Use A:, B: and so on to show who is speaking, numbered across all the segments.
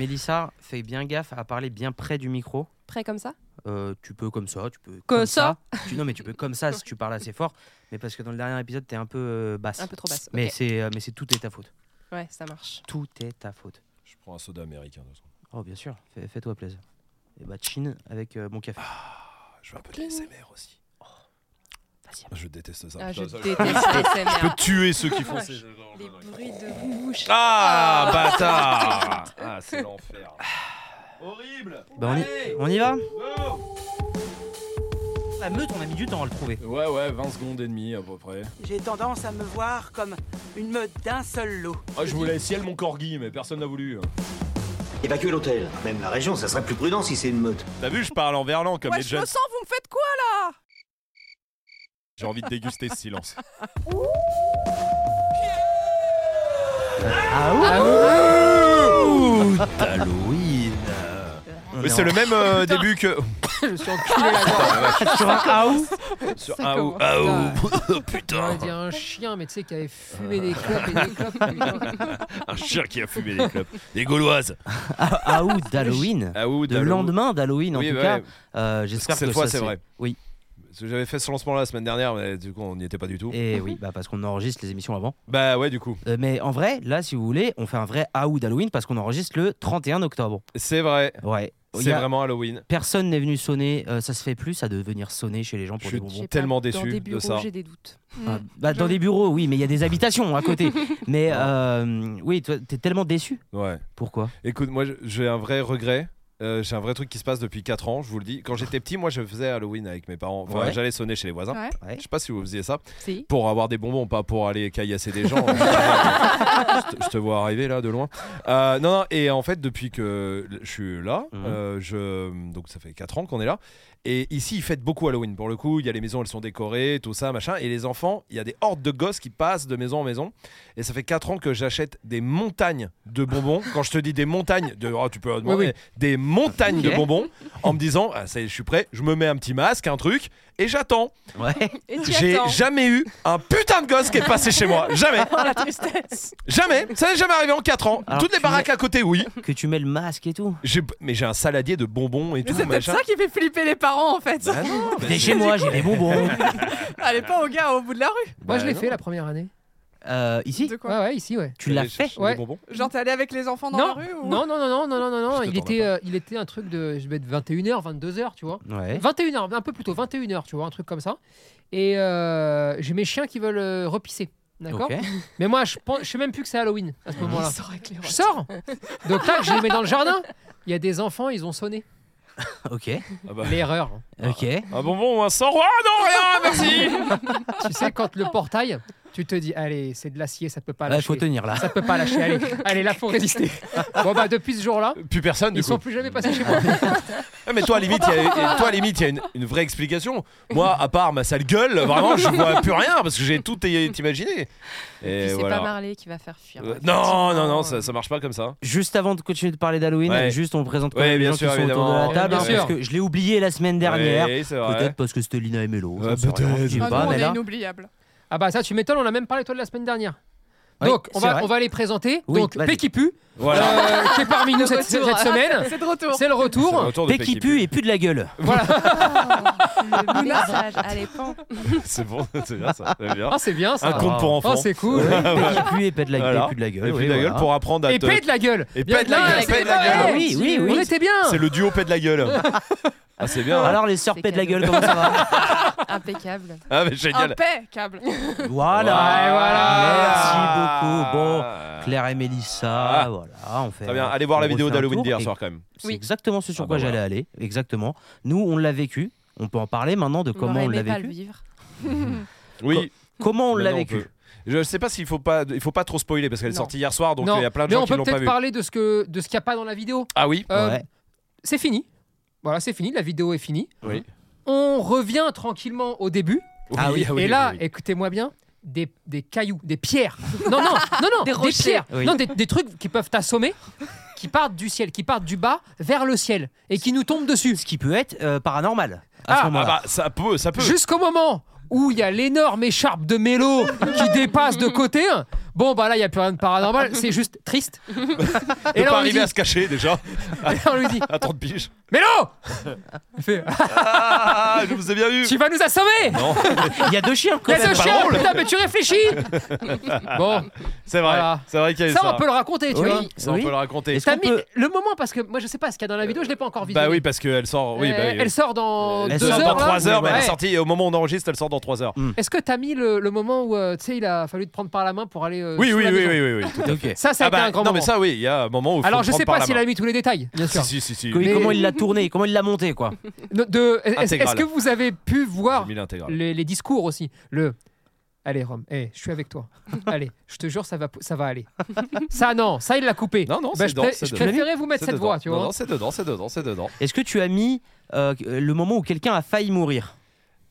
A: Mélissa, fais bien gaffe à parler bien près du micro.
B: Prêt comme ça
A: Euh, tu peux comme ça, tu peux
B: Que
A: comme
B: ça.
A: Tu, non, mais tu peux comme ça si tu parles assez fort. Mais parce que dans le dernier épisode, t'es un peu euh, basse.
B: Un peu trop basse.
A: Mais
B: ok.
A: c'est, euh, mais c'est tout est ta faute.
B: Ouais, ça marche.
A: Tout est ta faute.
C: Je prends un soda américain. De toute façon.
A: Oh, bien sûr. Fais- Fais-toi plaisir. Et bah, chin avec euh, mon café.
C: Ah, je veux un peu de l'ASMR aussi.
A: Vas-y.
C: Je déteste ça.
B: Oh. Ah, je
C: Ça, ça,
B: déteste
C: Je peux
B: ASMR.
C: tuer ceux qui font
B: Ouais.
C: ces jeux.
B: Les bruits de bouche.
C: Ah, bâtard Ah, c'est l'enfer. Horrible
A: Bah, on y-
C: Allez,
A: On y va
C: go
A: La meute, on a mis du temps à le trouver.
C: Ouais, ouais, 20 secondes et demie à peu près.
D: J'ai tendance à me voir comme une meute d'un seul lot.
C: Ah, je voulais ciel mon corgi, mais personne n'a voulu.
E: Évacuer l'hôtel, même la région, ça serait plus prudent si c'est une meute.
C: T'as vu, je parle en verlan comme les jeunes.
B: vous me faites quoi
C: J'ai envie de déguster ce silence.
A: Ah ouh
C: Halloween
A: On
C: Mais
A: est
C: c'est
A: en-
C: le même euh, début que.
B: Je suis enculé la gorge.
A: Sur un ah ouh
C: Sur
F: Ça
C: Aou,
F: commence,
C: Aou
F: On va
C: Putain
F: dire un chien, mais tu sais, qui avait fumé des clopes et des clopes.
A: Bah
F: putain.
C: Un chien qui a fumé des clopes. Des gauloises
A: Ah ah ouh d'Halloween
C: Aou,
A: De lendemain d'Halloween, en
C: Oui,
A: tout
C: bah
A: cas.
C: ouais.
A: Euh,
C: Parce que
A: J'espère
C: cette
A: que
C: fois,
A: ça
C: c'est
A: s'est-
C: vrai.
A: Oui.
C: Parce que j'avais fait ce lancement là la semaine dernière, mais du coup, on n'y était pas du tout.
A: Et oui, bah parce qu'on enregistre les émissions avant.
C: Bah ouais, du coup.
A: Euh, mais en vrai, là, si vous voulez, on fait un vrai ah ouh d'Halloween parce qu'on enregistre le 31 octobre.
C: C'est vrai.
A: Ouais. Il
C: C'est
A: y a-
C: vraiment Halloween.
A: Personne n'est venu sonner. euh, ça se fait plus, ça, de venir sonner chez les gens
C: Je
A: pour
C: suis
A: des bonbons.
B: J'ai
C: tellement
B: pas- dans
C: déçu
B: des
C: de
B: bureaux,
C: ça.
B: J'ai des doutes.
A: Ah, bah, dans des bureaux, oui, mais il y a des habitations à côté. mais euh, oui, toi, t'es tellement déçu.
C: Ouais.
A: Pourquoi
C: Écoute, moi, je- j'ai un vrai regret. Euh, j'ai un vrai truc qui se passe depuis 4 ans, je vous le dis. Quand j'étais petit, moi, je faisais Halloween avec mes parents. Enfin,
A: Ouais.
C: j'allais sonner chez les voisins.
B: Ouais.
A: Ouais.
C: Je sais pas si vous faisiez ça.
B: Si.
C: Pour avoir des bonbons, pas pour aller caillasser des gens. je, te, je te vois arriver là, de loin. Euh, non, non, et en fait, depuis que je suis là,
A: Mhm.
C: euh, je, donc ça fait 4 ans qu'on est là. Et ici, ils fêtent beaucoup Halloween. Pour le coup, il y a les maisons, elles sont décorées, tout ça, machin. Et les enfants, il y a des hordes de gosses qui passent de maison en maison. Et ça fait 4 ans que j'achète des montagnes de bonbons. Quand je te dis des montagnes, de, oh, tu peux demander,
F: oui.
C: des montagnes de
A: Ok.
C: bonbons en me disant, ah, ça y est, je suis prêt, je me mets un petit masque, un truc, et j'attends.
A: Ouais.
B: Et tu
C: J'ai
B: attends.
C: jamais eu un putain de gosse qui est passé chez moi. Jamais.
B: Oh, la tristesse.
C: Jamais. Ça n'est jamais arrivé en 4 ans.
A: Alors,
C: Toutes les
A: tu
C: baraques à côté, oui.
A: que tu mets le masque et tout.
C: J'ai- Mais j'ai un saladier de bonbons et tout.
B: C'est peut-être
C: machin.
B: ça qui fait flipper les parents en fait.
C: Bah non, bah
A: Venez
C: c'est-
A: chez moi, j'ai des bonbons.
B: Allez pas au gars au bout de la rue.
C: bah
F: Moi, je l'ai
C: non.
F: fait la première année.
A: Euh, ici
B: De
F: Ouais, ouais, ici, ouais.
A: Tu l'as
C: Allez
A: fait
C: chercher
F: Ouais.
C: des bonbons.
B: Genre t'es allé avec les enfants dans
F: Non,
B: la rue ou
F: non, non, non, non, non, non, non,
C: Je
F: Il
C: t'attendais
F: était,
C: pas.
F: euh, il était un truc de, je vais être 21h, 22h, tu vois.
A: Ouais.
F: 21h, un peu plus tôt, 21h, tu vois, un truc comme ça. Et euh, j'ai mes chiens qui veulent euh, repisser. D'accord
A: Ok.
F: Mais moi, je pense, je sais même plus que c'est Halloween à ce moment-là.
B: Il sort avec les
F: Je
B: roches.
F: sors Donc là, je les mets dans le jardin. Il y a des enfants, ils ont sonné.
A: Ok.
C: Ah bah,
F: L'erreur.
A: Ok.
C: Un bonbon ou un sang roi Non, rien, merci.
F: Tu sais, quand le portail, tu te dis, allez, c'est de l'acier, ça peut pas
A: Là,
F: lâcher.
A: Bah, faut tenir là.
F: Ça peut pas lâcher, allez, allez là, faut résister. Bon, bah, depuis ce jour-là,
C: Plus personne, du
F: ils
C: coup.
F: sont plus jamais passés chez moi.
C: Ah, mais toi, à limite, il y a, et toi, à limite, il y a une, une vraie explication. Moi, à part ma sale gueule, vraiment, je vois plus rien parce que j'ai tout i- imaginé.
B: Puis
C: Et
B: c'est
C: voilà.
B: pas Marley qui va faire fuir.
C: Euh, non, non, non, ça, ça marche pas comme ça.
A: Juste avant de continuer de parler d'Halloween,
C: Ouais.
A: juste on présente quand
C: Ouais,
A: même les
C: bien
A: gens
C: sûr,
A: qui sont autour de
C: évidemment.
A: la table,
F: Bien
A: hein,
F: sûr.
A: parce que je l'ai oublié la semaine dernière.
C: Ouais, c'est vrai.
A: Peut-être parce que c'était Lina et Mélo.
C: Ouais,
A: j'en sais rien,
C: peut-être.
A: je sais
B: Ah,
A: pas,
B: nous, on
A: mais
B: est
A: là-
B: inoubliable.
F: Ah bah ça, tu m'étonnes, on a même parlé toi de la semaine dernière.
A: Oui,
F: Donc, on
A: c'est
F: va,
A: vrai.
F: on va les présenter.
A: Oui,
F: Donc,
A: vas-y.
F: Pé qui pue,
C: Voilà.
F: euh, qui est parmi nous
B: Le
F: cette,
B: retour.
F: cette semaine.
B: C'est de retour.
F: C'est le
C: C'est le
F: retour.
C: retour de
A: Paix qui
C: Peggy
A: pue et pue de la gueule.
B: Le message à l'époque.
C: C'est bon, c'est bien ça. C'est bien.
F: Ah, c'est bien ça.
C: Un compte pour
F: Oh,
C: enfants.
F: c'est cool.
A: Paix qui pue et pue de la
C: Voilà.
A: et pue de la gueule.
C: Et puis
A: oui,
C: la gueule
A: voilà.
C: pour apprendre à
F: Et
C: te.
F: pète la gueule.
C: Et pète la
F: Là,
C: gueule,
F: c'est-
C: pète la gueule.
F: ouais,
A: Oui, oui,
F: On
A: oui.
F: était bien.
C: C'est le duo paix de la gueule. Ah, c'est bien.
A: Alors les sœurs
B: C'est
A: paix de la
B: cadeau.
A: gueule, comment ça va
B: Impeccable.
C: Ah, mais génial.
B: Impeccable.
A: Voilà.
F: Ouais,
C: voilà.
A: Merci beaucoup. Bon, Claire et Mélissa,
C: Ah.
A: voilà, on fait.
C: Très bien. Allez voir la
A: on
C: vidéo
A: refait un
C: d'Halloween
A: tour.
C: d'hier
A: Et
C: soir quand même.
A: C'est
B: Oui.
A: exactement ce sur
C: Ah
A: quoi
C: bah
A: j'allais aller. Exactement. Nous, on l'a vécu. On peut en parler maintenant de comment on
B: aimé
A: l'a
B: pas le
A: vécu.
B: vivre.
C: Oui.
A: Comment on l'a
C: Maintenant,
A: vécu
C: peut- Je sais pas s'il faut pas, il faut pas trop spoiler parce qu'elle est
F: Non.
C: sortie hier soir, donc euh,
F: Non,
C: il y a plein de
F: mais
C: gens
F: on
C: qui
F: peut
C: l'ont pas
F: peut-être
C: vu.
F: parler de ce que de ce qu'il n'y a pas dans la vidéo.
C: Ah oui.
F: Euh,
A: Ouais.
F: C'est fini. Voilà, c'est fini. La vidéo est finie.
C: Oui.
F: On revient tranquillement au début.
A: Ah oui,
F: et là,
C: oui.
F: écoutez-moi bien, des, des cailloux, des pierres. Non, non, non, non,
B: Des
F: des,
B: rochers.
F: pierres.
A: Oui.
F: Non, des, des trucs qui peuvent t'assommer, qui partent du ciel, qui partent du bas vers le ciel et qui nous tombent dessus.
A: Ce qui peut être euh, paranormal. À
F: Ah,
A: ce
C: Ah
A: moment-là.
C: bah ça peut, ça peut.
F: Jusqu'au moment où il y a l'énorme écharpe de Mélo qui dépasse de côté, Bon, bah là, il n'y a plus rien de paranormal, c'est juste triste.
C: Et
F: Et là,
C: pas
F: on lui, dit,
C: arriver à se cacher déjà
F: et là, on lui dit
C: à 30 piges.
F: Mais non Il fait,
C: Ah, je vous ai bien vu.
F: Tu vas nous assommer
C: Non,
A: Il y a deux chiens quand
F: Il y a
A: même.
F: ce
C: pas
F: chien,
C: drôle.
F: putain, mais tu réfléchis Bon,
C: c'est vrai.
F: Voilà.
C: C'est vrai qu'il y a eu
F: ça,
C: ça.
F: on peut le raconter, tu
A: Oui.
F: vois.
C: Ça, on
A: Oui.
C: peut le raconter.
A: Est-ce
F: T'as
A: qu'on
F: mis
A: peut-
F: le moment parce que moi je sais pas ce qu'il y a dans la vidéo, je l'ai pas encore vu.
C: Bah oui, parce qu'elle sort. Oui, bah oui.
F: Elle sort dans
A: Elle
C: Elle
F: deux
A: sort
C: sort
F: heures.
C: dans
F: là.
C: 3 heures, mais elle
F: Ouais.
C: est sortie. Et au moment où on enregistre, elle sort dans 3 heures.
F: Est-ce que t'as mis le, le moment où euh, tu sais il a fallu te prendre par la main pour aller euh,
C: Oui,
F: sous
C: oui,
F: la
C: oui,
F: maison
C: oui, oui, oui, tout à fait.
A: Ok.
F: Ça, ça a
C: Ah
F: été
C: bah,
F: un grand
C: non,
F: moment.
C: mais ça, oui, il y a un moment où. il faut
F: Alors
C: le
F: je sais
C: prendre par
F: pas
C: la
F: s'il
C: main.
F: a mis tous les détails, bien sûr.
C: Si, si, si, si.
A: Oui,
F: Mais-
A: Comment il l'a tourné Comment il l'a monté quoi
F: De- de- Est-ce
C: Intégrale.
F: est-ce que vous avez pu voir
C: J'ai mis l'intégrale.
F: les, les discours aussi Le Allez Rome, eh, je suis avec toi. Allez, je te jure ça va ça va aller. ça non, ça il l'a coupé.
C: Non, non,
F: Bah,
C: c'est
F: je,
C: dedans,
F: pré-
C: c'est
F: je
C: dedans.
F: préférais vous mettre
C: C'est
F: cette
C: dedans.
F: voix, tu
C: Non,
F: vois.
C: Non, c'est dedans, c'est dedans, c'est dedans.
A: Est-ce que tu as mis euh, le moment où quelqu'un a failli mourir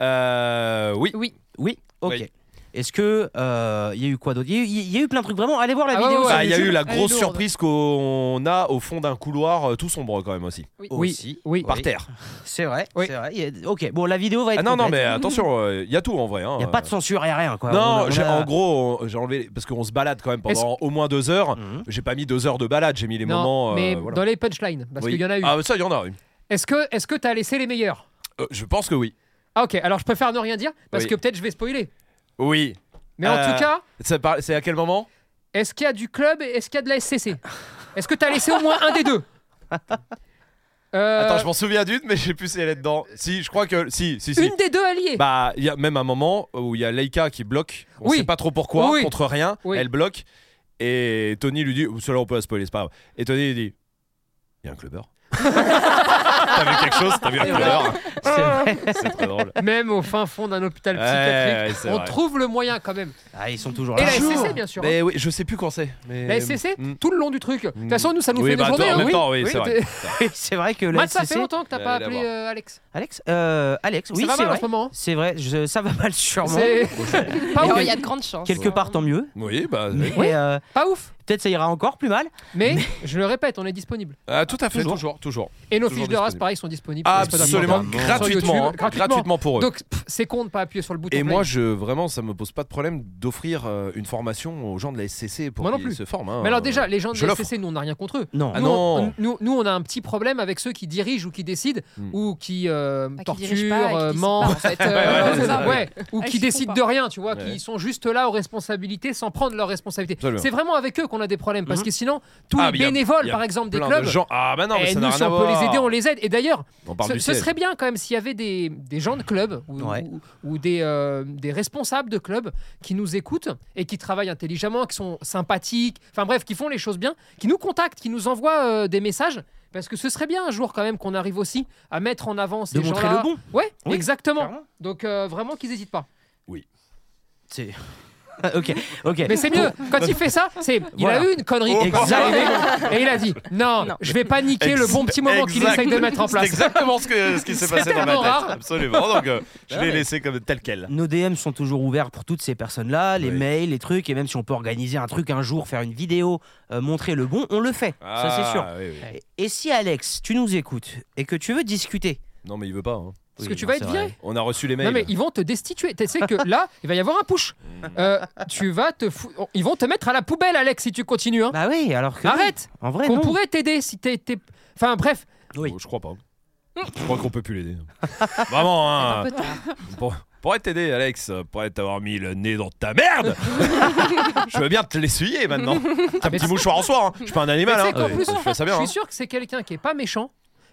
C: Euh, oui.
B: Oui.
A: Oui. Ok.
C: Oui.
A: Est-ce que euh, il y a eu quoi d'autre Il y, a eu- il y a eu plein de trucs vraiment. Allez voir la
F: Ah ouais,
A: vidéo.
F: ouais,
A: sur
C: Ah, il y a
A: YouTube.
C: eu la
B: elle est
C: grosse
B: lourde.
C: surprise qu'on a au fond d'un couloir euh, tout sombre quand même aussi.
F: Oui,
A: Aussi.
F: oui.
C: Par terre.
A: C'est vrai.
F: Oui.
A: C'est vrai. Il y a- Ok. Bon, la vidéo va être.
C: Ah non, non,
A: complète.
C: mais attention, euh, il y a tout en vrai. hein.
A: Il n'y a pas de
F: euh,
A: censure, il n'y a rien quoi. On a-
C: Non,
A: on
C: j'ai-
A: a-
C: en gros, on- j'ai enlevé parce qu'on se balade quand même
F: Est-ce-
C: pendant au moins deux heures.
A: Mhm.
C: J'ai pas mis deux heures de balade, j'ai mis les
F: Non,
C: moments. euh,
F: mais
C: voilà.
F: dans les punchlines parce
C: Oui.
F: qu'il y en a eu.
C: Ah, ça, il y en a. oui.
F: Est-ce que est-ce que t'as laissé les meilleurs
C: Euh, je pense que oui.
F: Ah ok, alors je préfère ne rien dire parce
C: Oui.
F: que peut-être je vais spoiler.
C: Oui.
F: Mais
C: Euh,
F: en tout cas,
C: Ça par- C'est à quel moment
F: est-ce qu'il y a du club et est-ce qu'il y a de la SCC Est-ce que t'as laissé au moins un des deux Euh,
C: Attends, je m'en souviens d'une, mais je sais plus si elle est dedans. Si, je crois que. Si, si, si.
F: Une des deux alliés
C: Bah, il y a même un moment où il y a Leica qui bloque. On
F: Oui.
C: sait pas trop pourquoi,
F: Oui.
C: contre rien.
F: Oui.
C: Elle bloque. Et Tony lui dit Cela, on peut la spoiler, c'est pas grave. Et Tony lui dit Il y a un clubber. T'as vu quelque chose T'as vu un clubber C'est très drôle.
F: Même au fin fond d'un hôpital
C: Ouais, ouais,
F: psychiatrique,
C: c'est
F: on
C: vrai.
F: trouve le moyen quand même.
A: Ah, ils sont toujours
F: Et
A: là.
F: la
C: Toujours.
F: SCC, bien sûr. hein.
C: Mais oui, je sais plus quand c'est. mais-
F: La SCC,
C: Mm.
F: tout le long du truc. De
C: Mm.
F: toute façon, nous, ça nous
C: oui,
F: fait
C: bah,
F: des journées.
C: En
F: hein.
C: même temps, oui,
F: Oui,
C: c'est vrai.
F: t'es-
A: c'est vrai que la
F: Matt, ça fait
A: SCC.
F: longtemps que t'as
C: Mais
F: pas
C: allez la
F: appelé
C: voir.
F: euh, Alex.
A: Alex. euh, Alex. Oui,
F: ça va
A: c'est
F: mal en
A: vrai.
F: ce moment. hein.
A: C'est vrai. je- Ça va mal sûrement.
F: C'est pas,
B: Alors,
F: ouf,
B: il y a de grandes chances.
A: Quelque part tant mieux.
C: Oui, bah.
A: Mais euh,
F: pas ouf.
A: peut-être ça ira encore plus mal.
F: Mais je le répète, on est disponible.
C: Ah, tout à fait,
A: Toujours.
C: toujours, toujours.
F: Et nos
C: Toujours
F: fiches de race,
C: disponible.
F: pareil, sont disponibles. sur Spotify.
C: Absolument,
A: Sur
C: gratuitement,
F: YouTube,
C: hein,
F: gratuitement.
C: gratuitement pour eux.
F: Donc, pff, c'est con de pas appuyer sur le bouton.
C: Et
F: play.
C: moi, je vraiment, ça me pose pas de problème d'offrir euh, une formation aux gens de la SCC pour
F: Moi non
C: qu'ils
F: plus.
C: se forment. hein.
F: Mais alors, déjà, les gens
C: Je
F: de
C: l'offre.
F: SCC, nous, on n'a rien contre eux.
A: Non.
C: Ah
F: nous,
C: non.
F: on- nous, nous, on a un petit problème avec ceux qui dirigent ou qui décident
C: Hmm.
F: ou qui euh,
B: Bah, qui dirigent
F: torturent,
B: pas et qui
F: euh,
B: décident
F: mentent,
B: pas, en fait.
F: euh,
C: ouais, ouais,
F: ouais,
C: c'est ça.
F: ou
B: Ah,
F: qui
B: ils se
F: décident
B: font
F: de rien, tu vois,
C: Ouais.
F: qui sont juste là aux responsabilités sans prendre leurs responsabilités.
C: Absolument.
F: C'est vraiment avec eux qu'on a des problèmes parce
A: Mhm.
F: que sinon, tous
C: Ah, mais
F: les
C: y a-
F: bénévoles,
C: y a
F: par exemple, des
C: Plein
F: clubs.
C: de gens. Ah, bah non, mais
F: eh,
C: ça
F: nous,
C: n'a
F: si
C: rien à
F: on peut les aider, on
C: voir.
F: les aide. Et d'ailleurs,
C: On parle
F: ce,
C: du
F: ce
C: ciel.
F: serait bien quand même s'il y avait des, des gens de club ou,
A: Ouais.
F: ou- ou des, euh, des responsables de club qui nous écoutent et qui travaillent intelligemment, qui sont sympathiques, enfin bref, qui font les choses bien, qui nous contactent, qui nous envoient euh, des messages. Parce que ce serait bien un jour quand même qu'on arrive aussi à mettre en avant ces
A: De montrer
F: gens-là.
A: le bon.
F: Ouais,
A: Oui,
F: exactement.
A: clairement.
F: Donc euh, vraiment qu'ils n'hésitent pas.
A: C'est. ok. Ok.
F: Mais c'est mieux. Quand il fait ça, c'est il
A: Voilà.
F: a eu une connerie.
C: Oh,
F: Il est
A: exactement.
F: arrivé Et il a dit non,
B: Non.
F: je vais pas niquer le bon petit moment qu'il
C: Exact.
F: essaye de mettre en
C: C'est
F: place.
C: exactement ce, que- ce qui s'est
F: C'est
C: passé dans ma tête.
F: tellement rare.
C: Absolument. Donc, euh, je
A: Ah
C: l'ai
A: ouais.
C: laissé comme tel quel.
A: Nos DM sont toujours ouverts pour toutes ces personnes-là, les
C: Oui.
A: mails, les trucs, et même si on peut organiser un truc un jour, faire une vidéo, euh, montrer le bon, on le fait. ça c'est
C: Ah,
A: sûr.
C: oui, oui.
A: Et si Alex, tu nous écoutes et que tu veux discuter,
C: Non, mais il veut pas. hein.
F: Parce
A: Oui,
F: que tu
A: non,
F: vas être
A: c'est
F: viré.
A: vrai.
C: On a reçu les mails.
F: Non mais ils vont te destituer. Tu sais que là, il va y avoir un push.
A: Mm.
F: Euh, tu vas te fou- ils vont te mettre à la poubelle Alex si tu continues. hein.
A: bah oui, alors que
F: Arrête.
A: non. en vrai,
F: On
A: non.
F: pourrait t'aider si t'es t'es- Enfin bref,
A: Oui.
C: Oh, je crois pas. Je crois qu'on peut plus l'aider. Vraiment, hein. Pour, pour être aidé, Alex, pour être t'avoir mis le nez dans ta merde, je veux bien te l'essuyer maintenant. T'as un petit
F: Mais c'est-
C: mouchoir en soir, hein. je suis pas un animal.
F: Mais
C: Hein.
F: c'est qu'en
A: euh,
F: plus,
C: je fais ça bien.
F: je
C: hein.
F: suis sûr que c'est quelqu'un qui est pas méchant,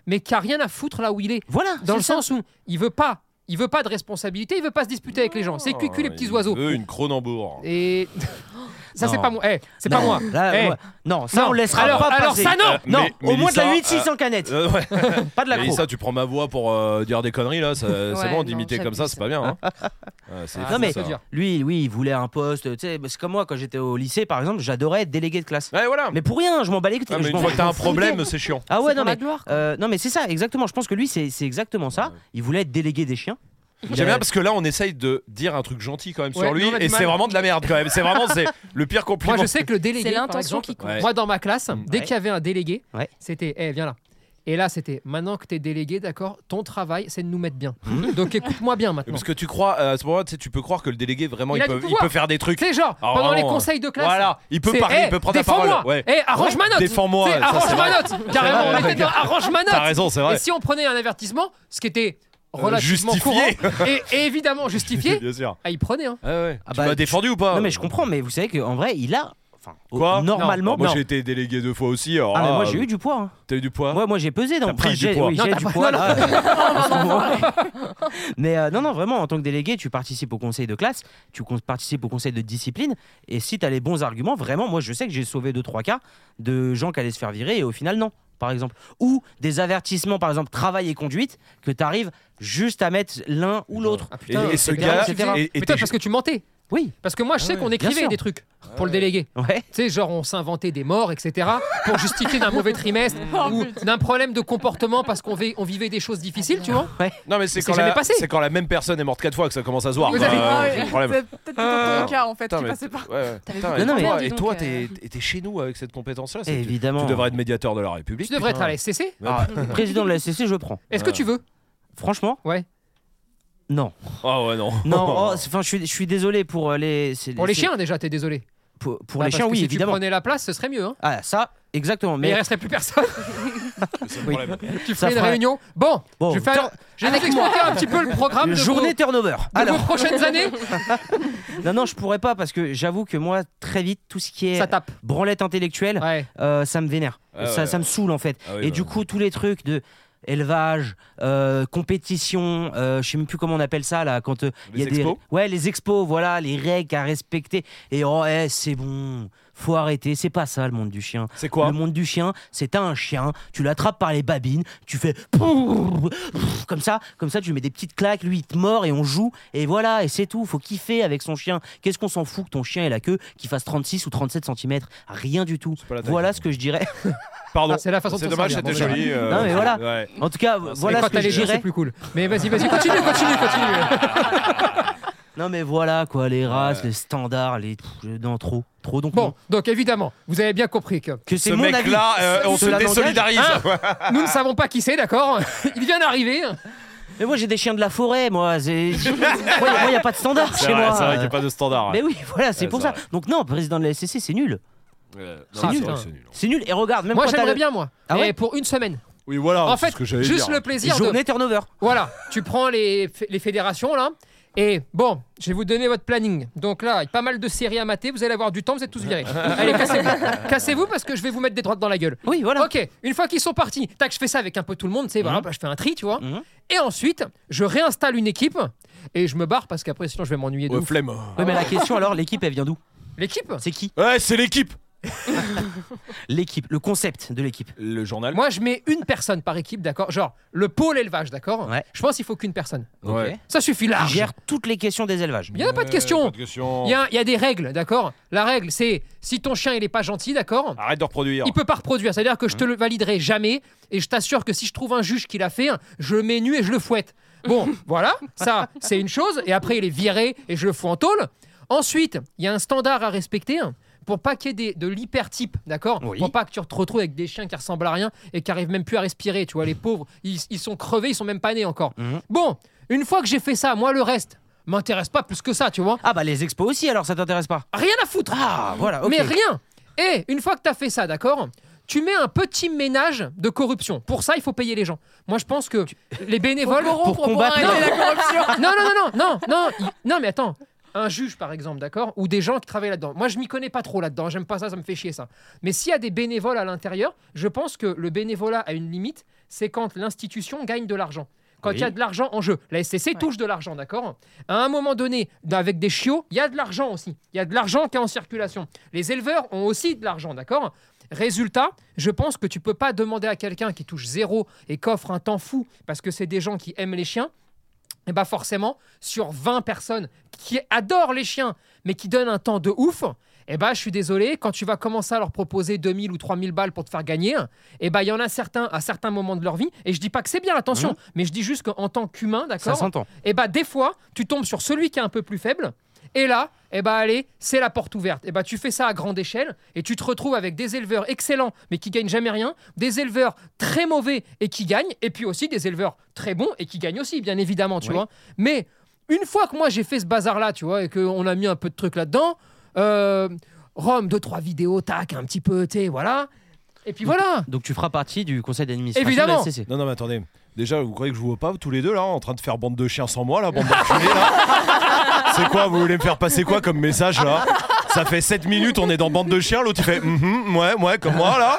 F: mais qui a rien à foutre là où il est.
A: Voilà.
F: Dans le sens où il veut pas, il veut pas de responsabilité, il veut pas se disputer avec les gens.
A: Oh,
F: C'est cucu les
C: hein. Oh,
F: petits
C: Il
F: oiseaux.
C: veut une Cronenbourg.
F: Et ça c'est
A: Non.
F: pas moi. Eh, c'est pas
A: Non,
F: moi.
A: Bah, là,
F: Eh.
A: moi- Non, ça
F: Non.
A: on laissera
F: alors,
A: pas
F: alors
A: passer.
F: ça non.
C: Euh,
A: Non,
C: Mais-
A: au moins de
C: Mélissa,
A: la 8600 en canette,
C: Euh, ouais.
A: pas de la
C: Mélissa, tu prends ma voix pour euh, dire des conneries là, ça- c'est
B: Ouais,
C: bon
B: non,
C: d'imiter comme ça,
B: j'abuse.
C: c'est pas bien. hein. Ah, c'est
F: Ah,
C: fou,
A: non, mais-
C: ça.
F: faut dire.
A: Lui, lui, il voulait un poste, tu sais, c'est comme moi quand j'étais au lycée par exemple, j'adorais être délégué de classe.
C: Ouais, voilà.
A: Mais pour rien, je m'en balais.
C: Ah, mais
A: je
C: une
A: m'en-
C: fois que t'as un problème, c'est chiant.
A: Ah ouais,
B: C'est
A: non
B: pour
A: mais
B: la gloire. quoi.
A: Euh, non mais c'est ça, exactement. Je pense que lui, c'est c'est exactement ça. Il voulait être délégué des chiens. Il
C: J'aime
A: a-
C: bien parce que là, on essaye de dire un truc gentil quand même
F: Ouais,
C: sur lui,
F: nous, on a du
C: et c'est
F: mal.
C: vraiment de la merde quand même. C'est vraiment c'est le pire compliment.
F: Moi, je sais que le délégué,
B: C'est
F: par
B: l'intention
F: exemple,
B: qui
C: compte. Ouais.
F: Moi, dans ma classe, dès
A: Ouais.
F: qu'il y avait un délégué,
A: Ouais.
F: c'était, eh, viens là. Et là, c'était maintenant que tu es délégué, d'accord, ton travail, c'est de nous mettre bien. Donc écoute-moi bien maintenant.
C: Parce que tu crois, euh, à ce moment-là, tu sais, tu peux croire que le délégué, vraiment,
F: Il
C: il,
F: a du
C: peut, il
F: pouvoir.
C: peut faire des trucs.
F: C'est genre,
C: Ah,
F: pendant les
C: vraiment,
F: conseils de classe.
C: Voilà, il peut
F: c'est,
C: parler,
F: hey,
C: il peut prendre la parole.
F: défends-moi.
C: Ouais.
F: Hey, arrange ma note.
C: Défends-moi,
F: C'est,
C: ça,
F: arrange
C: c'est
F: ma
C: vrai.
F: note. Carrément,
C: vrai,
F: on était dans arrange ma
C: T'as
F: note.
C: raison, c'est
F: Et
C: vrai.
F: si on prenait un avertissement, ce qui était
C: Euh,
F: relativement
C: justifié.
F: courant, et, et évidemment justifié,
C: Bien sûr.
F: ah, il prenait. Hein.
C: Ouais, ouais.
A: Ah
C: tu
A: bah,
C: m'as défendu ou pas
A: Non mais je comprends, mais vous savez qu'en vrai, il a, enfin, au-
C: Quoi
A: normalement,
C: Ah, Moi,
A: non.
C: j'ai été délégué deux fois aussi. alors
A: Ah mais
C: là,
A: moi j'ai eu du poids. hein.
C: T'as eu du poids
A: Moi, moi j'ai pesé dans
C: Oh. T'as pris
A: enfin,
C: du
A: j'ai-
C: poids.
A: oui,
F: Non,
A: j'ai
F: t'as
A: du
F: pas-
A: poids
F: non,
A: là. En ce moment. Mais euh, non, non, vraiment, en tant que délégué, tu participes au conseil de classe, tu con- participes au conseil de discipline, et si t'as les bons arguments, vraiment, moi je sais que j'ai sauvé 2-3 cas de gens qui allaient se faire virer et au final non, par exemple. Ou des avertissements, par exemple, travail et conduite, que t'arrives juste à mettre l'un ou l'autre.
F: Ah,
C: Et,
F: putain,
C: et ce
A: etc.,
C: gars,
A: etc.
C: et- et
F: Putain,
C: t'es-
F: parce que tu mentais.
A: Oui,
F: Parce que moi, je sais
C: ouais,
F: qu'on
A: bien
F: écrivait
A: sûr.
F: des trucs pour le
C: ouais.
F: délégué.
A: ouais.
F: Tu sais, genre, on s'inventait des morts, etc., pour justifier d'un mauvais trimestre ou d'un problème de comportement parce qu'on vi- on vivait des choses difficiles, tu vois.
C: Non, mais c'est
F: Mais
C: quand,
F: c'est jamais
C: la...
F: passé.
C: c'est quand la même personne est morte quatre fois que ça commence à se voir.
F: Vous
C: Bah,
F: avez-
C: euh,
G: Ah
C: c'est
G: ouais,
C: le problème.
G: C'est peut-être plutôt
C: Ah.
G: ton cas en fait
C: Putain,
G: qui
C: mais-
G: passait pas.
C: Ouais, ouais.
B: T'avais
C: Putain,
B: pas
C: mais
A: de
C: toi-
A: merde,
B: dis
C: et
B: donc,
C: toi,
B: euh.
C: t'es t'es- t'es chez nous avec cette compétence-là. c'est- tu-
A: Évidemment.
C: Tu devrais être médiateur de la République.
F: Tu devrais être
C: putain.
F: à la SCC.
A: Ah, président de la SCC, je prends.
F: Est-ce que tu veux
A: Franchement
F: Ouais.
A: Non.
C: Ah ouais, non.
A: Non, oh, c'est- enfin, je suis, je suis désolé pour euh, les. c'est-
F: Pour les
A: c'est-
F: chiens, déjà, t'es désolé.
A: Pour, pour
F: Bah,
A: les
F: parce
A: chiens,
F: que
A: oui,
F: si
A: évidemment.
F: tu prenais la place, ce serait mieux. Hein.
A: Ah, ça, exactement.
F: Mais il
A: Mais
F: resterait plus personne.
C: C'est le
A: Oui.
C: problème.
F: euh, tu
A: Ça
F: ferais une
A: ferait-
F: réunion. Bon,
A: Bon,
F: je vais, faire... je vais vous expliquer un petit peu le programme de vos-
A: journée turnover.
F: de vos
A: Alors,
F: prochaines années.
A: non, non, je pourrais pas parce que j'avoue que moi, très vite, tout ce qui est
F: Ça tape.
A: branlette intellectuelle,
F: Ouais.
A: euh, ça me vénère.
C: Ah
A: ça,
C: ouais.
A: ça me saoule en fait.
C: Ah oui,
A: Et
C: bah.
A: du coup, tous les trucs de élevage, euh, compétition, euh, je sais même plus comment on appelle ça là, quand euh, il y a
C: Les expos
A: des ouais les expos, voilà, les règles à respecter. Et oh, eh, c'est bon, faut arrêter, c'est pas ça le monde du chien.
C: C'est quoi
A: le monde du chien, c'est t'as un chien, tu l'attrapes par les babines, tu fais pouf, pouf, comme ça, comme ça, tu lui mets des petites claques, lui il te mord et on joue et voilà et c'est tout. Faut kiffer avec son chien. Qu'est-ce qu'on s'en fout que ton chien ait la queue qui fasse 36 ou 37 cm Rien du tout.
C: pas la taille.
A: Voilà ce que je dirais.
C: Pardon.
F: Ah, c'est la façon de
C: C'est
F: se
C: dommage,
F: servir.
C: c'était
F: Bon,
C: joli. euh,
A: Non, mais voilà.
C: ouais.
A: En tout cas, voilà
F: Et quand
A: ce que
F: t'as
A: je
F: les chiens, c'est
A: dirais.
F: plus cool. Mais vas-y, vas-y, continue, continue, continue.
A: Non, mais voilà quoi, les races, les standards, les. Pff, non, trop. Trop donc.
F: Bon,
A: non.
F: donc évidemment, vous avez bien compris que
A: que
C: Ce
A: c'est mon avis.
C: mec-là, euh, on se
A: Cela n'engage-
C: désolidarise.
F: Hein nous ne savons pas qui c'est, d'accord Il vient d'arriver.
A: Mais moi, j'ai des chiens de la forêt, moi. c'est- moi, il n'y a pas de standard
C: C'est
A: chez
C: vrai,
A: moi.
C: c'est vrai qu'il n'y a pas de standard.
A: Mais oui, voilà, c'est
C: Ouais,
A: pour
C: c'est
A: ça. Donc, non, président de la SCC, c'est nul.
C: Euh, non,
A: C'est
C: vrai
A: nul.
F: hein.
C: que c'est nul.
A: C'est nul. Et regarde, même
F: Moi,
A: quand t'as
F: j'aimerais
A: le-
F: bien, moi.
A: Ah
F: Et
A: ouais
F: pour une semaine.
C: Oui, voilà.
F: en
C: Oh, c'est
F: fait,
C: ce que j'allais
F: juste
C: dire.
F: le plaisir de.
A: Journée turnover.
F: Voilà, tu prends les, f- les fédérations là. Et bon, je vais vous donner votre planning. Donc là, il y a pas mal de séries à mater, vous allez avoir du temps, vous êtes tous virés. Allez, cassez-vous. Cassez-vous parce que je vais vous mettre des droites dans la gueule.
A: Oui, voilà.
F: Ok, une fois qu'ils sont partis, tac, je fais ça avec un peu tout le monde, tu sais, voilà,
A: Mhm.
F: bah, je fais un tri, tu vois.
A: Mhm.
F: Et ensuite, je réinstalle une équipe et je me barre parce qu'après, sinon, je vais m'ennuyer de
C: Ouais,
F: ouf.
C: flemme.
A: Ouais, mais la question alors, l'équipe, elle vient d'où
F: L'équipe
A: C'est qui
C: Ouais, c'est l'équipe.
A: L'équipe, le concept de l'équipe.
C: Le journal.
F: Moi, je mets une personne par équipe, d'accord Genre, le pôle élevage, d'accord
A: Ouais.
F: Je pense qu'il faut qu'une personne.
C: Ouais.
A: Ok.
F: Ça suffit
A: Qui
F: large.
A: gère toutes les questions des élevages.
F: Il n'y en a pas de
C: Ouais,
F: question.
C: pas de question.
F: Il y, a, il y a des règles, d'accord La règle, c'est si ton chien, il n'est pas gentil, d'accord
C: Arrête de reproduire.
F: Il peut pas reproduire, c'est-à-dire que je te le validerai jamais et je t'assure que si je trouve un juge qui l'a fait, je le mets nu et je le fouette. Bon, voilà, ça c'est une chose et après il est viré et je le fous en tôle. Ensuite, il y a un standard à respecter pour pas qu'il y ait des- de l'hypertype, d'accord
A: Oui.
F: Pour pas que tu te retrouves avec des chiens qui ressemblent à rien et qui arrivent même plus à respirer, tu vois, les pauvres, ils, ils sont crevés, ils sont même pas nés encore.
A: Mhm.
F: Bon, une fois que j'ai fait ça, moi le reste m'intéresse pas plus que ça, tu vois.
A: Ah, bah les expos aussi, alors ça t'intéresse pas
F: Rien à foutre.
A: Ah, voilà, ok.
F: Mais rien Et une fois que tu as fait ça, d'accord tu mets un petit ménage de corruption. Pour ça, il faut payer les gens. Moi, je pense que les bénévoles
A: pour combattre-
F: Non,
G: arrêter la corruption.
F: non, non, non, non, non, il- non, mais attends. Un juge, par exemple, d'accord Ou des gens qui travaillent là-dedans. Moi, je m'y connais pas trop là-dedans. J'aime pas ça, ça me fait chier, ça. Mais s'il y a des bénévoles à l'intérieur, je pense que le bénévolat a une limite. C'est quand l'institution gagne de l'argent. Quand il
A: Oui.
F: y a de l'argent en jeu. La SCC touche de l'argent, d'accord À un moment donné, dans- avec des chiots, il y a de l'argent aussi. Il y a de l'argent qui est en circulation. Les éleveurs ont aussi de l'argent, d'accord Résultat, je pense que tu peux pas demander à quelqu'un qui touche zéro et qu'offre un temps fou parce que c'est des gens qui aiment les chiens. Et bah forcément, sur 20 personnes qui adorent les chiens mais qui donnent un temps de ouf, et bah je suis désolé, quand tu vas commencer à leur proposer 2000 ou 3000 balles pour te faire gagner, et bah il y en a certains à certains moments de leur vie et je dis pas que c'est bien, attention, mais je dis juste qu'en tant qu'humain,
A: Ça
F: d'accord
A: s'entend.
F: et bah des fois, tu tombes sur celui qui est un peu plus faible. Et là, eh ben allez, c'est la porte ouverte. Et ben tu fais ça à grande échelle et tu te retrouves avec des éleveurs excellents mais qui gagnent jamais rien, des éleveurs très mauvais et qui gagnent, et puis aussi des éleveurs très bons et qui gagnent aussi, bien évidemment, tu
A: Oui.
F: vois. Mais une fois que moi j'ai fait ce bazar-là, tu vois, et qu'on a mis un peu de trucs là-dedans, euh, Rome, deux trois vidéos, tac, un petit peu, tu sais, voilà. Et puis voilà.
A: Donc tu feras partie du conseil d'administration
F: Évidemment.
A: de la SCC.
C: Non, non, mais attendez. Déjà, vous croyez que je vous vois pas tous les deux là, en train de faire bande de chiens sans moi là, bande d'enculés là C'est quoi Vous voulez me faire passer quoi comme message là Ça fait 7 minutes, on est dans bande de chiens, l'autre il fait Mhm, ouais, ouais, comme moi là.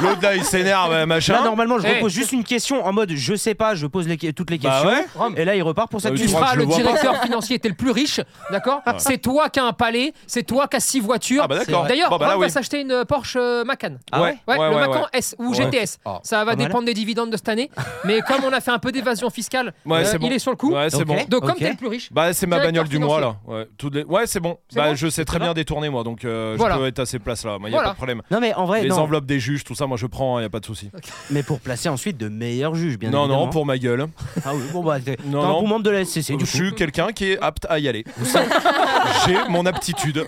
C: L'autre là, il s'énerve, euh,
A: Là,
C: machin.
A: normalement, je
F: Eh.
A: repose juste une question en mode je sais pas, je pose les que- toutes les
C: bah
A: questions.
C: ouais.
F: Rome,
A: Et là, il repart pour cette
C: Ah oui,
F: tu
C: tu
A: question.
C: crois que
F: seras
C: je
F: le
C: le vois pas
F: directeur financier, t'es le plus riche, d'accord C'est toi qui as un palais, c'est toi qui as six voitures.
C: Ah bah d'accord.
F: D'ailleurs,
C: Bon, bah, là,
F: Rome
C: oui.
F: va s'acheter une Porsche euh, Macan.
A: Ah ouais
F: Ouais,
C: Ouais,
F: le
C: ouais,
F: Macan
C: ouais.
F: S ou
C: Ouais.
F: GTS.
C: Ah,
F: ça va
A: pas mal.
F: dépendre des dividendes de cette année. Mais comme on a fait un peu d'évasion fiscale,
C: Ouais,
F: euh,
C: c'est bon.
F: il est sur le coup.
C: Ouais, c'est
A: Ok.
C: bon.
F: Donc, comme
A: Ok.
F: t'es le plus riche,
C: Bah, c'est ma
F: Directeur
C: bagnole du mois là. Ouais, toutes les- ouais c'est bon.
F: C'est
C: Bah,
F: bon
C: je sais très
A: va
C: bien détourner moi, donc euh, je
F: Voilà.
C: peux être à ces places là. Il y a
F: Voilà.
C: pas de problème.
A: Non, mais en vrai,
C: les
A: non.
C: enveloppes des juges, tout ça, moi je prends, il y a pas de souci.
A: Mais pour placer ensuite de meilleurs juges, bien
C: non,
A: évidemment.
C: non, pour ma gueule.
A: Ah oui, bon, bah, t'es t'es
C: Non,
A: un
C: non.
A: bon membre de la SCC, du
C: je
A: coup.
C: suis quelqu'un qui est apte à y aller. J'ai mon aptitude.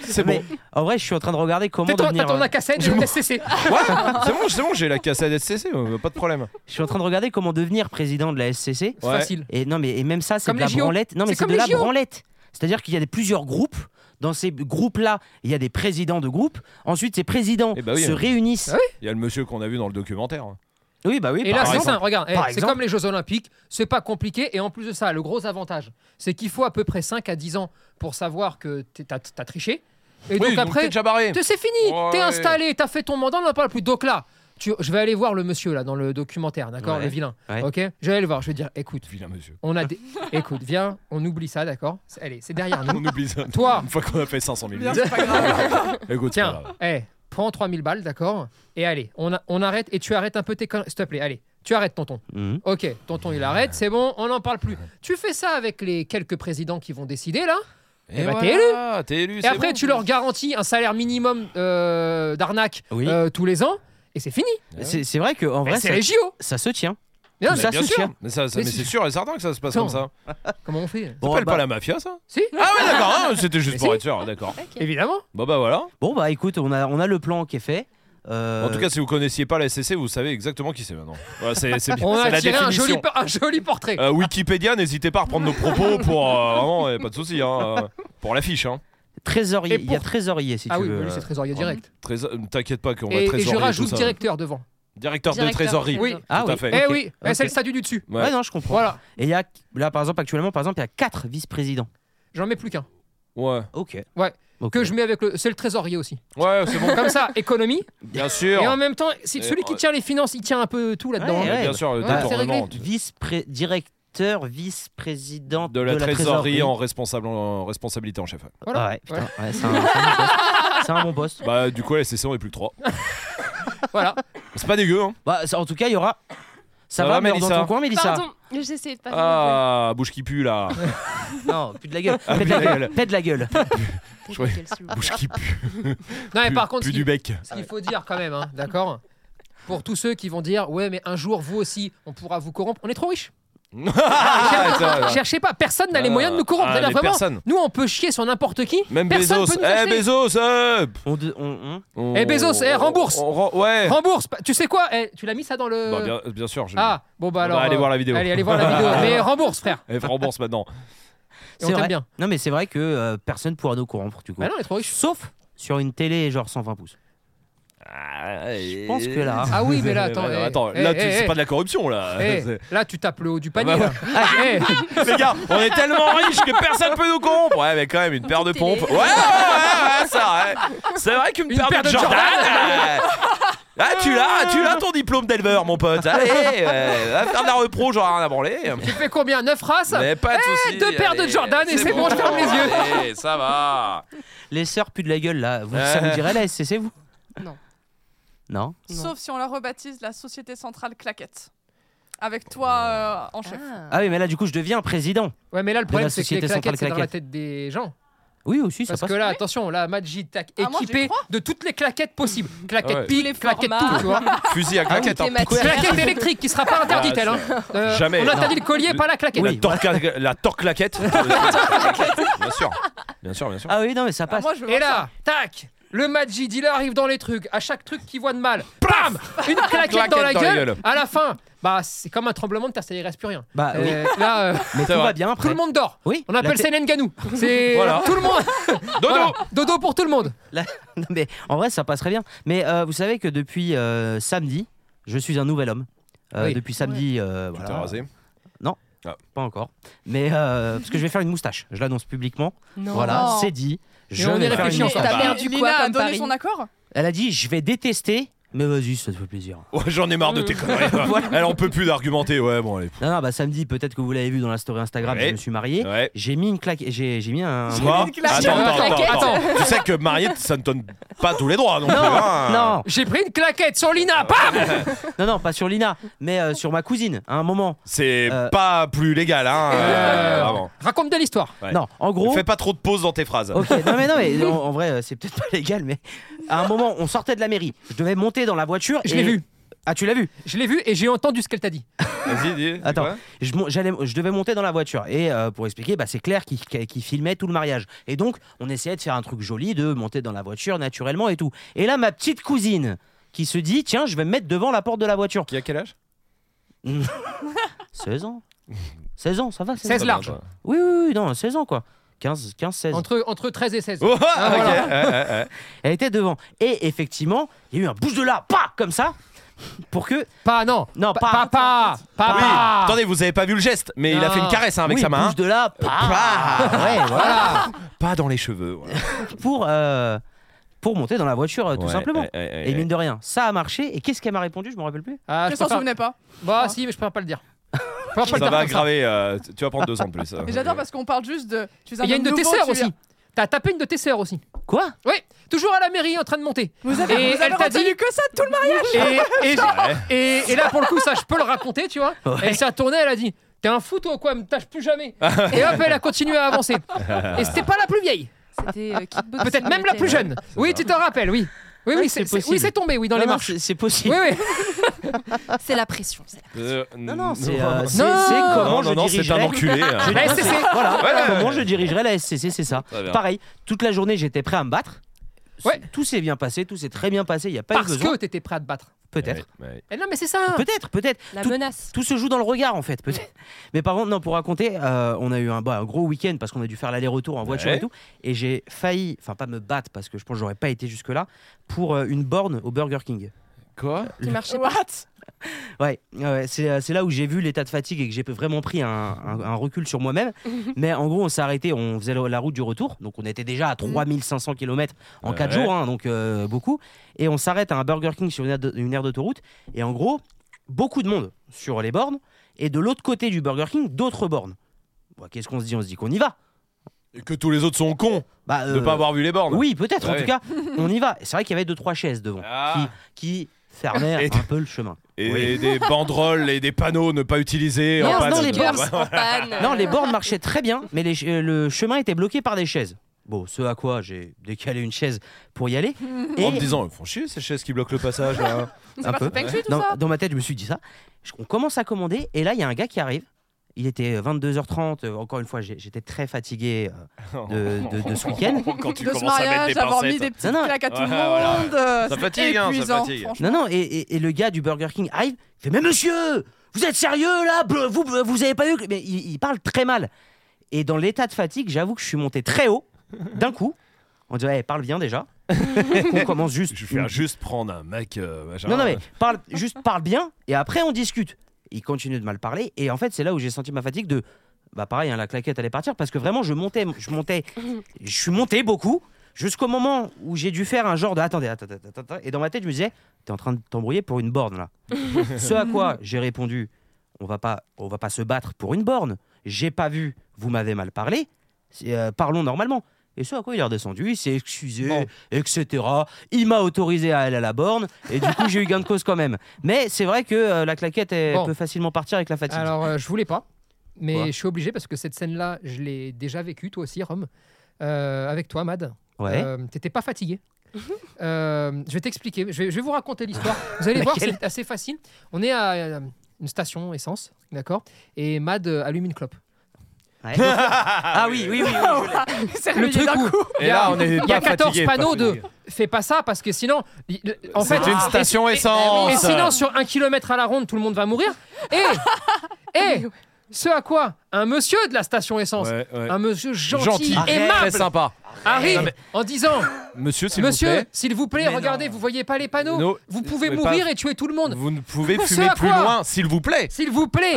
C: C'est bon.
A: Mais en vrai, je suis en train de regarder comment
F: t'es ton-
A: devenir.
F: t'as ton
A: euh,
F: AKCN et le SCC.
C: Ouais, c'est bon, c'est bon, j'ai la cassette SCC, euh, pas de problème.
A: Je suis en train de regarder comment devenir président de la SCC.
F: C'est
C: Ouais.
F: facile.
A: Et non, mais et même ça, c'est
F: Comme
A: de la
F: les JO.
A: branlette. Non, mais
F: C'est
A: c'est
F: comme
A: de
F: les
A: la
F: JO.
A: branlette. C'est-à-dire qu'il y a des- plusieurs groupes. Dans ces groupes-là, il y a des présidents de groupes. Ensuite, ces présidents
C: Eh bah oui,
A: se
C: hein.
A: réunissent.
F: Ah
C: Il y a le monsieur qu'on a vu dans le documentaire.
A: Oui, bah oui.
F: Et
A: par
F: là, c'est
A: exemple.
F: ça, regarde, eh,
A: Par
F: c'est
A: exemple.
F: comme les Jeux Olympiques, c'est pas compliqué. Et en plus de ça, le gros avantage, c'est qu'il faut à peu près 5 à 10 ans pour savoir que t'es- t'as t'as triché. Et
C: oui,
F: donc après,
C: t'es déjà barré.
F: T'es- C'est fini,
C: Ouais.
F: t'es installé, t'as fait ton mandat, on n'en parle plus. Donc là, tu, je vais aller voir le monsieur là dans le documentaire, d'accord,
A: Ouais.
F: le vilain.
A: Ouais.
F: Ok, je vais aller le voir. Je vais dire, écoute,
C: Vilain monsieur.
F: on a, des... écoute, viens, on oublie ça, d'accord. C'est- Allez, c'est derrière nous.
C: On oublie ça.
F: Toi,
C: Une fois qu'on a fait 500 000
D: Bien,
C: vues.
D: c'est pas grave.
C: Écoute, c'est pas
F: tiens,
C: grave.
F: eh, prends 3000 balles, d'accord. Et allez, on, a- on arrête et tu arrêtes un peu tes, con- s'il te plaît. Allez, tu arrêtes, tonton.
A: Mhm.
F: Ok, tonton, il arrête, c'est bon, on n'en parle plus. Tu fais ça avec les quelques présidents qui vont décider là. Eh bah, t'es
C: voilà, t'es élu.
F: Et
C: c'est
F: après,
C: bon.
F: tu leur garantis un salaire minimum euh, d'arnaque
A: Oui.
F: euh, tous les ans. Et c'est fini.
C: Ah
A: C'est c'est vrai qu'en
F: Eh,
A: vrai,
F: c'est
A: ça,
F: les JO.
A: ça se tient.
F: Bien
A: Tout
F: sûr.
A: ça
C: Bien
A: se
C: sûr.
A: tient.
C: Mais, ça, ça- mais
F: Mais
C: c'est
F: c'est-
C: sûr et certain que ça se passe comme ça.
F: Comment on fait
A: Bon,
C: T'appelles
A: bah-
C: pas la mafia, ça
F: Si,
C: Ah ouais, d'accord. hein, C'était juste
F: Mais
C: pour
F: si.
C: être sûr. D'accord.
F: évidemment.
C: Bah bah voilà.
A: Bon, bah écoute, on a, on a le plan qui est fait. Euh,
C: En tout cas, si vous connaissiez pas la SCC, vous savez exactement qui c'est maintenant. Voilà, c'est c'est bien.
F: On
C: c'est
F: a
C: la
F: tiré un
C: définition.
F: joli, por- un joli portrait.
C: Euh, Wikipédia, n'hésitez pas à reprendre nos propos pour euh, vraiment, euh, pas de souci, hein, euh, pour l'affiche. Hein.
A: trésorier.
F: et
A: Il y a
F: pour-
A: trésorier si
F: ah
A: tu
F: oui,
A: veux. euh.
F: lui, c'est trésorier direct.
C: Trésor- euh, T'inquiète pas qu'on va
F: Et, et
C: trésorier
F: je
C: tout
F: rajoute
C: ça. hein.
F: directeur devant.
C: Directeur, de
B: Directeur.
C: trésorerie.
F: Oui.
C: Tout
A: Ah
C: à
A: oui.
C: fait.
F: Eh
A: Ok.
F: oui, eh, c'est
A: Ok.
F: le statut du dessus.
C: Ouais.
A: Ouais, non, je comprends.
F: Voilà,
A: Et il y a là par exemple actuellement par exemple il y a quatre vice-présidents.
F: j'en mets plus qu'un.
C: Ouais,
A: OK.
F: Ouais.
A: Ok.
F: Que je mets avec le. C'est le trésorier aussi.
C: ouais c'est bon.
F: Comme ça, économie.
C: Bien
F: Et en
C: sûr.
F: même temps, c'est
C: Et
F: celui qui
C: Euh, ouais.
F: tient les finances, il tient un peu tout là-dedans.
A: Ouais,
C: Mais
A: ouais.
C: Bien sûr, euh, le
F: Ouais, Ah, c'est
C: détournement
F: réglé.
A: Vice-pré- directeur vice-président
C: de la trésorerie en, responsable, en responsabilité en chef.
F: Voilà.
A: Ah ouais, putain, ouais, c'est un, c'est un bon poste. C'est un bon poste.
C: Bah, du coup, la SCC, on est plus que 3.
F: Voilà.
C: C'est pas dégueu, hein.
A: Bah, ça- en tout cas, il y aura ça,
C: Ça
A: va,
C: va,
A: mais dans
C: Mélissa
A: ton coin Mélissa.
G: Pardon, j'essayais de pas faire la
C: Ah, bouche qui pue là.
A: Non, plus de la gueule.
C: Ah,
A: Pète
C: plus
A: la
C: de la
A: gueule.
C: gueule.
A: Pète la gueule.
B: T'es
C: Ouais.
B: quel sou-
C: Bouche qui pue.
F: Non, mais
C: Pue-
F: par contre,
C: pue
F: ce
C: du
F: qu'il
C: bec.
F: ce qu'il faut dire quand même, hein, d'accord Pour tous ceux qui vont dire, ouais, mais un jour, vous aussi, on pourra vous corrompre. On est trop riches.
C: Ah, c'est vrai.
F: Cherchez pas, personne n'a les
C: Ah.
F: moyens de nous corrompre.
C: Ah,
F: C'est-à-dire
C: mais
F: vraiment,
C: personne.
F: nous, on peut chier sur n'importe qui.
C: Même
F: personne
C: Bezos.
F: peut nous
C: Eh,
F: acheter.
C: Bezos, up
A: On de- on- on-
C: On-
F: Eh, Bezos, eh, rembourse.
C: on ren- Ouais.
F: Rembourse. pa- Tu sais quoi Eh, Tu l'as mis ça dans le.
C: Bah, bien, bien sûr, je
F: Ah, bon bah
C: Bah,
F: alors.
C: allez
F: euh,
C: voir la vidéo.
F: Allez, allez voir la vidéo. Mais rembourse, frère.
C: Eh, rembourse maintenant.
F: Et
A: C'est
F: on t'aime
A: vrai.
F: bien.
A: Non mais c'est vrai que euh, personne pourra nous corrompre du coup.
F: Mais Bah, non, elle est trop riche.
A: Sauf sur une télé genre 120 pouces.
C: Je
A: pense que là-
F: Ah oui, mais là, attends. eh,
C: attends,
F: eh,
C: là,
F: eh,
C: tu- c'est
F: eh,
C: pas de la corruption là.
F: eh,
C: C'est-
F: là, tu tapes le haut du panier.
C: Ah bah
F: là. Eh,
C: Les gars, on est tellement riches que personne peut nous corrompre. Ouais, mais quand même, une paire de
B: Télé.
C: pompes. Ouais, ouais, ouais, ouais, ça, ouais. C'est vrai qu'une
F: Une
C: paire,
F: paire
C: de,
F: de
C: Jordan.
F: Jordan.
C: euh, Ah, tu l'as, tu l'as ton diplôme d'éleveur, mon pote. Allez, euh, va faire de la repro, j'aurai rien à branler.
F: Tu fais combien 9 races
C: Mais pas de
F: Eh,
C: soucis.
F: deux paires de
C: allez,
F: Jordan et c'est bon, je ferme les yeux.
C: Allez, ça va.
A: Les sœurs plus de la gueule là, vous, ça
C: Ouais.
A: vous dirait la SCC vous
B: Non.
A: Non
B: Non.
G: Sauf si on la rebaptise la Société Centrale Claquette.
C: Oh.
G: Avec toi euh, en chef.
B: Ah.
A: Ah oui, mais là du coup je deviens président.
F: Ouais, mais là, le
A: De
F: problème,
A: la
F: c'est que les
A: société
F: claquettes,
A: centrale
F: c'est dans la
A: claquette.
F: tête des gens.
A: Oui, aussi, ça
F: Parce
A: passe.
F: que là, attention, là, Magic Tac
G: Ah, moi, j'y
F: équipé
G: crois.
F: de toutes les claquettes possibles. Claquettes
C: Ouais.
F: pique,
G: Tous les
F: claquettes
G: formats.
F: tout, tu vois.
C: Fusil à claquette.
B: Ah oui,
C: hein.
B: thématique.
F: Claquette électrique qui sera pas interdite,
C: Ah,
F: elle. hein. Euh,
C: Jamais.
F: On interdit
C: Non.
F: le collier, pas la claquette.
C: La torque- La torque claquette. Bien sûr. Bien sûr, bien sûr.
A: Ah oui, non, mais ça
G: Ah,
A: passe.
G: moi, je veux
F: Et
G: voir ça.
F: là, tac le Magic dealer arrive dans les trucs, à chaque truc qu'il voit de mal, bam Une claquette,
C: Claquette
F: dans, la,
C: dans la
F: gueule.
C: gueule.
F: À la fin, bah c'est comme un tremblement de terre, ça y reste plus rien.
A: Bah oui,
F: Euh, Là, euh,
A: mais tout
C: vrai.
A: va bien
F: tout
A: après.
F: le monde dort.
A: Oui,
F: On
A: la
F: appelle
A: thé-
F: ça Nenganou. C'est
C: Voilà.
F: tout le monde.
C: Dodo
F: Voilà. Dodo pour tout le monde.
A: Non, mais en vrai, ça passerait bien. Mais euh, vous savez que depuis euh, samedi, je suis un nouvel homme. Euh,
F: Oui.
A: Depuis samedi, euh,
C: Tu
A: voilà.
C: t'es rasé.
A: Pas encore. Mais euh, parce que je vais faire une moustache. Je l'annonce publiquement.
B: Non.
A: Voilà,
G: Non.
A: c'est dit. Je
F: on y
A: vais faire
F: réfléchit
A: une
B: Mais
F: ensemble.
A: moustache.
B: t'as
G: Bah,
B: perdu
G: Lina
B: quoi
G: a
B: comme
G: donné
B: pari
G: son
C: Ah,
G: accord
A: Elle a dit je vais détester, mais vas-y, ça te fait plaisir.
C: Ouais, J'en ai marre de tes conneries. quoi. Elle, on peut plus d'argumenter. Ouais, bon, allez.
A: Non, non, bah samedi, peut-être que vous l'avez vu dans la story Instagram,
C: Ouais.
A: je me suis marié.
C: Ouais.
A: J'ai mis une claque, j'ai j'ai mis un.
C: Ça va
G: claquette.
C: Attends, attends, attends,
B: Claquette.
C: attends. Tu sais que marié, ça ne donne pas tous les droits. Non, plus, hein.
A: Non,
F: J'ai pris une claquette sur
A: Ah
F: Lina. Bam
A: non, non, pas sur Lina, mais euh, sur ma cousine, à un moment.
C: C'est
A: Euh.
C: pas plus légal, hein. euh,
F: Euh,
C: vraiment.
F: Raconte bien l'histoire.
C: Ouais.
A: Non, en gros.
C: Fais pas trop de pauses dans tes phrases.
A: Ok, non mais non mais en, en vrai euh, c'est peut-être pas légal mais à un moment on sortait de la mairie, je devais monter dans la voiture.
F: Je
A: et-
F: l'ai vu.
A: Ah tu l'as vu
F: Je l'ai vu et j'ai entendu ce qu'elle t'a dit.
C: Vas-y, dis.
A: Attends.
C: Ouais.
A: je, mon- j'allais- je devais monter dans la voiture. Et euh, pour expliquer, bah, c'est Claire qui, qui- qui filmait tout le mariage. Et donc, on essayait de faire un truc joli, de monter dans la voiture naturellement et tout. Et là, ma petite cousine qui se dit tiens, je vais me mettre devant la porte de la voiture.
C: Qui a quel âge
A: 16 ans 16 ans, ça va 16
F: 16
A: ans.
F: large.
A: Oui, oui, oui, non, 16 ans quoi. 15, 15 16.
F: Entre, entre 13 et 16.
C: Oh, ah,
F: Ah,
C: ok,
F: voilà.
C: ouais, ouais, ouais.
A: Elle était devant. Et effectivement, il y a eu un bouge de là, pas comme ça, pour que.
F: Pas, non.
A: Non,
F: Pa-
A: pas.
F: Papa.
C: Oui,
F: Papa.
C: attendez, vous avez pas vu le geste, mais il a
F: Non.
C: fait une caresse hein, avec
A: Ah. oui,
C: sa main. Euh, hein.
A: bouge de là, pas.
C: pas.
A: Ouais, voilà.
F: Voilà.
C: Pas dans les cheveux. voilà.
A: Pour, euh, pour monter dans la voiture, euh, tout
C: Ouais,
A: simplement.
C: ouais, ouais, ouais,
A: Et mine de rien, ça a marché. Et qu'est-ce qu'elle m'a répondu Je m'en rappelle plus.
F: Ah, je
G: Je s'en
F: préfère-
G: souvenais pas.
F: Bah si, mais je préfère pas le dire. Je préfère pas
C: Ça
F: le dire
C: va
F: comme
C: aggraver. euh, tu vas prendre 200 de plus.
G: Et j'adore parce qu'on parle juste de. Tu es un
F: Il y a
G: homme
F: une de tes
G: nouveau,
F: sœurs
G: tu
F: aussi.
G: viens-
F: T'as tapé une de tes sœurs aussi.
A: Quoi
F: Toujours à la mairie en train de monter.
G: Vous avez,
F: Et
G: vous avez
F: elle t'a
G: entendu
F: dit-
G: que ça de tout le mariage
F: Et, et,
C: Ouais.
F: et- et là, pour le coup, ça, je peux le raconter, tu vois.
A: Ouais.
F: Elle s'est retournée, elle a dit T'es un fou, toi, ou quoi Me tâche plus jamais.
A: Ah.
F: et hop, elle a continué à avancer. Et c'était pas la plus vieille,
B: C'était euh, kickboxing,
F: peut-être même la
B: mais
F: plus
B: t'es-
F: jeune. Oui, tu te rappelles, oui. Oui,
A: Ouais,
F: oui,
A: c'est
F: c'est c'est-
A: possible.
F: oui, c'est tombé, oui, dans
A: Non,
F: les
A: non,
F: marches.
A: c'est- C'est possible.
F: Oui, oui.
B: C'est la pression. c'est la-
C: Euh,
A: Non, non, c'est
C: non,
A: euh, c'est-
F: Non.
A: c'est comment
C: non,
A: je
C: non, c'est un
A: dirigerais.
C: enculé. hein.
A: Je-
F: La SCC.
A: Voilà,
C: ouais,
A: comment
C: ouais.
A: je dirigerais la SCC, c'est ça.
C: Très bien.
A: Pareil, toute la journée j'étais prêt à me battre.
F: Ouais.
A: Tout s'est bien passé, tout s'est très bien passé, il n'y a pas eu
F: Parce
A: besoin.
F: que t'étais prêt à te battre.
A: Peut-être.
C: Ouais, ouais.
F: Et non, mais c'est
B: Eh
F: ça.
A: Peut-être, peut-être.
B: La
A: Tout-
B: menace.
A: Tout se joue dans le regard en fait, peut-être. Mais par contre, non, pour raconter, euh, on a eu un, bah, un gros week-end parce qu'on a dû faire l'aller-retour en voiture
C: Ouais.
A: et tout. Et j'ai failli, enfin pas me battre parce que je pense que j'aurais pas été jusque-là, pour euh, une borne au Burger King.
C: Quoi
B: Qui marchait pas.
G: What
A: Ouais, ouais, c'est euh, c'est là où j'ai vu l'état de fatigue et que j'ai vraiment pris un, un- un recul sur moi-même. Mais en gros, on s'est arrêté, on faisait la route du retour. Donc, on était déjà à 3500 km en 4
C: Ouais.
A: jours, hein, donc euh, beaucoup. Et on s'arrête à un Burger King sur une aire de- une aire d'autoroute. Et en gros, beaucoup de monde sur les bornes. Et de l'autre côté du Burger King, d'autres bornes. Bon, Qu'est-ce qu'on se dit On se dit qu'on y va.
C: Et Que tous les autres sont cons
A: Bah,
C: de
A: euh,
C: pas avoir vu les bornes.
A: Oui, peut-être. en
C: Ouais.
A: tout cas, on y va. C'est vrai qu'il y avait deux trois chaises devant
C: Ah.
A: qui, qui fermaient
C: Et-
A: un peu le chemin.
C: Et
A: Oui.
C: des banderoles et des panneaux ne pas utilisés.
A: Non,
C: en
A: non,
C: panne.
A: les bornes.
B: en panne.
A: Non, les bornes marchaient très bien, mais les che- euh, le chemin était bloqué par des chaises. Bon, ce à quoi j'ai décalé une chaise pour y aller. Et
C: En me disant, ils font chier ces chaises qui bloquent le passage. là.
A: un peu.
G: Feng Shui, tout
A: Dans,
G: ça
A: dans ma tête, je me suis dit ça. Je- on commence à commander, et là, il y a un gars qui arrive. Il était euh, 22h30. euh, Encore une fois, j'ai- j'étais très fatigué. euh. De- de- de ce week-end.
C: Quand tu
G: de ce
C: commences à mettre des
G: mariage, avoir mis
C: pincettes.
G: des petites
A: Non, non.
G: claques à tout
C: Ouais,
G: le
C: voilà.
G: monde.
C: Ça
G: euh, c'est
C: fatigue, hein, ça
G: épuisant,
C: fatigue.
G: franchement.
A: Non, non, et, et- et le gars du Burger King arrive. Il fait Mais monsieur, vous êtes sérieux là Bleu- vous, vous avez pas eu. que- Mais il, il parle très mal. Et dans l'état de fatigue, j'avoue que je suis monté très haut, d'un coup. On dit Ouais, parle bien déjà. on commence juste.
C: Je vais
A: une-
C: faire juste prendre un mec. euh, machin.
A: Non, non, mais parle, juste parle bien et après on discute. Il continue de mal parler et en fait, c'est là où j'ai senti ma fatigue de. Bah, pareil, hein, la claquette allait partir parce que vraiment, je montais, je montais, je suis monté beaucoup jusqu'au moment où j'ai dû faire un genre de. Attendez, attendez, attendez, attendez. Et dans ma tête, je me disais, t'es en train de t'embrouiller pour une borne là. Ce à quoi j'ai répondu, on va pas, on va pas se battre pour une borne. J'ai pas vu, vous m'avez mal parlé. C'est, euh, parlons normalement. Et ce à quoi il est redescendu, il s'est excusé,
F: Bon.
A: etc. Il m'a autorisé à aller à la borne, et du coup j'ai eu gain de cause quand même. Mais c'est vrai que euh, la claquette elle
F: Bon.
A: peut facilement partir avec la fatigue.
F: Alors, euh, je voulais pas, mais
A: Quoi
F: je suis obligé parce que cette scène-là, je l'ai déjà vécue, toi aussi, Rome. euh, avec toi, Mad.
A: Ouais.
F: Euh, T'étais pas fatigué. Euh, je vais t'expliquer. Je vais, je vais vous raconter l'histoire. Vous allez voir,
A: Laquelle
F: c'est assez facile. On est à euh, une station essence, d'accord Et Mad euh, allume une clope.
A: Ouais. ah oui, oui, oui. oui.
G: C'est
F: Le
G: réveillé
F: truc
G: d'un coup.
F: où
C: Et là, on est
F: il y a
C: pas
F: 14
C: fatigué, pas
F: panneaux de
C: fatigué.
F: fais pas ça parce que sinon, il- le- en
C: C'est
F: fait,
C: une
F: et-
C: station
F: et-
C: essence.
F: Et sinon, sur un kilomètre à la ronde, tout le monde va mourir. Et, et ce à quoi un monsieur de la station essence,
C: Ouais, ouais.
F: un monsieur gentil,
C: Gentil, très
F: aimable,
C: sympa.
F: arrive
C: Non, mais-
F: en disant
C: Monsieur, s'il vous
F: Monsieur,
C: plaît,
F: s'il vous plaît,
C: Mais non.
F: regardez, vous voyez pas les panneaux
C: Non,
F: Vous pouvez
C: mais
F: mourir
C: pas-
F: et tuer tout le monde,
C: vous ne pouvez
F: Mais ce
C: fumer
F: à
C: plus
F: quoi
C: loin, s'il vous plaît.
F: s'il vous plaît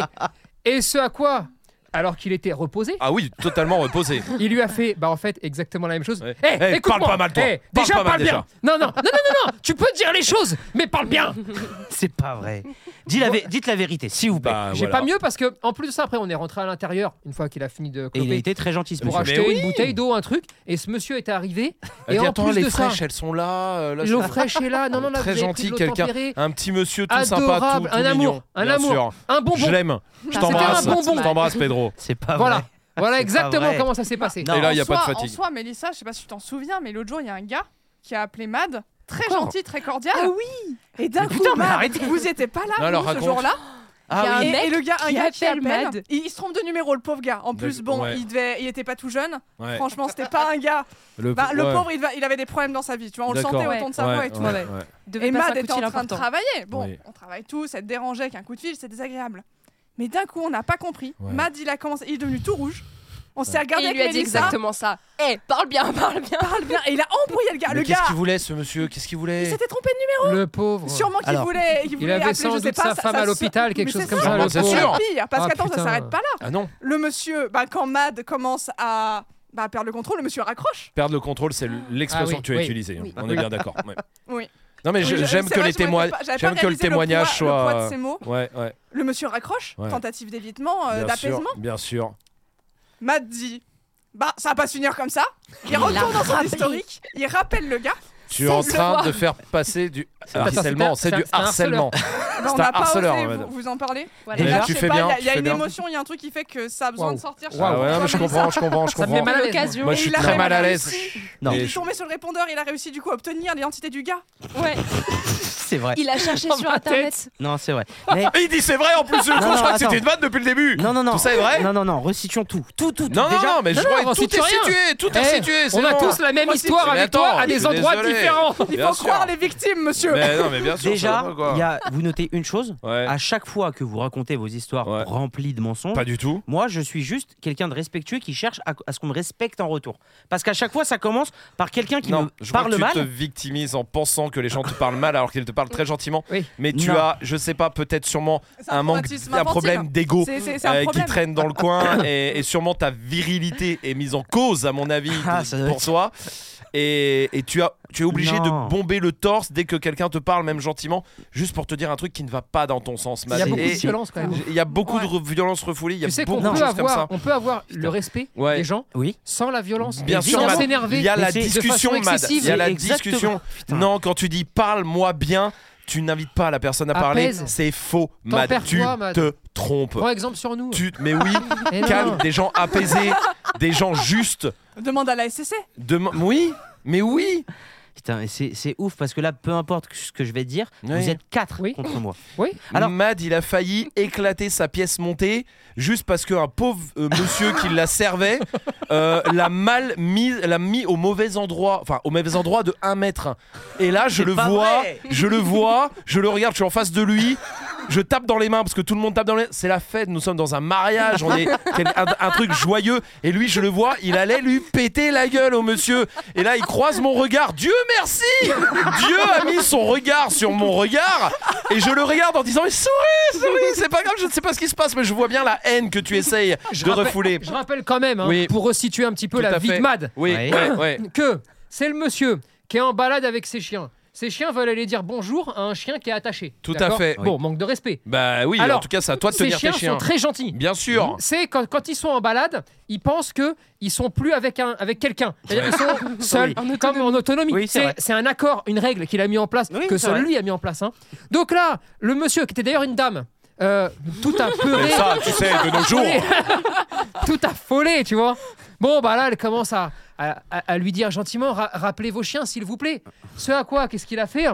F: Et ce à quoi alors qu'il était reposé,
C: Ah oui, totalement reposé.
F: il lui a fait, bah en fait, exactement la même chose.
C: Ouais.
F: Eh,
C: Eh,
F: écoute-moi.
C: parle pas mal, toi.
F: Eh,
C: Parle
F: déjà,
C: pas
F: parle,
C: mal,
F: bien. Non, non, non, non, non, non, tu peux dire les choses, mais parle bien.
A: C'est pas vrai. Dis la vé- dites la vérité, s'il vous plaît.
C: Bah,
F: J'ai
C: voilà.
F: pas mieux parce que, en plus de ça, après, on est rentré à l'intérieur une fois qu'il a fini de
A: Et il a
F: cloper
A: été très gentil ce
F: pour
A: monsieur.
C: Mais
F: acheter
C: oui.
F: une bouteille d'eau, un truc. Et ce monsieur était arrivé.
C: Elle
F: Et
C: dit, Ah,
F: en
C: attends,
F: plus
C: les
F: de ça,
C: fraîches, elles sont là. euh, là, je-
F: l'eau fraîche est là. Non, non, là,
C: Très
F: vous avez
C: gentil,
F: pris de l'eau
C: quelqu'un.
F: tempérée.
C: Un petit monsieur tout sympa, tout,
F: Adorable,
C: tout
F: un
C: mignon.
F: amour, un
C: Bien
F: amour,
C: sûr.
F: un
C: Je
F: bonbon.
C: l'aime. Je
F: C'était un
C: t'embrasse.
F: bonbon.
C: Je t'embrasse, Pedro.
A: C'est pas
F: Voilà,
A: vrai.
F: voilà
A: pas
F: exactement
A: vrai.
F: comment ça s'est passé.
A: Non.
C: Et là, il
G: En
C: n'y a pas de
G: soi-
C: fatigue.
G: En soi, Mélissa, je sais pas si tu t'en souviens, mais l'autre jour, il y a un gars qui a appelé Mad, très
F: Encore
G: gentil, très cordial.
H: Ah oui Et d'un
A: Mais
H: coup,
A: putain, mais
H: Mad,
A: arrêtez.
H: vous étiez pas là
C: Non, alors,
H: vous, ce
C: raconte.
H: jour-là
A: Ah
H: Il y a
A: oui.
H: un
G: Et,
H: mec
G: et le gars, un
H: qui
G: gars qui
H: appelle
G: appelle,
H: Mad.
G: il, il se trompe de numéro, le pauvre gars. En plus,
C: D'ac-
G: bon,
C: ouais.
G: il, devait, il était pas tout jeune.
C: Ouais.
G: Franchement, c'était pas un gars.
C: Le
G: Bah, Le
C: ouais.
G: pauvre, il, devait- il avait des problèmes dans sa vie, tu vois. On le
C: D'accord.
G: sentait autant de sa
C: Ouais,
G: voix et tout.
C: ouais, ouais.
H: devait
G: Et
H: passer un
G: Mad
H: coup de
G: était en
H: fil
G: train
H: important.
G: de travailler. Bon,
C: Oui.
G: on travaille tous, elle dérangeait avec un coup de fil, c'est désagréable. Mais d'un coup, on n'a pas compris.
C: Ouais.
G: Mad, il a commencé, il est devenu tout rouge. On s'est
B: Et
G: regardé
B: il
G: avec
B: lui a dit
G: Mélissa.
B: exactement ça. Eh, parle bien, parle bien.
G: Parle bien. Et il a embrouillé le gars.
C: Mais
G: le
C: qu'est-ce
G: gars,
C: qu'il voulait, ce monsieur Qu'est-ce qu'il
G: il
C: voulait
G: s'était trompé de
F: Le pauvre.
G: Sûrement qu'il
A: Alors,
G: voulait, qu'il
F: Il
G: voulait
F: avait
G: appeler,
F: sans
G: je sais
F: doute sa
G: pas,
F: femme à l'hôpital, quelque
G: mais
F: chose
G: c'est
F: comme
G: ça.
F: ça.
C: Sûrement,
F: le
C: c'est
F: pauvre.
G: C'est
C: sûr.
G: pire, parce
F: Ah,
G: qu'attends, ça
F: putain.
G: s'arrête pas là.
C: Ah non,
G: Le monsieur, bah, quand Mad commence à bah, perdre le contrôle, le monsieur raccroche.
C: perdre le contrôle, c'est l'expression
F: Ah oui,
C: que tu as
F: oui.
C: utilisée. hein.
B: Oui.
C: On est bien d'accord. ouais.
G: Oui.
C: Non, mais je-
G: Oui, je-
C: j'aime
G: c'est
C: que
G: vrai,
C: les
G: j'avais
C: témoignages.
G: pas- j'avais pas
C: J'aime que le
G: réalisé
C: témoignage
G: poids- le poids de
C: soit.
G: ses mots.
C: Ouais, ouais.
G: Le monsieur raccroche,
C: Ouais.
G: tentative d'évitement, euh,
C: Bien sûr,
G: d'apaisement.
C: bien sûr.
G: Matt dit Bah, ça va pas se finir comme ça. Il
B: Il
G: retourne
B: l'a
G: dans son
B: rappelé.
G: historique, il rappelle le gars.
C: Tu es en
B: le
C: train
B: voir.
C: de faire passer du
F: un-
C: harcèlement.
F: c'est
C: C'est
F: un-
C: du
F: c'est un harceleur.
C: harcèlement.
G: Bah,
C: C'est
G: on
C: un
G: n'a pas
C: harceleur,
G: osé
C: madame.
G: vous, vous en parler.
B: Voilà.
G: Et
C: Déjà,
G: là,
C: tu
G: je sais
C: fais
G: pas,
C: bien,
G: Il y a-
C: tu
G: il y a
C: fais
G: une
C: bien.
G: émotion, il y a un truc qui fait que ça a besoin
F: Waouh.
G: de sortir.
C: Ah
G: je sais
C: ouais,
G: pas,
C: non, mais je
G: mais
C: comprends, je comprends, je
F: Ça me met
C: comprends.
F: mal à l'aise.
B: L'occasion.
C: Moi, je
G: Et
C: suis
G: il a
C: très mal à
G: réussi.
C: l'aise.
A: Non,
G: Il
C: Et
G: est
C: je-
G: tombé sur le répondeur, il a réussi du coup à obtenir l'identité du gars.
B: Ouais.
A: c'est vrai.
B: Il a cherché
F: Dans
B: sur
F: ma
B: internet.
A: Non, c'est vrai. Mais
C: Et il dit c'est vrai en plus. Je
A: Non, non,
C: crois que
A: attends.
C: c'était une vanne depuis le début.
A: non, non, non.
C: Tout ça est vrai
A: Non, non, non. Resituons tout. Tout, tout, tout.
C: Non, non,
A: Déjà,
C: non, mais je
F: Non,
C: crois
F: non,
C: que tout
F: c'est
C: est
F: rien.
C: situé, tout est
F: Eh,
C: situé. c'est
F: On a
C: bon.
F: tous la même
G: Moi aussi,
F: histoire
C: mais
F: avec
C: attends,
F: toi à
C: je
F: des
C: suis
F: endroits
C: désolé.
F: différents.
G: Il
C: Bien
G: faut
C: sûr.
G: croire les victimes, monsieur.
C: Mais non, mais bien sûr. ça
A: déjà,
C: va, quoi.
A: il y a- vous notez une chose.
C: Ouais.
A: À chaque fois que vous racontez vos histoires
C: Ouais.
A: remplies de mensonges,
C: Pas du tout.
A: moi, je suis juste quelqu'un de respectueux qui cherche à, à ce qu'on me respecte en retour. Parce qu'à chaque fois, ça commence par quelqu'un qui
C: non,
A: me
C: je crois
A: parle
C: que tu
A: mal.
C: te victimises en pensant que les gens te parlent mal alors qu'ils te parlent très gentiment.
F: Oui.
C: Mais tu
A: Non.
C: as, je sais pas, peut-être sûrement
G: C'est
C: un manque,
G: traumatisme
C: un
G: infantile.
C: problème d'ego
G: C'est- C'est c'est
C: euh,
G: un
C: qui
G: problème.
C: traîne dans le coin et, et sûrement ta virilité est mise en cause à mon avis
A: Ah, ça doit
C: pour
A: être-
C: toi et, et tu as tu es obligé
A: Non.
C: de bomber le torse dès que quelqu'un te parle même gentiment juste pour te dire un truc qui ne va pas dans ton sens
F: Il y a
C: Mad.
F: beaucoup de
C: Et-
F: violence quand même.
C: et- il y a beaucoup
G: Ouais.
C: de re- violence refoulée il y a
F: Tu sais qu'on
C: beaucoup
F: peut
C: de choses comme ça
F: avoir, on peut avoir le respect
C: Ouais.
F: des gens
A: Oui.
F: sans la violence,
C: Bien
F: sans
C: sûr, Mad.
F: s'énerver.
C: il y a
A: Mais
C: la
A: c'est- de
C: discussion
F: façon
C: Mad il y a
F: excessive.
C: la
A: Exactement.
C: discussion
A: Putain.
C: non quand tu dis parle-moi bien tu n'invites pas la personne à parler
F: Apaise.
C: c'est faux Mad
F: Tempère-toi,
C: tu
F: Mad.
C: te trompes
F: Prends exemple sur nous.
C: tu mais oui
F: Eh non.
C: calme des gens apaisés des gens justes
G: Demande à la SCC.
C: Dema- oui, mais oui.
A: Putain, et c'est c'est ouf parce que là, peu importe ce que je vais dire,
C: Oui.
A: vous êtes quatre
F: Oui.
A: contre moi. Alors-
C: Alors, Mad, il a failli éclater sa pièce montée juste parce qu'un pauvre euh, monsieur qui la servait euh, l'a mal mis, l'a mis au mauvais endroit, enfin au mauvais endroit de 1 mètre. Et là, je
A: C'est
C: le
A: pas
C: vois,
A: vrai.
C: je le vois, je le regarde, je suis en face de lui. Je tape dans les mains parce que tout le monde tape dans les mains. C'est la fête, nous sommes dans un mariage, on est quel- un, un truc joyeux. Et lui, je le vois, il allait lui péter la gueule au monsieur. Et là, il croise mon regard. Dieu merci Dieu a mis son regard sur mon regard. Et je le regarde en disant Mais souris, souris, c'est pas grave, je ne sais pas ce qui se passe, mais je vois bien la haine que tu essayes de
F: rappelle-
C: refouler.
F: Je rappelle quand même, hein,
C: Oui.
F: pour resituer un petit peu
C: Tout
F: la
C: à
F: vie de
C: fait.
F: Mad,
C: Oui,
A: Ouais.
C: ouais, ouais.
F: que c'est le monsieur qui est en balade avec ses chiens. Ses chiens veulent aller dire bonjour à un chien qui est attaché.
C: Tout à
F: D'accord
C: fait.
F: Bon, manque de respect.
C: Bah oui,
F: Alors,
C: en tout cas, c'est à toi de
F: Ces
C: tenir
F: chiens
C: tes chiens.
F: sont très gentils.
C: Bien sûr.
F: C'est quand, quand ils sont en balade, ils pensent que ils sont plus avec un avec quelqu'un. C'est-à-dire qu'ils sont seuls, comme en autonomie.
A: Oui, c'est
F: c'est
A: vrai.
F: c'est un accord, une règle qu'il a mis en place
A: Oui,
F: que
A: c'est
F: seul
A: vrai.
F: lui a mis en place. hein. Donc là, le monsieur qui était d'ailleurs une dame. euh, tout
C: Et
F: apeuré,
C: ça, tu sais, de nos jours.
F: tout affolé, tu vois. Bon, bah là, elle commence à, à, à- à lui dire gentiment Ra- Rappelez vos chiens, s'il vous plaît. Ce à quoi, qu'est-ce qu'il a fait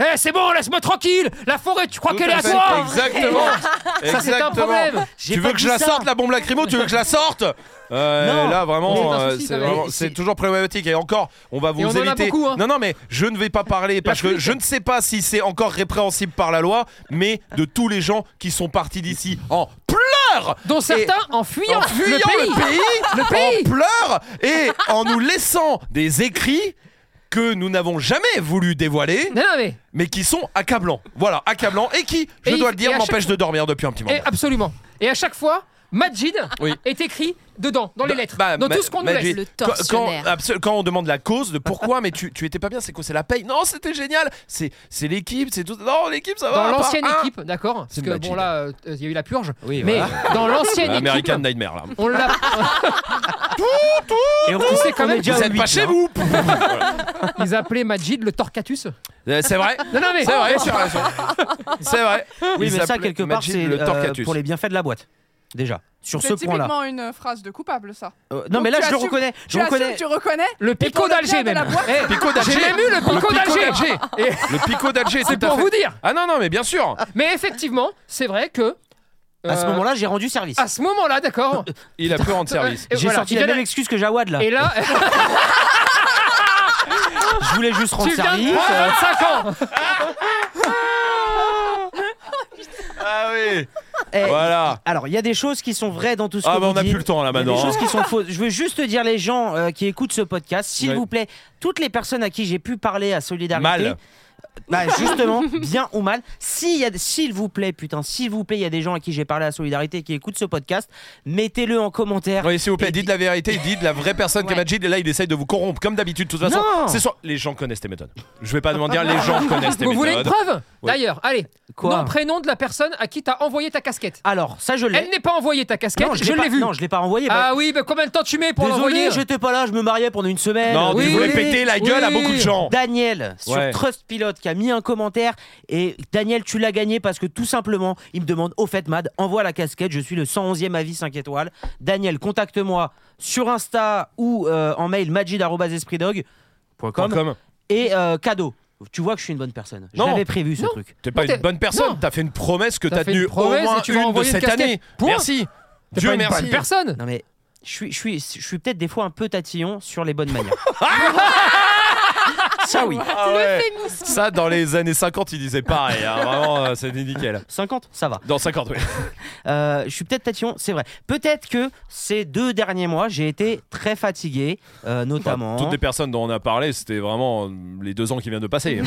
F: Eh, c'est bon, laisse-moi tranquille La forêt, tu crois
C: Tout
F: qu'elle est
C: à
F: à
C: fait.
F: toi hein.
C: Exactement.
F: Ça, c'est un
C: Exactement.
F: problème
C: Tu veux que je la sorte la bombe lacrymo Tu veux que je la sorte Euh,
A: Non.
C: Là
F: Mais
C: vraiment,
F: pas de
C: euh,
F: soucis,
C: c'est
F: quand même.
C: vraiment-
F: Et
C: c'est
F: c'est-
C: toujours problématique. Et encore, on va vous
F: on en a
C: éviter.
F: beaucoup, hein.
C: Non, non, mais je ne vais pas parler parce que
F: flûte.
C: je ne sais pas si c'est encore répréhensible par la loi, mais de tous les gens qui sont partis d'ici en pleurs,
F: Dont certains en
C: en
F: fuyant,
C: fuyant
F: le pays Le
C: en
F: pays
C: pleurs et en nous laissant des écrits que nous n'avons jamais voulu dévoiler,
F: Non, non, mais.
C: mais qui sont accablants. Voilà, accablants et qui, je
F: Et il-
C: dois le
F: et
C: dire,
F: à chaque
C: m'empêchent de dormir depuis un petit moment.
F: Et eh, absolument. Et à chaque fois, Majid
C: bah. Oui.
F: est écrit dedans, dans les
C: Bah,
F: lettres,
C: bah,
F: dans
C: ma-
F: tout ce qu'on nous
C: Majid,
F: laisse.
B: Le
C: quand- quand-
B: tortionnaire.
C: abso- Quand, on demande la cause de pourquoi, mais tu, tu étais pas bien, c'est quoi C'est la paye Non, c'était génial C'est c'est l'équipe, c'est tout. Non, l'équipe, ça va.
F: Dans
C: à part
F: l'ancienne
C: un.
F: équipe, d'accord Parce
C: Oh, bah, ah. C'est
F: que
C: Majid.
F: bon, là, euh, il y a eu la purge.
A: Oui,
F: mais
A: voilà.
F: dans l'ancienne
A: Bah,
F: équipe,
C: American Nightmare, là.
F: on l'a.
A: Et on
F: Tu sais
A: on
F: quand même hein.
A: est
F: que
A: déjà
C: Vous
A: au
C: êtes pas
A: huit,
C: chez
A: là.
C: vous
F: Ils appelaient Majid le Torcatus.
C: Euh, C'est vrai
F: Non, non, mais.
C: C'est vrai, c'est vrai. C'est vrai.
A: Oui,
C: Il
A: mais ça,
C: s'appelait
A: quelque part,
C: Majid
A: c'est
C: le
A: euh,
C: Torcatus.
A: pour les bienfaits de la boîte. Déjà, sur ce
G: C'est
A: point-là.
G: typiquement une phrase de coupable, ça.
A: Euh, non,
G: Donc
A: mais là,
G: tu
A: je le
G: assumes-
A: reconnais. Je
G: tu assumes,
A: reconnais.
G: Tu reconnais
F: Le
G: Et pour
F: picot
G: le bien
F: d'Alger,
G: de la
F: même.
G: boîte-
F: Eh,
C: Picot d'Alger.
F: J'ai même eu le picot d'Alger. Et
C: Le picot d'Alger,
F: c'est
C: tout à
F: pour
C: fait.
F: vous dire.
C: Ah non, non, mais bien sûr
F: Mais effectivement, c'est vrai que.
A: À ce
F: euh,
A: moment-là, j'ai rendu service.
F: À ce moment-là, d'accord.
C: Il a pu rendre service.
F: Et
A: J'ai
F: voilà.
A: sorti
F: Il
A: la
F: y en a-
A: même excuse que Jawad là.
F: Et là,
A: Je voulais juste rendre
F: tu viens
A: service.
F: de prendre 5 ans.
C: Ah oui
A: Eh,
C: Voilà
A: Alors, il y a des choses qui sont vraies dans tout ce
C: Ah
A: que
C: bah
A: vous
C: on a
A: dites.
C: plus le temps là
A: Il y a des
C: maintenant. hein.
A: choses qui sont fausses. Je veux juste dire les gens euh, qui écoutent ce podcast, s'il
C: Ouais.
A: vous plaît, toutes les personnes à qui j'ai pu parler à Solidarité,
C: Mal.
A: bah, justement, bien ou mal, s'il y a- s'il vous plaît, putain, s'il vous plaît, il y a des gens à qui j'ai parlé à Solidarité qui écoutent ce podcast, mettez-le en commentaire.
C: Oui, s'il vous plaît, dites la vérité, dites la vraie personne que
B: Ouais.
C: Majid, et là, il essaye de vous corrompre, comme d'habitude, de toute façon.
A: Non.
C: C'est soit- Les gens connaissent tes méthodes. Je vais pas demander, les gens connaissent tes
F: Vous voulez une
C: méthodes.
F: preuve
C: Ouais.
F: D'ailleurs, allez.
A: Quoi
F: Nom, prénom de la personne à qui t'as envoyé ta casquette.
A: Alors, ça je
F: Elle
A: l'ai.
F: n'est pas envoyée ta casquette,
A: Non,
F: je,
A: pas-
F: l'ai vue.
A: Non, je l'ai pas envoyé. bah,
F: ah oui, mais combien de temps tu mets pour
A: Désolé,
F: l'envoyer
A: j'étais pas là, je me mariais pendant une semaine.
C: non,
F: Oui,
C: vous voulez
F: oui,
C: péter la
F: oui.
C: gueule à beaucoup de gens.
A: Daniel sur
C: Ouais.
A: Trustpilot qui a mis un commentaire et Daniel tu l'as gagné parce que tout simplement il me demande au fait Mad envoie la casquette je suis le 111e avis 5 étoiles Daniel contacte-moi sur Insta ou euh, en mail
C: Point
A: magid@espritdog.com
C: com.
A: et euh, cadeau tu vois que je suis une bonne personne
C: Non.
A: j'avais prévu ce
F: Non.
A: truc
C: T'es pas
F: Non,
C: une bonne personne,
F: non.
C: t'as fait une promesse que
F: T'as
C: t'as
F: fait une
C: tenue au
F: promesse et
C: moins
F: tu vas
C: une de
F: envoyer une
C: cette
F: casquette.
C: année.
F: Point.
C: Merci.
F: T'es
C: Dieu
F: pas une bonne
C: merci.
F: personne.
A: non mais je suis je suis je suis peut-être des fois un peu tatillon sur les bonnes manières ça oui
C: Ah ouais.
B: Féminisme.
C: Ça, dans les années 50, il disait pareil. hein. Vraiment, euh, c'était nickel.
A: 50 ça va
C: Dans 50, oui.
A: Euh, je suis peut-être tatillon, c'est vrai. Peut-être que ces deux derniers mois, j'ai été très fatigué, euh, notamment.
C: Toutes les personnes dont on a parlé, c'était vraiment euh, les deux ans qui viennent de passer.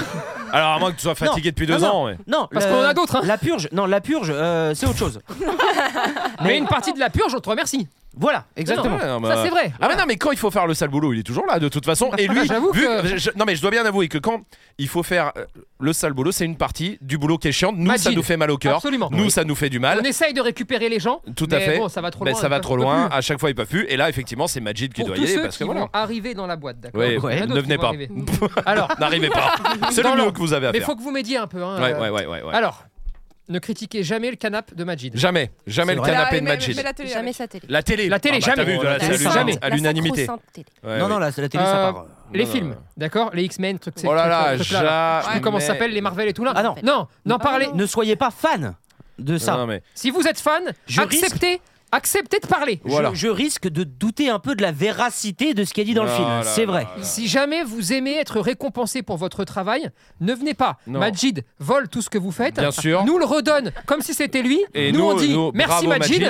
C: Alors, à moins que tu sois fatigué depuis deux
A: non,
C: ans. mais-
A: Non,
F: Parce
A: le-
F: qu'on en a d'autres, hein.
A: La purge, non, la purge, euh, c'est autre chose.
C: Ah
F: Mais une partie de la purge, on te remercie.
A: Voilà, exactement.
C: Ouais, non, mais-
F: Ça, c'est vrai.
C: Ah mais non mais quand il faut faire le sale boulot il est toujours là de toute façon et lui
F: J'avoue
C: vu-
F: que-
C: je- je- non mais je dois bien avouer que quand il faut faire euh, le sale boulot c'est une partie du boulot qui est chiant nous ça
F: Majid.
C: nous fait mal au cœur
F: Absolument.
C: nous ça nous fait du mal
F: On essaye de récupérer les gens.
C: Tout à
F: mais
C: fait.
F: Bon, ça va trop
C: mais
F: loin.
C: ça
F: ils
C: va
F: peuvent-
C: trop
F: peuvent
C: loin
F: plus.
C: à chaque fois ils peuvent plus et là effectivement c'est Majid qui
F: Pour
C: doit y
F: tous
C: aller
F: ceux
C: parce que
F: qui
C: voilà
F: vont arriver dans la boîte, d'accord
C: Ouais,
F: Il y en a
A: ouais,
F: d'autres
C: ne
F: qui
C: venez
F: vont
C: pas.
F: arriver. Alors,
C: n'arrivez pas c'est
F: Dans
C: le mieux
F: l'ordre.
C: que vous avez à
F: mais
C: faire
F: faut que vous m'aidiez un peu. hein,
C: ouais
F: euh,
C: ouais ouais ouais, ouais.
F: Alors, ne critiquez jamais le canap' de Majid.
C: jamais jamais
A: C'est
C: le
A: vrai.
C: canapé
G: Mais-
C: de
G: Ah, mais-
C: Majid
G: mais la télé,
B: Jamais
G: avec.
B: sa télé.
C: la télé
F: La télé,
C: Ah, bah, t'as
F: jamais.
C: vu, de la
F: La
C: télé,
F: sacro-
C: jamais
F: la
C: à l'unanimité
B: sacro-sainte télé.
C: Ouais,
A: Non,
C: ouais.
A: non, la, la télé, ça
F: Euh,
A: part. euh.
F: Les
C: Non,
F: films,
C: non.
F: d'accord Les X-Men, truc.
C: oh là
F: truc-
C: là
F: truc- truc- là, là. Je sais
C: jamais
F: plus comment ça s'appelle les Marvel et tout là
A: Ah non.
F: non, n'en parlez.
A: Ne soyez pas fan de ça.
C: Non, mais-
F: Si vous êtes fan,
A: Je
F: acceptez, acceptez de parler.
A: Je-
C: voilà.
A: je, risque de douter un peu de la véracité de ce qui est dit dans le
C: Oh
A: film.
C: là
A: C'est
C: là
A: vrai.
C: là là.
F: Si jamais vous aimez être récompensé pour votre travail, ne venez pas.
C: Non.
F: Majid vole tout ce que vous faites.
C: Bien sûr.
F: Nous le redonne comme si c'était lui.
C: Et
F: nous, on dit merci
C: bravo,
F: Majid.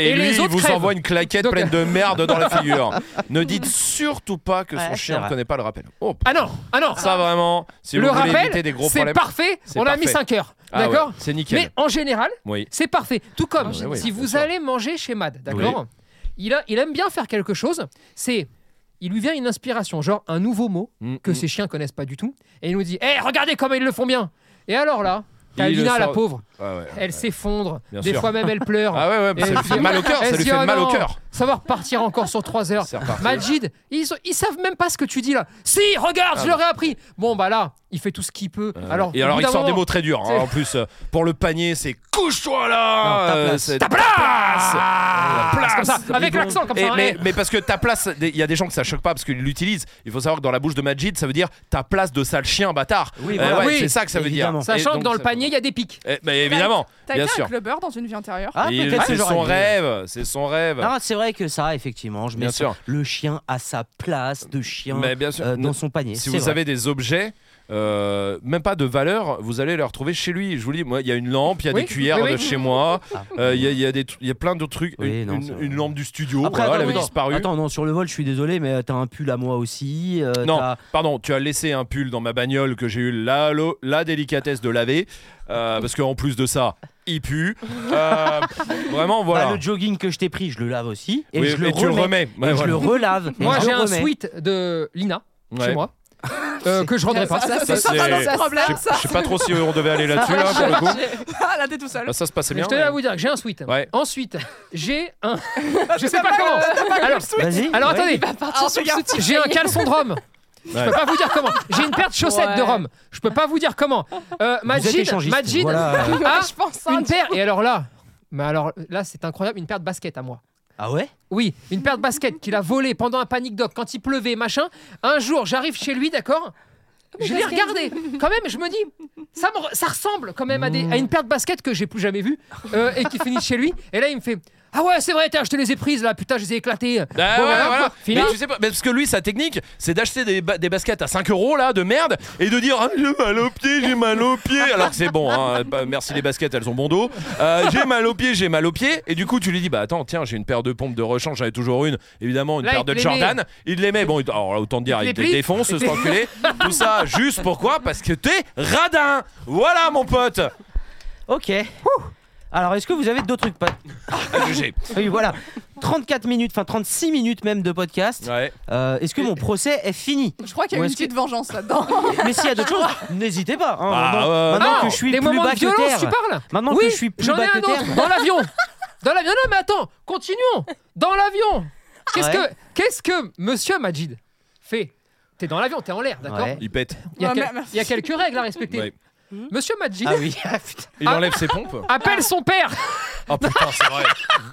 C: Et,
F: Et
C: lui,
F: les
C: il
F: autres
C: vous
F: crèvent.
C: envoie une claquette
F: Donc-
C: pleine de merde dans la figure. ne dites surtout pas que son
A: Ouais,
C: chien
A: c'est
C: ne
A: vrai.
C: connaît pas le rappel. Oh, p-
F: Ah non, ah non.
C: ça vraiment, si
F: le
C: vous voulez
F: rappel,
C: éviter des gros
F: c'est
C: problèmes.
F: parfait.
C: C'est
F: On a mis
C: parfait.
F: 5 heures,
C: Ah ouais,
F: d'accord
C: c'est nickel.
F: Mais en général,
C: Oui.
F: c'est parfait. Tout comme
C: Ah, oui, oui,
F: si
C: bien
F: vous
C: sûr.
F: allez manger chez Mad, d'accord il, a- il aime bien faire quelque chose. C'est il lui vient une inspiration, genre un nouveau mot
C: Mm,
F: que
C: mm.
F: ses chiens connaissent pas du tout, et il nous dit "Eh, regardez comment ils le font bien." Et alors là,
C: Il le
F: Alina, la
C: sort-
F: pauvre,
C: Ah ouais.
F: elle s'effondre.
C: Bien
F: Des
C: sûr.
F: fois même, elle pleure.
C: Ah ouais, ouais,
F: Et
C: ça lui
F: elle
C: fait
F: dit-
C: mal au cœur,
F: elle
C: ça
F: se
C: lui
F: dit,
C: fait
F: Ah
C: mal au
F: non,
C: cœur.
F: Ça va repartir encore sur 3 heures.
C: C'est reparti.
F: Majid, ils, sont- ils savent même pas ce que tu dis là. Si, regarde,
C: Ah
F: je leur ai appris. Bon, bah là, il fait tout ce qu'il peut.
C: Euh,
F: alors,
C: et
F: au
C: alors
F: bout
C: il
F: d'un
C: sort des
F: moment-
C: mots très durs. hein.
F: C'est-
C: En plus, euh, pour le panier, c'est couche-toi
A: Non,
C: là
A: ta
C: euh,
A: place. Ah,
C: c'est
F: Ta place
C: Ta place
F: ah, Comme ça, avec
A: Ribon.
F: l'accent comme
C: Et-
F: ça.
C: mais,
F: hein.
C: mais parce que ta place, des- il y a des gens que ça choque pas parce qu'ils l'utilisent. Il faut savoir que dans la bouche de Majid, ça veut dire ta place de sale chien bâtard.
A: Oui,
C: Euh,
A: voilà.
C: ouais,
F: Oui,
C: c'est ça que ça veut
A: évidemment.
C: dire. Et
F: Sachant
C: donc,
F: que dans le
C: ça-
F: panier, il y a des pics.
C: Eh, bah, évidemment,
G: T'as
C: bien
G: été
C: sûr.
G: un clubbeur dans une vie intérieure
A: Ah,
C: Il-
A: peut-être
C: C'est
A: j'aurais
C: son
A: dû. Ah,
C: rêve, c'est son rêve.
A: Non, c'est vrai que ça, effectivement, je mets
C: Bien
A: ça.
C: sûr.
A: le chien à sa place de chien
C: Mais bien sûr.
A: euh,
C: Non.
A: dans son panier.
C: Si
A: c'est
C: vous
A: vrai.
C: avez des objets, euh, même pas de valeur, vous allez les retrouver chez lui. Je vous dis, moi, il y a une lampe, il y a
F: Oui,
C: des cuillères
F: oui, oui.
C: de chez moi,
A: Ah.
C: euh, il y, a- il y a des tr- il y a plein d'autres trucs.
A: Oui,
C: une,
A: non,
C: une-
A: c'est vrai.
C: une lampe du studio,
A: Après,
C: voilà,
A: attends,
C: elle avait
A: oui.
C: disparu.
A: Attends, non, sur le vol, je suis désolé, mais euh, t'as un pull à moi aussi. euh,
C: Non,
A: t'as-
C: pardon, tu as laissé un pull dans ma bagnole que j'ai eu la, lo- la délicatesse de laver, euh, parce qu'en plus de ça, il pue. Euh, vraiment,
A: bah,
C: voilà.
A: le jogging que je t'ai pris, je le lave aussi. Et
C: Oui,
A: je le
C: mais tu le
A: remets.
C: remets.
A: Et
C: Ouais,
A: je
C: voilà.
A: le relave. et
F: Moi,
A: je
F: j'ai
A: le
F: un
A: remets.
F: suite de Lina
C: Ouais.
F: chez moi euh, que je rendrai pas.
G: Ça, c'est
C: Ça,
G: ça,
C: c'est-
G: dans ce problème.
C: Je sais- je sais pas trop si on devait aller là-dessus, là, pour le coup.
G: Ah, là, t'es tout seul.
C: Bah, ça se passait
F: Mais
C: bien.
F: je tenais à
C: mais-
F: vous dire que j'ai un sweat.
C: Ouais.
F: Ensuite, j'ai un. je sais
G: T'as
F: pas comment. Alors,
A: Vas-y.
F: alors
A: ouais.
F: attendez,
G: Alors, regarde.
F: j'ai un caleçon de rhum. Je peux
C: Ouais.
F: pas vous dire comment. J'ai une paire de chaussettes de
B: Ouais.
F: rhum. Je peux pas vous dire comment. Euh,
A: Vous êtes
F: Majid,
A: échangiste,
F: Majid
A: voilà.
F: a
B: je pense. hein,
F: une
B: tu-
F: paire. Et alors là, mais alors là, c'est incroyable, une paire de baskets à moi.
A: Ah ouais
F: Oui, une paire de baskets qu'il a volée pendant un panic doc quand il pleuvait, machin. Un jour, j'arrive chez lui, d'accord Je l'ai regardé. Quand même, je me dis, ça, me re- ça ressemble quand même à, des- à une paire de baskets que j'ai plus jamais vue euh, et qui finit chez lui. Et là, il me fait. Ah ouais, c'est vrai, tiens, je te les ai prises là, putain, je les ai éclatées.
C: Ah,
F: Bon, bah,
C: ouais,
F: voilà,
C: voilà.
F: quoi. Fini.
C: Mais tu sais pas, mais parce que lui, sa technique, c'est d'acheter des, ba- des baskets à 5 euros là, de merde, et de dire Ah, j'ai mal au pied, j'ai mal au pied. Alors que c'est bon, hein, bah, merci les baskets, elles ont bon dos. Euh, j'ai mal au pied, j'ai mal au pied. Et du coup, tu lui dis Bah attends, tiens, j'ai une paire de pompes de rechange, j'en ai toujours une, évidemment, une
F: Là,
C: paire
F: il
C: de
F: te les
C: Jordan. Il les met, bon, il- alors là, autant te dire,
F: Il te
C: il te
F: les plie.
C: défonce,
F: Il te
C: cet
F: les-
C: enculé. Tout ça, juste pourquoi Parce que t'es radin. Voilà, mon pote. Ah,
A: Ok. Alors, est-ce que vous avez d'autres trucs pas...
C: Ah, GG.
A: Oui, voilà. 34 minutes, enfin 36 minutes même de podcast.
C: Ouais.
A: Euh, est-ce que mon procès est fini
G: Je crois qu'il y
A: Ou
G: a une
A: est-ce que-
G: petite vengeance là-dedans.
A: Mais s'il y a d'autres choses, n'hésitez pas. hein.
C: Bah,
A: maintenant
C: ouais.
A: maintenant
F: Ah,
A: que je suis
F: des
A: plus
F: moments
A: bas
F: de
A: que
F: violence,
A: terre.
F: tu parles
A: Maintenant
F: oui,
A: que je suis plus
F: j'en ai
A: bas
F: un
A: que terre.
F: autre dans l'avion. Dans l'avion. Non, mais attends, continuons. Dans l'avion. Qu'est-ce
A: Ouais.
F: que qu'est-ce que Monsieur Majid fait T'es dans l'avion, t'es en l'air, d'accord
A: Ouais.
C: Il pète.
F: Il y, a
G: Ouais,
F: quel-
G: mais- merci.
F: il y a quelques règles à respecter.
C: Ouais.
F: Monsieur Majid
A: Ah oui. Ah, putain.
C: Il enlève ses pompes.
F: appelle son père.
C: Oh putain, c'est vrai.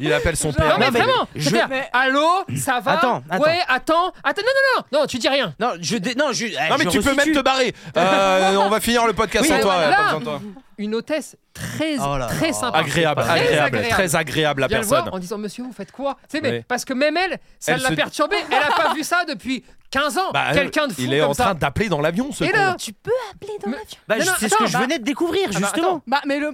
C: Il appelle son père.
F: Non, mais,
A: Ah mais
F: vraiment.
A: je-
F: c'est-à-dire,
G: mais-
F: Allô, ça va
A: Attends, attends.
F: Ouais, attends, attends. Non, non, non, non, tu dis rien.
A: Non, je dé- non, je. eh,
C: Non mais
A: je
C: tu peux même
A: resitue.
C: te barrer. Euh, bah, on va finir le podcast
F: Oui,
C: sans toi.
F: voilà.
C: ouais, pas besoin de toi.
F: Une hôtesse très
A: Oh là
F: très
A: là.
F: sympa.
C: Agréable,
A: Très
C: agréable,
F: agréable.
C: très agréable la
F: Viens le
C: personne.
F: voir en disant Monsieur, vous faites quoi Tu sais, mais
C: Oui.
F: Parce que même elle, ça
C: Elle
F: l'a
C: se-
F: perturbée. Elle a pas vu ça depuis 15 ans.
C: Bah,
F: Quelqu'un de fou
C: Il est
F: comme
C: en
F: ça.
C: train d'appeler dans l'avion ce
F: Et
C: con.
F: là,
B: Tu peux appeler dans
F: Mais-
B: l'avion.
A: Bah,
F: Non,
A: je-
F: non,
A: c'est ce que
F: attends,
A: je venais de
C: Ah,
A: découvrir
F: bah,
A: justement.
G: Bah, mais le.
F: non,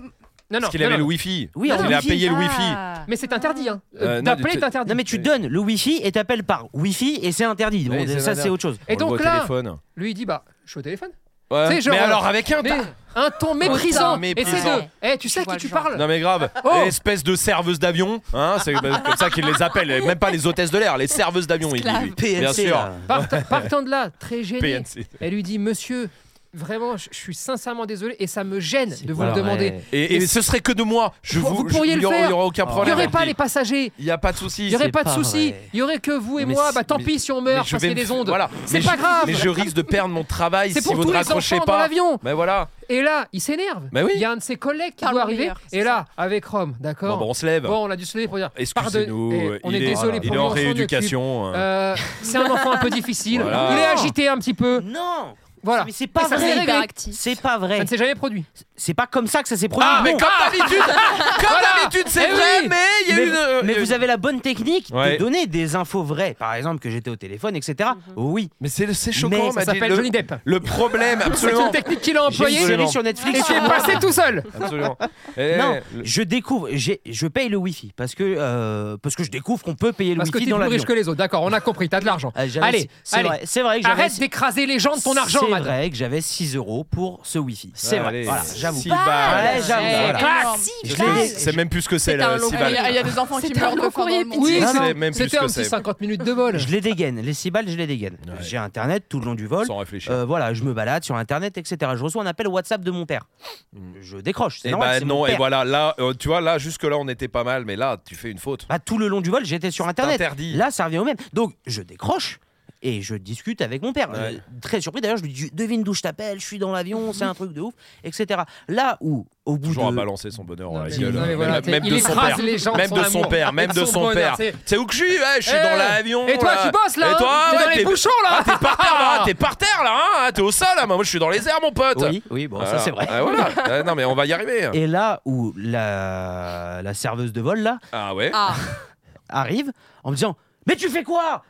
F: non,
C: Parce qu'il
F: non,
C: avait le
F: non.
C: wifi.
A: Oui,
C: il
A: en
C: a
A: wifi.
C: payé le wifi.
B: Ah.
F: Mais c'est interdit. Hein. Euh,
C: Euh, non,
F: D'appeler
C: tu-
F: est interdit.
A: Non mais tu donnes le wifi et t'appelles par wifi et c'est interdit. Bon,
C: Oui, c'est
A: ça
C: interdit.
A: c'est autre chose.
C: On
F: Et
C: le voit
F: donc
C: au
F: là,
C: téléphone.
F: lui il dit bah je suis au téléphone.
C: Ouais.
F: tu sais, genre,
C: mais
F: euh,
C: alors avec un.
F: Mais un ton méprisant.
C: Putain,
F: Et c'est
C: Bah, méprisant.
F: de. Eh tu sais à
G: vois
F: qui tu
G: le genre.
F: parles
C: Non mais grave,
F: Oh.
C: espèce de serveuse d'avion, hein, c'est bah, comme ça qu'il les appelle, même pas les hôtesses de l'air, les serveuses d'avion, il dit lui.
A: PNC,
C: Bien sûr.
A: là.
F: Partant, partant de là, très gêné.
C: PNC.
F: Elle lui dit Monsieur, vraiment, je je suis sincèrement désolé et ça me gêne
A: C'est
F: de vous
A: pas
F: le
A: vrai.
F: demander.
C: Et, et
F: Mais-
C: ce serait que de moi. Je
F: Vous-
C: vous,
F: vous pourriez
C: je-
F: le
C: il y aura-
F: faire.
C: Il y aura aucun
A: Il y
F: Il n'y
C: problème.
F: aurait pas les passagers,
C: Il y a pas de souci.
F: il n'y aurait
A: c'est
F: pas de
A: pas
F: souci.
A: vrai.
F: Il y aurait que vous et
C: Mais
F: moi.
C: c'est-
F: Bah tant
C: mais-
F: pis si on
C: Mais
F: meurt
C: je
F: parce
C: vais
F: qu'il y a
C: me-
F: des ondes.
C: Voilà.
F: C'est
C: Mais
F: pas
C: je-
F: grave.
C: Mais je risque de perdre mon travail
F: C'est
C: si
F: pour
C: vous
F: tous
C: ne
F: les
C: raccrochez
F: enfants dans
C: pas.
F: l'avion.
C: Mais voilà.
F: Et là, il s'énerve.
C: Mais oui.
F: Il y a un de ses collègues qui
G: Parle
F: doit
G: au
F: arriver.
G: meilleur, c'est
F: Et
G: ça.
F: là, avec Rome,
C: Bon,
F: d'accord
C: bah, on se lève.
F: Bon, on a dû se lever pour dire.
C: Excusez-nous. euh,
F: pardon, eh, on est
C: il
F: désolé pour
C: il est
F: lui, on
C: en
F: s'en occupe.
C: rééducation. hein.
F: euh, c'est un enfant un peu difficile.
C: Voilà.
F: Il est agité un petit peu.
A: Non,
F: Voilà.
A: mais c'est pas
F: Et Ah. ça,
A: vrai.
F: c'est réglé.
B: Hyperactif.
A: C'est pas
F: Ça
A: vrai.
F: ne s'est jamais produit.
A: C'est pas comme ça que ça s'est produit.
C: Ah, mais
A: Non.
C: comme d'habitude, comme d'habitude, c'est
F: Eh
C: vrai,
F: oui.
C: mais il y a
A: mais,
C: eu une.
A: mais
C: euh,
A: vous avez la bonne technique
C: Ouais.
A: de donner des infos vraies. Par exemple, que j'étais au téléphone, etc. Oui.
C: Mais c'est c'est
A: Mais
C: choquant,
A: ça
C: m'a
F: Ça
C: dit
F: s'appelle
C: le-
F: Johnny Depp.
C: Le problème,
F: C'est une
C: absolument.
F: technique qu'il a
A: J'ai une
F: employée.
A: série
F: Et
A: sur Netflix.
F: c'est passé tout seul.
C: Absolument. Eh,
A: Non,
C: le-
A: je découvre, j'ai- je paye le Wi-Fi parce que, euh, parce que je découvre qu'on peut payer le
F: Parce que
A: Wi-Fi
F: t'es
A: dans
F: plus
A: l'avion.
F: riche que les autres. D'accord, on a compris. T'as de l'argent.
A: Ah, j'avais-
F: Allez,
A: c'est
F: allez.
A: vrai, c'est vrai que j'avais-
F: Arrête d'écraser les gens de ton
A: C'est
F: argent. Mad.
A: vrai que j'avais 6 euros pour ce Wi-Fi. C'est vrai.
C: Allez,
A: Voilà, j'avoue.
C: six
B: Bah,
C: balles.
A: Ouais, j'avoue,
B: c'est
A: voilà.
B: énorme.
C: Je
A: balles.
C: sais- C'est même plus ce que c'est
B: C'est
C: là,
B: un long
C: six
G: Il
B: courrier.
C: balles.
G: y, a il y a des enfants qui
B: C'est un
G: meurent de
B: long
G: faim dans
B: courrier
G: le monde.
F: Oui,
A: Non,
F: c'est-
A: non.
C: C'est même plus
F: c'était
C: que
F: un petit
C: c'est.
F: 50 minutes de vol.
A: Je les dégaine, les 6 balles, je les dégaine.
C: Ouais.
A: J'ai internet tout le long du vol.
C: Sans réfléchir.
A: Euh, voilà, je me balade sur internet, etc. Je reçois un appel WhatsApp de mon père.
C: Mm.
A: Je décroche. C'est
C: Eh
A: normal,
C: bah
A: c'est mon
C: non, et
A: père.
C: voilà, là, euh, tu vois, là, jusque-là, on était pas mal, mais là, tu fais une faute.
A: Bah, tout le long du vol, j'étais sur
C: C'est
A: internet.
C: Interdit.
A: Là, ça revient au même. Donc, je décroche et je discute avec mon père.
C: Ouais.
A: Euh, Très surpris d'ailleurs, je lui dis devine d'où je t'appelle, je suis dans l'avion, c'est un truc de ouf, etc. Là où, au bout
C: Toujours à
A: de.
C: balancer son bonheur
F: Non,
C: à oh, la
F: mais-
C: gueule.
F: non, mais
C: Même-
F: voilà,
C: Même
F: t'es-
C: de
F: il
C: son
F: écrase
C: père.
F: les gens de
C: Même
F: son
C: de son
F: amour,
C: père,
F: avec
C: même de
F: son
C: son
F: bonheur,
C: père.
F: c'est-
C: C'est où que je suis Ouais, Je suis
F: Eh
C: dans l'avion.
F: Et toi,
C: là.
F: tu bosses là
C: Et
F: hein
C: toi,
F: T'es
C: ouais,
F: dans les
C: t'es-
F: bouchons
C: Ah,
F: là
C: t'es par terre là, hein, t'es par terre là, hein, t'es au sol là, moi je suis dans les airs mon pote.
A: Oui, oui, bon, ça
C: Voilà.
A: c'est vrai.
C: Ah, voilà. Ah, non mais on va y arriver.
A: Et là où la, la serveuse de vol là
C: Ah ouais.
B: Ah,
A: arrive en me disant Mais tu fais quoi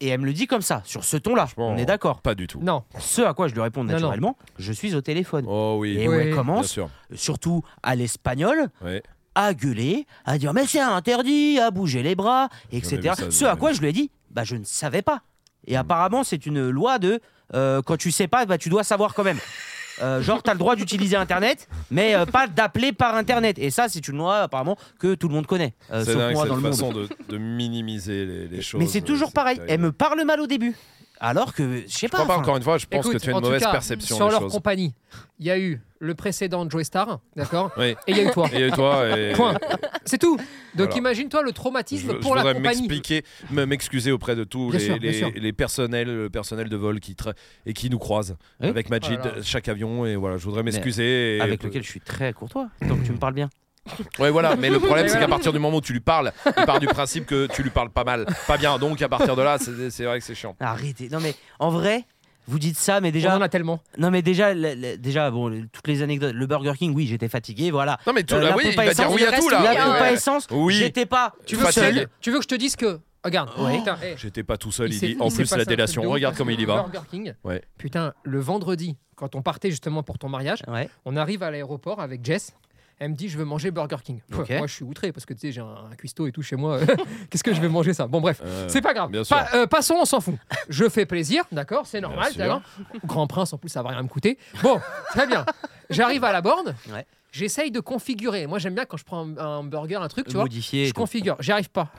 A: Et elle me le dit comme ça, sur ce ton-là.
C: Franchement,
A: On est d'accord.
C: Pas du tout.
F: Non,
A: Ce à quoi je lui réponds
F: Non, non.
A: naturellement Je suis au téléphone.
C: Oh oui.
A: Et euh,
F: Oui.
A: ouais,
C: Bien
A: commence,
C: sûr.
A: surtout à l'espagnol,
C: Ouais.
A: à gueuler, à dire mais c'est interdit, à bouger les bras,
C: J'en ai
A: etc.
C: vu ça,
A: Ce
C: j'en ai
A: à
C: vu. Hmm.
A: quoi je lui ai dit, bah je ne savais pas. Et apparemment c'est une loi de euh, quand tu sais pas, bah tu dois savoir quand même. Euh, genre t'as le droit d'utiliser Internet, mais euh, pas d'appeler par Internet. Et ça c'est une loi apparemment que tout le monde connaît, euh,
C: C'est
A: sauf
C: dingue
A: moi
C: cette
A: dans le monde.
C: façon de, de minimiser les, les choses. euh,
A: Mais c'est toujours pareil. Elle
C: terrible.
A: me parle mal au début, alors que je sais
C: Je
A: pas.
C: crois pas
A: enfin,
C: encore une fois. Je pense
F: Écoute,
C: que tu as
F: en
C: une
F: tout
C: mauvaise
F: cas,
C: perception
F: sur
C: des
F: leur
C: choses.
F: compagnie, il y a eu le précédent Joy Star, d'accord
C: Oui.
F: Et il y a eu toi.
C: Et toi. Et...
F: Point. C'est tout. Donc
C: Voilà.
F: imagine-toi le
C: Je,
F: traumatisme
C: je
F: pour la
C: voudrais
F: compagnie.
C: m'expliquer, me- m'excuser auprès de tous
F: Bien
C: les,
F: sûr, bien
C: les,
F: sûr.
C: les personnels, le personnel de vol qui tra- et qui nous croisent
A: Oui.
C: avec Majid
F: Voilà.
C: chaque avion et voilà, je voudrais m'excuser. et-
A: Avec lequel je suis très courtois, tant que tu me parles bien.
C: Ouais, voilà. Mais le problème,
F: Mais
C: c'est
F: voilà.
C: qu'à partir du moment où tu lui parles, il part du principe que tu lui parles pas mal, pas bien. Donc à partir de là, c'est c'est vrai que c'est chiant.
A: Arrêtez. Non mais en vrai, vous dites ça, mais
F: On
A: déjà,
F: en a tellement.
A: Non mais déjà, le- le- déjà bon, le- toutes les anecdotes. Le Burger King, oui, j'étais fatigué, voilà.
C: Non mais tout,
A: Euh,
C: là,
A: la
C: Ah bah oui, il
A: pompe à
C: va dire
A: essence,
C: oui à
B: le
C: tout
B: reste,
C: là. bah
B: il y
A: La
B: Ah,
A: pompe à
C: Ouais.
A: essence,
C: Oui.
A: j'étais pas.
F: Tu
C: Pas
F: veux, que je te
C: terrible.
F: dise- tu veux que je te dise que. Regarde.
C: Oh.
A: Ouais.
F: Putain, eh,
C: J'étais pas tout seul.
F: il
C: Il
F: s'est-
C: dit.
F: il
C: En
F: s'est
C: plus
F: passé
C: la
F: un truc de
C: délation.
F: ouf
C: Regarde
F: parce
C: comme
F: que
C: il y va.
F: Burger King.
C: Ouais.
F: Putain, le vendredi, quand on partait justement pour ton mariage,
A: Ouais.
F: on arrive à l'aéroport avec Jess. Elle me dit, je veux manger Burger King. Pff,
A: Ok.
F: Moi, je suis outré parce que tu sais, j'ai un, un cuistot et tout chez moi. Qu'est-ce que je vais manger ça Bon, bref.
C: Euh,
F: C'est pas grave.
C: bien sûr.
F: Pas- euh, passons, on s'en fout. Je fais plaisir, d'accord, c'est normal.
C: sûr.
F: d'accord. Grand prince, en plus, ça va rien me coûter. Bon, très bien. J'arrive à la borne.
A: Ouais.
F: J'essaye de configurer. Moi, j'aime bien quand je prends un, un burger, un truc, tu vois.
A: Modifié. et
F: Je
A: tout.
F: configure. J'y arrive pas.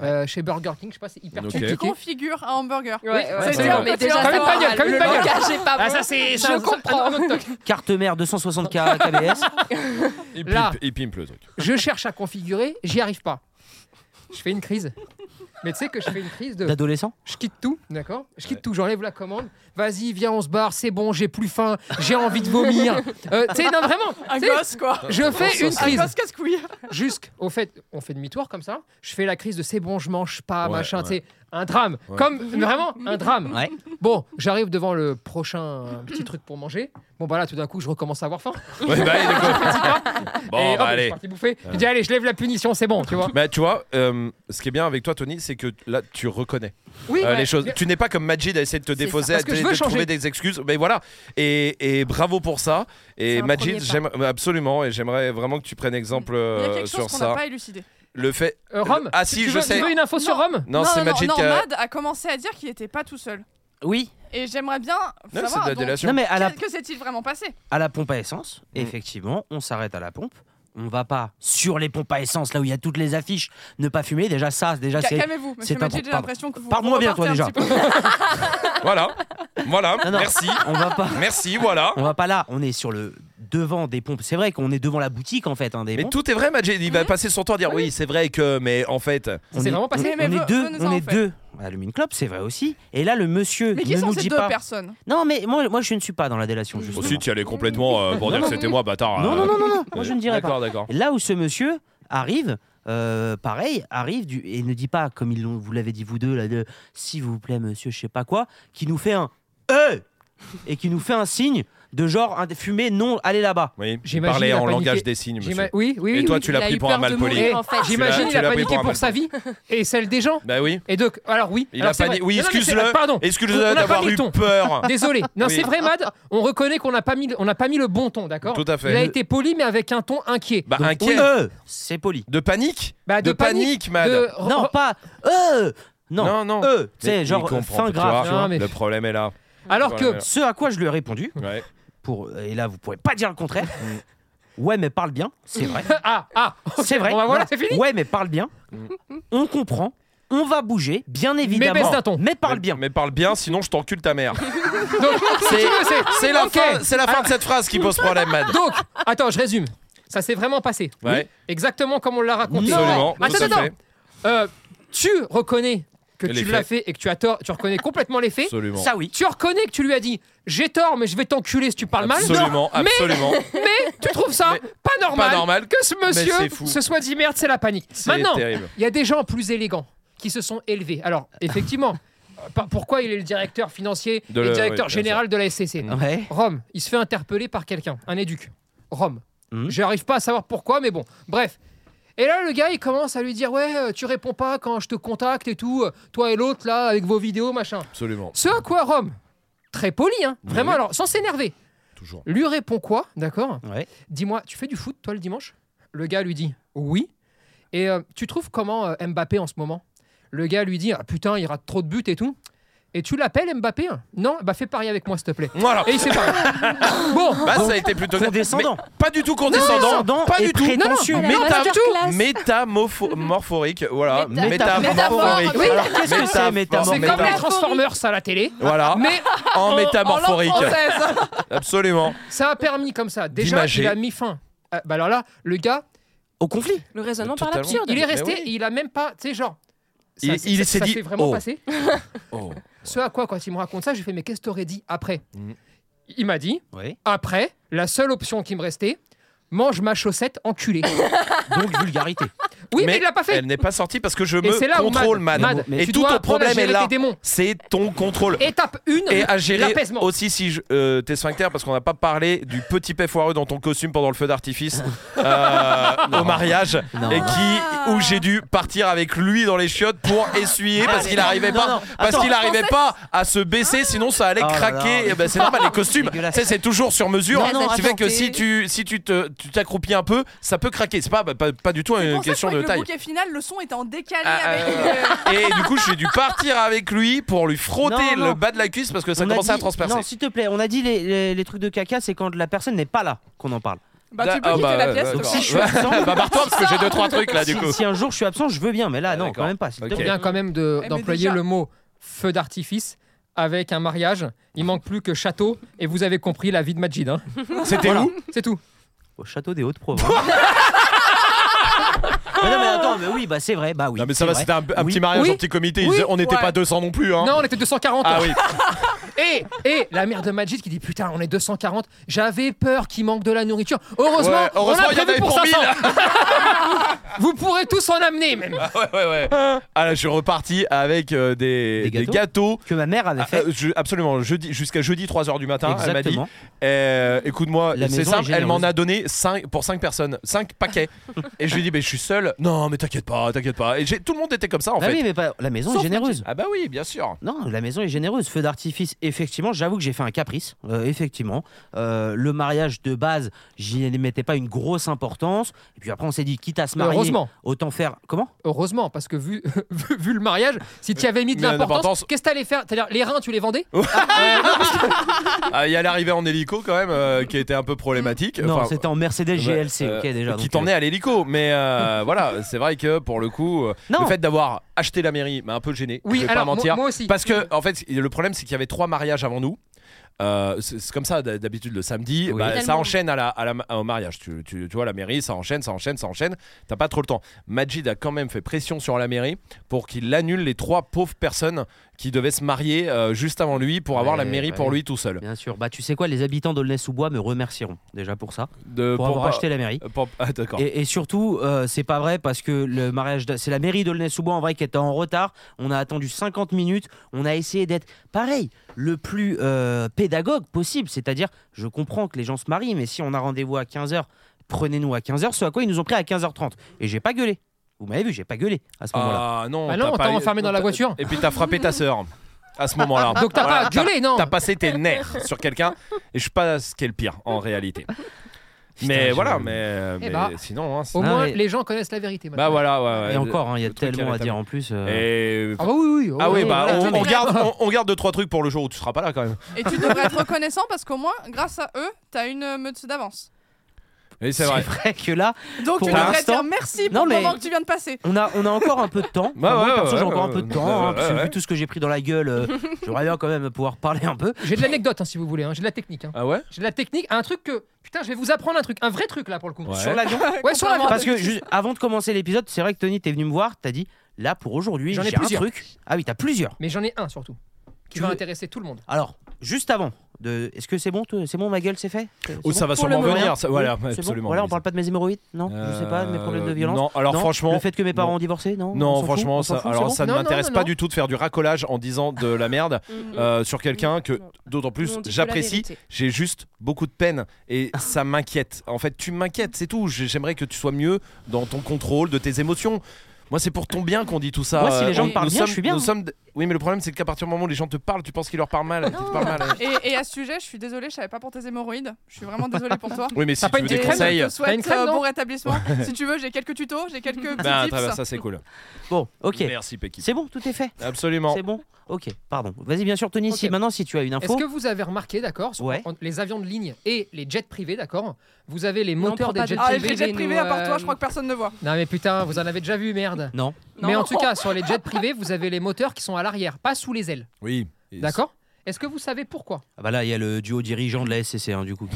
F: Euh, chez Burger King, je sais pas, c'est hyper
C: Ok.
G: Tu
F: compliqué.
G: configures un hamburger.
B: ouais, ouais,
F: c'est
B: ouais,
F: dur,
B: mais
G: mais
B: déjà,
G: comme
B: ça
G: une
B: va,
F: bagnole, comme
B: le
F: une bagnole.
B: langage est pas
F: Ah,
B: bon.
F: ça, Ah c'est.
B: Je comprends.
A: Carte mère 260K KBS.
C: Il
F: Là.
C: pimpe, il pimpe le truc.
F: Je cherche à configurer, j'y arrive pas. Je fais une crise. Mais tu sais que je fais une crise de.
A: D'adolescent.
F: Je quitte tout, d'accord Je quitte
C: Ouais.
F: tout, j'enlève la commande. Vas-y, viens, on se barre, c'est bon, j'ai plus faim, j'ai envie de vomir. Euh, tu sais, non, vraiment
G: Un
F: tu sais,
G: gosse, quoi.
F: Je fais une
G: Un
F: crise.
G: gosse casse-couille.
F: Jusqu'au fait, on fait demi-tour comme ça. Je fais la crise de c'est bon, je mange pas,
C: Ouais,
F: machin,
C: ouais.
F: tu sais. Un drame.
C: Ouais.
F: Comme vraiment un drame.
A: Ouais.
F: Bon, j'arrive devant le prochain euh, petit truc pour manger. Bon, bah là, tout d'un coup, je recommence à avoir faim.
C: Ouais, bah, allez, d'accord.
F: Et
C: Bon, bah,
F: hop, je suis
C: allez.
F: parti bouffer.
C: Ouais.
F: Je dis, allez, je lève la punition, c'est bon, tu vois.
C: Bah, tu vois, euh, ce qui est bien avec toi, Tony, c'est que là, tu reconnais
F: Oui,
C: euh,
F: ouais.
C: les choses. Tu n'es pas comme Majid à essayer de te
B: ça.
C: défausser, à
F: Parce que je
C: essayer
F: veux
C: de
F: changer.
C: trouver des excuses. Mais voilà. Et, et bravo pour ça.
B: C'est
C: Et
B: un
C: Majid,
B: premier pas.
C: j'aime absolument. Et j'aimerais vraiment que tu prennes exemple
G: Il y a
C: euh,
G: quelque
C: sur
G: chose qu'on n'a
C: ça.
G: pas élucidé.
C: Le fait.
F: Euh, Rome,
C: Ah, si,
F: tu
C: je
F: veux,
C: sais.
F: tu veux une info sur Rome
C: Non, c'est Majid qui a.
G: Normad a commencé à dire qu'il n'était pas tout seul.
A: Oui.
G: Et j'aimerais bien
C: Non, c'est de
G: savoir
C: la
G: donc,
C: délation.
A: Non mais à la,
G: qu'est- que s'est-il vraiment passé
A: à la pompe à essence,
C: Mm.
A: effectivement, on s'arrête à la pompe. On va pas sur les pompes à essence là où il y a toutes les affiches. Ne pas fumer. Déjà ça, déjà
G: Ca-
A: c'est.
G: Calmez-vous,
A: c'est
G: monsieur
A: un
G: Magic,
A: bon-
G: j'ai
A: pardon.
G: l'impression que vous.
A: Parle-moi
G: vous
A: bien, toi,
G: repartez un
A: déjà.
G: petit peu.
C: Voilà. Voilà.
A: Non, non.
C: Merci.
A: On va pas.
C: Merci, voilà.
A: On va pas là. On est sur le devant des pompes. C'est vrai qu'on est devant la boutique en fait. hein, des
C: Mais
A: pompes.
C: tout est vrai, Majid. Il va passer son temps à dire oui, c'est vrai que. Mais en fait.
F: Ça s'est
A: est-
F: vraiment passé
A: on est-
G: Mais
A: on
G: veux-
A: est deux,
G: venez-en,
A: on
G: en
A: est
G: fait.
A: deux. Allume une clope, c'est vrai aussi. Et là, le monsieur
G: Mais qui
A: ne
G: sont
A: nous
G: ces
A: dit
G: deux
A: pas.
G: personnes
A: Non, mais moi, moi, je ne suis pas dans la délation. justement.
C: Aussi, tu y allais complètement euh, pour dire que c'était moi, bâtard.
A: Non,
C: euh,
A: non, non, non, non. Moi, je ne dirais pas.
C: D'accord, d'accord.
A: Et Là où ce monsieur arrive, euh, pareil, arrive du, et ne dit pas comme ils l'ont- vous l'avez dit vous deux là, de, s'il vous plaît, monsieur, je sais pas quoi, qui nous fait un, Hey et qui nous fait un signe de genre un- fumez non, allez là-bas.
C: Oui, il
F: J'imagine,
C: parlait
F: il a
C: en
F: paniqué.
C: langage des signes, monsieur.
F: J'ima- Oui, oui,
C: Et
F: oui,
C: toi,
F: oui.
C: tu l'as
B: Il a
C: pris
B: eu
C: pour
B: peur
C: un
B: de
C: mal poli.
B: mourir, en fait.
C: Tu
F: J'imagine
C: l'as-
F: il
C: tu l'as
F: a
C: pris
F: paniqué
C: pour un
F: pour sa vie et celle des gens.
C: Bah oui.
F: Et donc, alors oui.
C: Il
F: alors,
C: a
F: c'est
C: paniqué-
F: vrai.
C: oui,
F: Non, non, mais c'est-
C: excuse-le.
F: Pardon. On- on
C: Excuse-le
F: a
C: d'avoir
F: pas mis
C: eu
F: le ton.
C: peur.
F: Désolé. Non,
C: Oui.
F: c'est vrai, Mad. On reconnaît qu'on n'a pas mis, le- on n'a pas mis le bon ton, d'accord.
C: Tout à fait.
F: Il a été poli, mais avec un ton inquiet.
C: Bah,
F: Donc,
C: inquiet.
F: oui.
A: Euh, c'est poli.
C: De panique
F: Bah, de,
C: De panique, Mad.
F: de-
G: Oh,
A: Non,
F: re-
A: pas euh, non,
C: Non, non.
A: euh, tu
C: Mais
A: sais,
C: il
A: genre euh,
C: comprend,
A: fin
C: tu
A: grave.
C: vois.
A: tu vois.
F: Non, mais-
C: Le problème est là.
F: Alors que,
C: Voilà.
A: Ce à quoi je lui ai répondu,
C: Ouais.
A: pour, et là vous pouvez pas dire le contraire. Mm. Ouais, mais parle bien, c'est vrai.
F: ah, ah,
A: C'est vrai.
F: Bon, bah voilà,
A: Non.
F: c'est fini.
A: Ouais, mais parle bien. On comprend. On va bouger, bien évidemment.
F: baisse d'un ton.
A: Mais parle
C: Mais-
A: bien.
C: Mais parle bien, sinon je t'encule ta mère.
F: donc,
C: C'est-
F: c'est-
C: C'est la
F: Ok.
C: fin, c'est la fin de cette phrase qui pose problème, Mad.
F: Donc, attends, je résume. Ça s'est vraiment passé.
C: Ouais.
F: Exactement comme on l'a raconté.
C: Absolument.
F: Attends,
C: tout à
F: attends.
C: fait.
F: Euh, tu reconnais que
C: Les
F: tu
C: faits.
F: l'as fait et que tu as tort. Tu reconnais complètement les faits.
C: Absolument.
A: Ça oui.
F: Tu reconnais que tu lui as dit j'ai tort, mais je vais t'enculer si tu parles mal.
C: Absolument,
F: Non. Mais-
C: absolument.
F: Mais tu trouves ça pas normal,
C: pas normal.
F: que ce
C: c'est
F: monsieur
C: fou.
F: se soit dit merde, c'est la panique.
C: C'est
F: Maintenant,
C: terrible.
F: il y a des gens plus élégants qui se sont élevés. Alors, effectivement, euh, pas- pourquoi il est le directeur financier
C: De
F: et
C: la-
F: le directeur
C: oui, bien
F: général de la SCC
A: Ouais.
F: Rome, il se fait interpeller par quelqu'un, un éduc. Rome.
A: Mhm.
F: J'arrive pas à savoir pourquoi, mais bon, bref. Et là, le gars, il commence à lui dire Ouais, euh, tu réponds pas quand je te contacte et tout, euh, toi et l'autre là, avec vos vidéos, machin.
C: Absolument.
F: Ce à quoi Rome, très poli, hein, vraiment,
C: Oui.
F: alors, sans s'énerver,
C: Toujours.
F: lui répond quoi, d'accord
A: Ouais.
F: Dis-moi, tu fais du foot, toi, le dimanche Le gars lui dit Oui. Et euh, tu trouves comment euh, Mbappé en ce moment Le gars lui dit Ah putain, il rate trop de buts et tout. Et tu l'appelles Mbappé Non, bah fais parier avec moi, s'il te plaît.
C: Voilà.
F: Et il s'est barré. bon,
C: Bah, ça a été plutôt
A: Condescendant.
C: Mais Pas du tout condescendant.
A: Condescendant
C: pas
A: et
C: du tout.
A: prétentieux.
B: Non, non, mais- Masterclass.
C: Méta- Métamorphorique. Voilà.
B: Méta-
C: Métamorphorique.
B: Métamorphorique.
A: Alors, qu'est-ce que c'est,
C: Bah,
A: métamorphorique
F: c'est comme les
B: métaphore.
F: Transformers à la télé.
C: Voilà.
F: Mais
C: En métamorphorique.
F: en langue française.
C: Absolument.
F: Ça a permis comme ça. Déjà,
C: D'imager.
F: il a mis fin. Ah, bah alors là, le gars,
A: Au conflit.
B: Le raisonnement par
C: Totalement.
B: l'absurde.
F: il est
C: Mais
F: resté,
C: oui.
F: et il a même pas, tu sais, genre. Ça,
C: Il-
F: c'est-
C: il
F: ça-
C: s'est
F: ça
C: dit,
F: s'est vraiment
C: oh.
F: passé.
C: Oh.
F: Ce à quoi, quand il me raconte ça, j'ai fait, mais qu'est-ce que t'aurais dit après
C: Mhm.
F: Il m'a dit,
A: Ouais.
F: après, la seule option qui me restait, mange ma chaussette enculée.
A: Donc vulgarité.
F: oui, mais, il l'a pas fait.
C: Elle n'est pas sortie parce que je
F: Et c'est
C: me
F: là où
C: contrôle,
F: Mad,
C: man.
F: Mad,
C: et
F: tu
C: tout
F: dois
C: ton
F: apprendre à
C: problème est
F: gérer
C: là.
F: tes démons.
C: C'est ton contrôle.
F: Étape 1,
C: Et à gérer
F: l'apaisement.
C: aussi si je, euh, tes sphincters, parce qu'on n'a pas parlé du petit paix foireux dans ton costume pendant le feu d'artifice euh, au mariage,
A: Non.
C: et qui où j'ai dû partir avec lui dans les chiottes pour essuyer parce qu'il n'arrivait
A: Ah, non,
C: pas,
A: non,
C: parce
A: attends.
C: qu'il arrivait pas à se
G: Ah.
C: baisser, sinon ça allait
A: Oh là là,
C: craquer.
A: mais-
C: Eh ben, c'est normal, les costumes, tu
A: Dégueulasse.
C: sais, c'est toujours sur mesure.
A: Non, non,
C: Ce qui fait
A: attends,
C: que
A: t'es-
C: si tu si tu te tu t'accroupis un peu, ça peut craquer. C'est pas, bah, pas pas du tout
G: C'est
C: une
G: pour ça que
C: question de
G: je crois que
C: taille.
G: Le bouquet final, le son était en décalé
C: Ah,
G: avec.
C: euh,
G: euh,
C: Et du coup, j'ai dû partir avec lui pour lui frotter
A: Non, non.
C: le bas de la cuisse parce que ça
A: On a
C: commençait à
A: dit-
C: transpercer.
A: Non, s'il te plaît, on a dit les, les- les trucs de caca, c'est quand la personne n'est pas là qu'on en parle.
G: Bah, tu peux
C: Ah,
G: quitter
C: bah,
G: la
C: ouais,
G: pièce.
A: Donc
C: d'accord.
A: si je suis absent,
C: Ouais, bah barre-toi parce que j'ai deux trois trucs là du
A: si,
C: coup.
A: si un jour je suis absent, je veux bien, mais là
C: Ah,
A: non,
C: d'accord.
A: quand même pas. s'il te
C: Ok.
A: plaît.
F: bien quand même de-
G: Eh, mais
F: d'employer
G: déjà-
F: le mot feu d'artifice avec un mariage. Il manque plus que château et vous avez compris la vie de Majid. hein.
C: C'était où
F: C'est tout.
A: Au château des Hauts-de-Provence. mais non mais attends, mais oui, bah c'est vrai, bah oui.
C: Non mais ça
A: c'est
C: va,
A: vrai.
C: c'était un, un
A: Oui.
C: petit mariage,
F: Oui.
C: un petit comité. ils
F: Oui.
C: disaient- on n'était
G: Ouais.
C: pas 200 non plus hein.
F: Non, on était 240.
C: Ah oui.
F: Et, et la mère de Majid qui dit Putain, on est 240. J'avais peur qu'il manque de la nourriture. Heureusement,
C: Ouais, heureusement,
F: on a
C: il y en
F: prévu
C: avait
F: pour
C: pour
F: 500. Vous pourrez tous en amener même.
C: ouais ouais ouais. Ah là, je suis reparti avec euh, des,
A: Des
C: des
A: gâteaux
C: gâteaux.
A: Que ma mère avait
C: Ah,
A: fait.
C: euh, je- absolument, jeudi, jusqu'à jeudi 3h du matin, elle m'a dit
A: Exactement.
C: euh, écoute-moi,
A: La
C: c'est
A: maison
C: simple,
A: est
C: elle m'en
A: généreuse.
C: a donné 5 pour 5 personnes, 5 paquets. et je lui ai dit mais je suis seul. Non, mais t'inquiète pas, t'inquiète pas. Et j'ai- tout le monde était comme ça en
A: Ah
C: fait.
A: oui, mais pas- la maison est généreuse.
C: Ah bah oui, bien sûr.
A: Non, la maison est généreuse. Feu d'artifice, effectivement, j'avoue que j'ai fait un caprice, euh, effectivement. Euh, le mariage de base, j'y mettais pas une grosse importance. Et puis après, on s'est dit, quitte à se marier,
F: Heureusement.
A: autant faire. Comment
F: Heureusement, parce que vu, vu, vu le mariage, si tu avais mis de
C: Mais l'importance-
F: l'importance, qu'est-ce que t'allais faire T'allais- Les reins, tu les vendais
C: Ah, Il y a l'arrivée en hélico quand même euh, qui était un peu problématique.
A: Non,
C: Enfin,
A: c'était en Mercedes GLC,
C: Ouais,
A: ok,
C: euh,
A: déjà.
C: Qui
A: donc,
C: t'emmenait à l'hélico. Mais euh, voilà, c'est vrai que pour le coup, euh,
A: Non.
C: le fait d'avoir acheté la mairie m'a un peu gêné.
F: Oui,
C: je vais
F: alors
C: pas
F: moi-
C: mentir.
F: moi aussi.
C: Parce que, en fait, le problème, c'est qu'il y avait trois mariages avant nous. Euh, c'est c'est comme ça d- d'habitude le samedi,
A: Oui.
C: bah, ça
B: Tellement.
C: enchaîne à la, à la- au mariage. Tu, tu- tu vois, la mairie, ça enchaîne, ça enchaîne, ça enchaîne. T'as pas trop le temps. Majid a quand même fait pression sur la mairie pour qu'il annule les trois pauvres personnes qui devaient se marier euh, juste avant lui pour avoir
A: Ouais,
C: la mairie
A: bah
C: pour
A: oui.
C: lui tout seul.
A: Bien sûr. Bah, tu sais quoi, les habitants d'Aulnay-sous-Bois me remercieront déjà pour ça,
C: De,
A: pour, avoir
C: Euh, pas-
A: acheté la mairie.
C: pour- ah, d'accord.
A: Et, et surtout, euh, c'est pas vrai parce que le mariage, de- c'est la mairie d'Aulnay-sous-Bois en vrai qui était en retard. On a attendu 50 minutes. On a essayé d'être pareil, le plus euh, pédagogue possible. C'est-à-dire, je comprends que les gens se marient, mais si on a rendez-vous à 15h, prenez-nous à 15h. Ce à quoi ils nous ont pris à 15h30. Et j'ai pas gueulé. Vous m'avez vu, j'ai pas gueulé à ce moment-là.
C: Ah non,
F: Bah non,
C: t'as
F: on t'a
C: pas-
F: enfermé dans la
C: t'as-
F: voiture.
C: Et puis t'as frappé ta sœur à ce moment-là.
F: Donc t'as
C: Ah, Voilà,
F: pas gueulé, non
C: T'as passé tes nerfs sur quelqu'un et je sais pas ce qui est le pire en réalité. mais
A: je-
C: voilà,
A: Eh
C: mais, mais
F: bah.
C: sinon. hein, c'est-
F: Au
A: Non,
F: moins,
A: mais-
F: les gens connaissent la vérité.
C: bah
F: maintenant.
C: voilà, ouais, ouais.
A: Et encore, hein, il y a
C: Le truc est
A: tellement à
C: rétabli.
A: dire en plus. euh,
C: Et-
F: Ah bah oui, oui.
C: Ah oui,
F: oui,
C: bah
F: voilà,
C: on,
F: tout
C: on
F: est-
C: garde, on, on garde deux trois trucs pour le jour où tu seras pas là quand même.
G: Et tu devrais être reconnaissant parce qu'au moins, grâce à eux, t'as une euh, meute d'avance.
C: Oui,
A: C'est vrai que là,
G: Donc
A: Pour
G: tu devrais
A: l'instant-
G: dire merci pour
A: Non,
G: le
A: mais-
G: moment que tu viens de passer.
A: on a, on a encore un peu de temps.
C: Ouais,
A: Enfin, moi,
C: ouais,
A: perso,
C: ouais,
A: j'ai encore
C: ouais,
A: un peu de
C: ouais,
A: temps. hein,
C: ouais,
A: parce que
C: ouais.
A: vu tout ce que j'ai pris dans la gueule, euh, j'aimerais bien quand même pouvoir parler un peu.
F: J'ai de l'anecdote hein, si vous voulez. hein, J'ai de la technique. hein.
C: Ah ouais.
F: J'ai de la technique. Un truc que. Putain, je vais vous apprendre un truc. Un vrai truc là pour le coup.
C: Ouais.
A: Sur l'avion,
F: Ouais, sur Ah, bah, la
A: Parce que juste avant de commencer l'épisode, c'est vrai que Tony, t'es venu me voir, t'as dit là pour aujourd'hui,
F: J'en ai
A: j'ai un
F: plusieurs.
A: truc. Ah oui, t'as plusieurs.
F: Mais j'en ai un surtout. Qui
A: Tu
F: va
A: veux-
F: intéresser tout le monde.
A: Alors, juste avant, de... est-ce que c'est bon, tout- c'est bon, ma gueule, c'est fait C'est-
C: Oh,
A: c'est
C: ça
A: bon
C: va
A: pour le
C: sûrement
A: moment
C: venir, ça- voilà,
A: Oui, c'est bon
C: absolument,
A: Voilà, on
C: oui.
A: parle pas de mes hémorroïdes, non Je sais pas, de mes problèmes de
C: Euh,
A: violence.
C: Non, alors
A: Non,
C: franchement.
A: le fait que mes parents ont divorcé, non On
C: Non,
A: s'en fout
C: franchement,
A: On s'en
C: ça,
A: fout,
C: alors
A: c'est
C: ça ne
F: Non, non,
C: m'intéresse
F: non,
C: pas
F: non.
C: du tout de faire du racolage en disant de la merde euh, sur quelqu'un que,
B: Non.
C: d'autant plus,
B: Nous, on dit que la
C: j'apprécie.
B: vérité.
C: J'ai juste beaucoup de peine et ça m'inquiète. En fait, tu m'inquiètes, c'est tout. J'ai- J'aimerais que tu sois mieux dans ton contrôle de tes émotions. Moi, c'est pour ton bien qu'on dit tout ça.
A: Moi, si les
C: Euh,
A: gens
C: on-
A: me parlent
C: nous
A: bien,
C: sommes-
A: je suis bien.
C: nous sommes d- Oui, mais le problème, c'est qu'à partir du moment où les gens te parlent, tu penses qu'ils leur parlent mal. Ils te parlent mal.
G: Et, et à ce sujet, je suis désolée, je savais pas pour tes hémorroïdes. Je suis vraiment désolée pour toi.
C: Oui, mais si
F: T'as pas
C: tu veux des
F: une
G: Et
F: crème
C: conseils, ben,
G: Je te souhaite
F: une crème,
G: euh,
F: non
G: bon rétablissement. si tu veux, j'ai quelques tutos, j'ai quelques petits
C: bah, à
G: tips.
C: travers ça, c'est cool.
A: Bon, ok.
C: Merci, Peggy.
A: C'est bon, tout est fait
C: Absolument.
A: C'est bon Ok, pardon. Vas-y, bien sûr, Tony, si
F: Ok.
A: maintenant, si tu as une
F: Est-ce
A: info.
F: que vous avez remarqué, d'accord, sur-
A: Ouais.
F: en- les avions de ligne et les jets privés, d'accord Vous avez les
B: Non, on
F: moteurs
B: prend
F: des
B: pas
F: jets
B: de-
G: Ah,
F: privés.
G: les jets
B: nous,
G: privés, à part
B: euh,
G: toi, je crois que personne ne voit.
F: Non mais putain, vous en avez déjà vu, merde.
A: Non.
F: Mais en
B: Non.
F: tout cas, sur les jets privés, vous avez les moteurs qui sont à l'arrière, pas sous les ailes,
C: Oui. Et-
F: d'accord Est-ce que vous savez pourquoi
A: Ah bah là, il y a le duo dirigeant de la SCC, hein, du coup.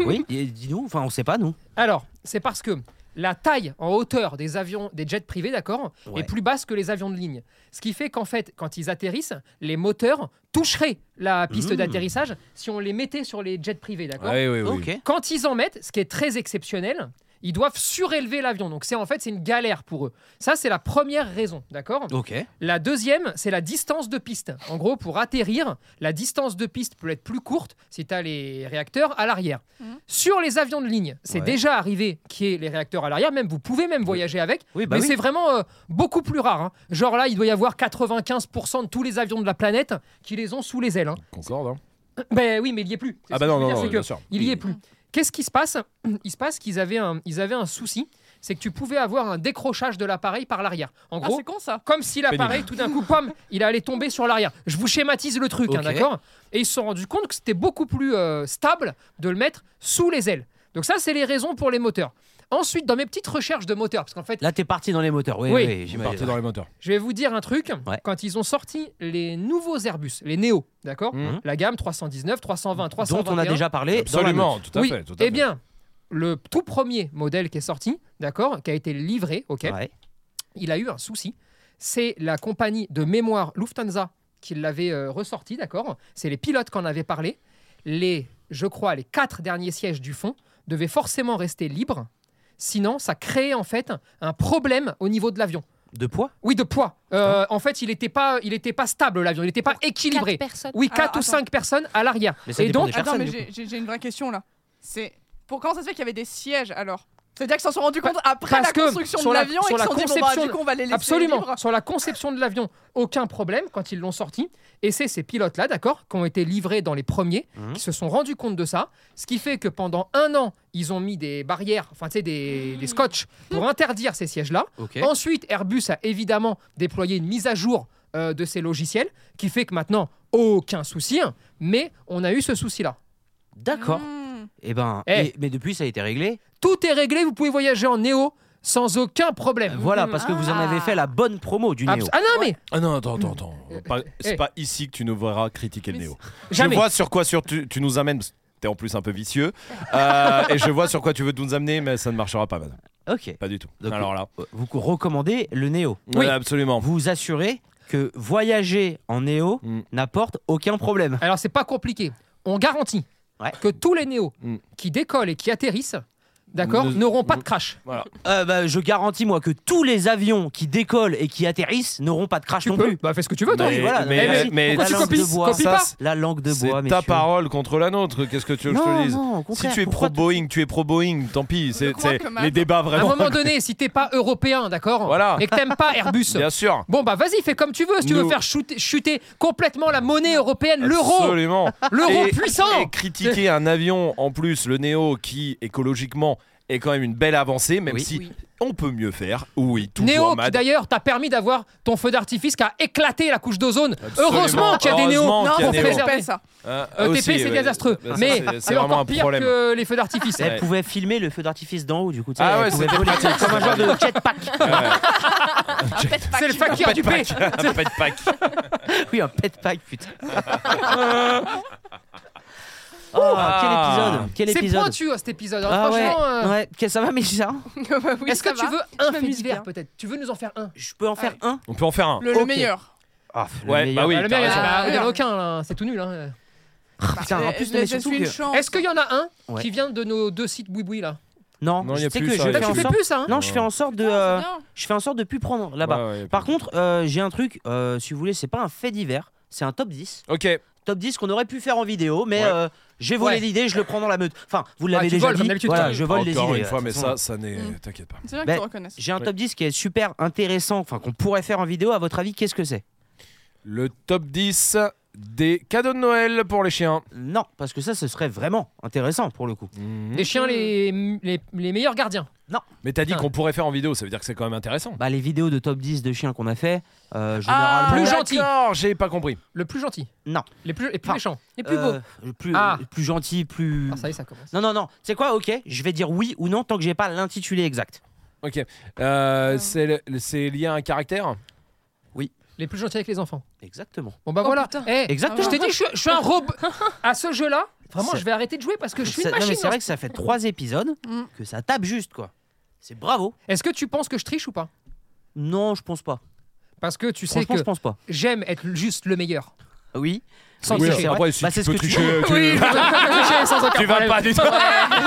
A: oui, et dis-nous, enfin, on sait pas, nous.
F: Alors, c'est parce que la taille en hauteur des avions, des jets privés, d'accord,
A: Ouais.
F: est plus basse que les avions de ligne. Ce qui fait qu'en fait, quand ils atterrissent, les moteurs toucheraient la piste
A: Mmh.
F: d'atterrissage si on les mettait sur les jets privés, d'accord
C: Ouais, oui, oui.
A: Ok.
F: Quand ils en mettent, ce qui est très exceptionnel, ils doivent surélever l'avion. Donc c'est en fait c'est une galère pour eux. Ça c'est la première raison, d'accord
A: Ok.
F: La deuxième, c'est la distance de piste. En gros, pour atterrir, la distance de piste peut être plus courte si tu as les réacteurs à l'arrière.
G: Mhm.
F: Sur les avions de ligne, c'est
A: Ouais.
F: déjà arrivé qu'il y ait les réacteurs à l'arrière, même vous pouvez même voyager avec,
A: Oui, bah
F: mais
A: oui.
F: c'est vraiment euh, beaucoup plus rare. hein. Genre là, il doit y avoir 95% de tous les avions de la planète qui les ont sous les ailes. hein.
C: Concorde. hein.
F: Ben oui, mais il n'y est plus. C'est
C: Ah
F: ce
C: bah
F: que je
C: non,
F: veux
C: non,
F: dire,
C: non,
F: c'est que
C: bien sûr.
F: il y est plus. Qu'est-ce qui se passe Il se passe qu'ils avaient un, ils avaient un souci, c'est que tu pouvais avoir un décrochage de l'appareil par l'arrière. En
G: Ah,
F: gros,
G: c'est con ça.
F: comme si l'appareil tout d'un coup, pam, il allait tomber sur l'arrière. Je vous schématise le truc, hein,
A: Ok.
F: d'accord Et ils se sont rendus compte que c'était beaucoup plus euh, stable de le mettre sous les ailes. Donc ça, c'est les raisons pour les moteurs. Ensuite, dans mes petites recherches de moteurs, parce qu'en fait,
A: Là, t'es parti dans les moteurs. Oui,
F: Oui.
A: oui,
C: Vous partez
A: j'imagine.
C: dans les moteurs.
F: je vais vous dire un truc.
A: Ouais.
F: Quand ils ont sorti les nouveaux Airbus, les Neo, d'accord
C: Mhm.
F: La gamme 319, 320, 321.
A: Dont on a déjà parlé. dans la
C: Absolument, tout à
F: oui.
C: fait. tout à
F: eh
C: fait.
F: bien, le tout premier modèle qui est sorti, d'accord, qui a été livré, ok,
A: note. Ouais.
F: il a eu un souci. C'est la compagnie de mémoire Lufthansa qui l'avait euh, ressorti, d'accord. C'est les pilotes qu'on avait parlé. Les, je crois, les quatre derniers sièges du fond devaient forcément rester libres. Sinon, ça créait en fait un problème au niveau de l'avion.
A: De poids
F: Oui, de poids. Euh, en fait, il n'était pas, il était pas stable l'avion. Il n'était pas équilibré.
B: Quatre personnes.
F: Oui,
G: Alors,
F: quatre ou
G: attends.
F: cinq personnes à l'arrière.
A: Mais ça
F: Et
A: dépend
F: donc,
A: des
G: Attends,
A: personnes,
G: Ah mais
A: du
G: j'ai j'ai- j'ai une vraie question là. C'est pour comment ça se fait qu'il y avait des sièges alors C'est-à-dire qu'ils s'en sont rendus compte après
F: Bah, parce
G: la
F: que
G: construction
F: sur
G: de
F: la-
G: l'avion et
F: sur
G: qu'ils
F: la
G: se sont dit bon, bah,
F: conception-
G: du coup on va les laisser
F: Absolument.
G: libres.
F: Sur la conception de l'avion, aucun problème quand ils l'ont sorti. Et c'est ces pilotes-là, d'accord, qui ont été livrés dans les premiers,
A: Mhm.
F: qui se sont rendus compte de ça. Ce qui fait que pendant un an, ils ont mis des barrières, enfin, tu sais, des,
G: Mmh.
F: des scotch pour interdire ces sièges-là.
A: Ok.
F: Ensuite, Airbus a évidemment déployé une mise à jour euh, de ces logiciels, qui fait que maintenant, aucun souci. hein, mais on a eu ce souci-là.
A: D'accord.
G: Hmm.
A: Eh ben,
F: Eh.
A: et- mais depuis, ça a été réglé.
F: Tout est réglé, vous pouvez voyager en néo sans aucun
C: Euh,
F: problème.
A: Voilà, parce que vous en avez fait la bonne promo du Néo.
F: Abs- ah non, mais
C: Ah non, attends, attends, attends.
F: Euh,
C: Pas-
F: eh.
C: C'est pas ici que tu nous verras critiquer le
G: Mais
C: Néo.
F: jamais.
C: Je vois sur quoi sur tu, tu nous amènes. parce que T'es en plus un peu vicieux. Euh, et je vois sur quoi tu veux nous amener, mais ça ne marchera pas, madame.
A: Ok.
C: Pas du tout.
A: Donc,
C: Alors là,
A: Vous recommandez le Néo.
C: Ouais, absolument.
A: Vous assurez que voyager en Néo
C: Mm.
A: n'apporte aucun problème.
F: Alors, c'est pas compliqué. On garantit
A: Ouais.
F: que tous les E néos
C: Mm.
F: qui décollent et qui atterrissent d'accord,
C: Ne-
F: n'auront pas de crash.
A: Euh, bah, je garantis moi que tous les avions qui décollent et qui atterrissent n'auront pas de crash
F: Tu
A: non
F: peux,
A: plus.
F: bah fais ce que tu veux, toi.
A: Mais-
F: Eh,
A: voilà,
C: mais-
A: merci.
C: mais-
A: la
F: Pourquoi tu
A: langue
F: copies-
A: de bois,
F: copies pas
C: c'est-
A: la langue de
C: C'est
A: bois,
C: ta
A: messieurs.
C: parole contre la nôtre. Qu'est-ce que tu veux que je te
A: Non,
C: dise
A: non, au
C: Si
A: contraire,
C: tu es pro
A: pourquoi
C: Boeing, tu es pro Boeing. Tant pis. C'est
G: crois
C: c'est
G: que Matt-
C: les débats
F: À un
C: vraiment.
F: moment donné, si t'es pas européen, d'accord,
C: Voilà.
F: et que t'aimes pas Airbus,
C: Bien sûr.
F: bon bah vas-y, fais comme tu veux. Si tu veux
C: Nous-
F: faire chuter, chuter complètement la monnaie européenne, l'euro,
C: Absolument.
F: l'euro
C: Et-
F: puissant.
C: Et critiquer un avion en plus, le Néo, qui écologiquement est quand même une belle avancée, même
A: Oui.
C: si
B: Oui.
C: on peut mieux faire. Oui, toujours
F: Néo, E qui
C: Matt.
F: d'ailleurs t'a permis d'avoir ton feu d'artifice qui a éclaté la couche d'ozone. Heureusement qu'il y a des E néos.
C: Heureusement
G: Non,
C: qu'il y a
G: faut
C: des E
F: néo.
G: faire
C: néos.
G: respect, ça.
C: Hein,
F: Euh,
C: aussi,
F: TP, c'est
C: ouais.
F: désastreux.
C: Ça,
F: Mais
C: c'est- c'est
F: c'est
C: vraiment un
F: encore pire
C: problème.
F: que les feux d'artifice.
A: Elle
C: Ouais.
A: pouvait filmer le feu d'artifice d'en haut, du coup. tu sais,
C: Ah
A: elle
C: ouais,
A: pouvait
C: c'était
A: voler
C: pratique,
A: comme un
C: c'était
A: genre de
C: pratique.
A: jetpack.
F: C'est le fakir du pays.
C: Un pet pack.
A: oui, un petpack, putain. oh,
C: Ah.
A: quel épisode Quel
F: C'est
A: épisode
F: pointu hein, cet épisode. hein.
A: Ah ouais,
F: Franchement, euh,
A: ouais. Que- Ça va, Mélissa
F: est-ce que tu hein. veux
G: Je
F: un fait
G: m'amuse
F: divers
G: bien.
F: peut-être Tu veux nous en faire un
A: Je peux en faire un
C: On peut en faire un.
G: le, le
A: Ok.
G: meilleur
A: Ah, le
C: Ouais,
A: meilleur.
C: bah oui.
F: Ah, le
C: t'as
F: mien, il y en a-
C: raison.
F: bah, il y en a aucun là. C'est tout nul. hein.
A: Ah, Putain, en plus,
G: Je
A: non, mais
G: laisse
A: surtout
G: une
A: que...
G: chance.
F: Est-ce qu'il y en a un
A: Ouais.
F: qui vient de nos deux sites boui là
A: Non,
C: Non,
A: je
C: y a
A: sais
C: plus
A: que
C: ça,
A: je
C: y a
A: fais
F: Là,
A: en
F: tu fais
A: sorte...
F: plus ça. hein
A: Non, je fais en sorte de...
G: Non, c'est
A: euh,
G: bien.
A: Je fais en sorte de plus prendre là-bas.
C: Ouais, ouais,
A: Par contre, euh, j'ai un truc, euh, si vous voulez, c'est pas un fait divers, c'est un top 10.
C: Ok.
A: Top 10 qu'on aurait pu faire en vidéo, mais
C: Ouais.
A: euh, j'ai volé
F: Ouais.
A: l'idée, je le prends dans la meute. Enfin, vous
F: Ah,
A: l'avez
F: tu
A: déjà
F: voles, comme
A: dit,
F: d'habitude,
A: voilà,
F: toi.
A: je vole les idées.
C: Encore une fois,
A: de
C: mais
A: toute façon.
C: ça, ça n'est.
G: Mm.
C: T'inquiète pas.
G: C'est bien
A: Ben,
F: bah,
G: que tu reconnaisses.
A: J'ai un
C: Ouais.
A: top 10 qui est super intéressant, enfin qu'on pourrait faire en vidéo. À votre avis, qu'est-ce que c'est
C: Le top 10 des cadeaux de Noël pour les chiens.
A: Non, parce que ça, ce serait vraiment intéressant pour le coup.
C: Mhm.
F: Les chiens, les, les, les meilleurs gardiens.
C: Mais t'as dit
F: Putain.
C: qu'on pourrait faire en vidéo, ça veut dire que c'est quand même intéressant.
A: Bah, les vidéos de top 10 de chiens qu'on a fait, euh,
G: Ah,
A: généralement.
F: plus
C: D'accord,
F: gentil.
C: j'ai pas compris.
F: Le plus gentil.
A: Non.
F: Les plus, les plus
A: Non.
F: méchants. Les
A: euh, plus,
F: Ah.
A: plus gentil, plus.
F: Ah, ça y est, ça commence.
A: non, non, non. C'est quoi Ok, je vais dire oui ou non tant que j'ai pas l'intitulé exact.
C: Ok. Euh, c'est le- C'est lié à un caractère
F: Les plus gentils avec les enfants.
A: Exactement.
F: Bon bah
G: Oh,
F: voilà.
G: putain.
F: Eh,
A: Exactement.
F: Je t'ai dit, je, suis- je suis un robot. À ce jeu-là, vraiment,
A: C'est-
F: je vais arrêter de jouer parce que je suis
A: Ça-
F: une
A: non, mais
F: machine.
A: c'est vrai que ça fait trois épisodes
G: Mm.
A: que ça tape juste quoi. C'est bravo.
F: Est-ce que tu penses que je triche ou pas
A: Non, je pense pas.
F: Parce que tu sais
A: Franchement,
F: que
A: je pense pas.
F: j'aime être juste le meilleur.
A: Oui.
F: Sans
A: Oui,
F: tricher.
A: c'est vrai.
C: après, si
A: Bah,
C: tu
A: c'est ce
C: peux
A: que tu-
C: tricher, tu-
F: Oui, je peux tricher sans aucun
C: tu vas
F: problème.
C: pas du tout.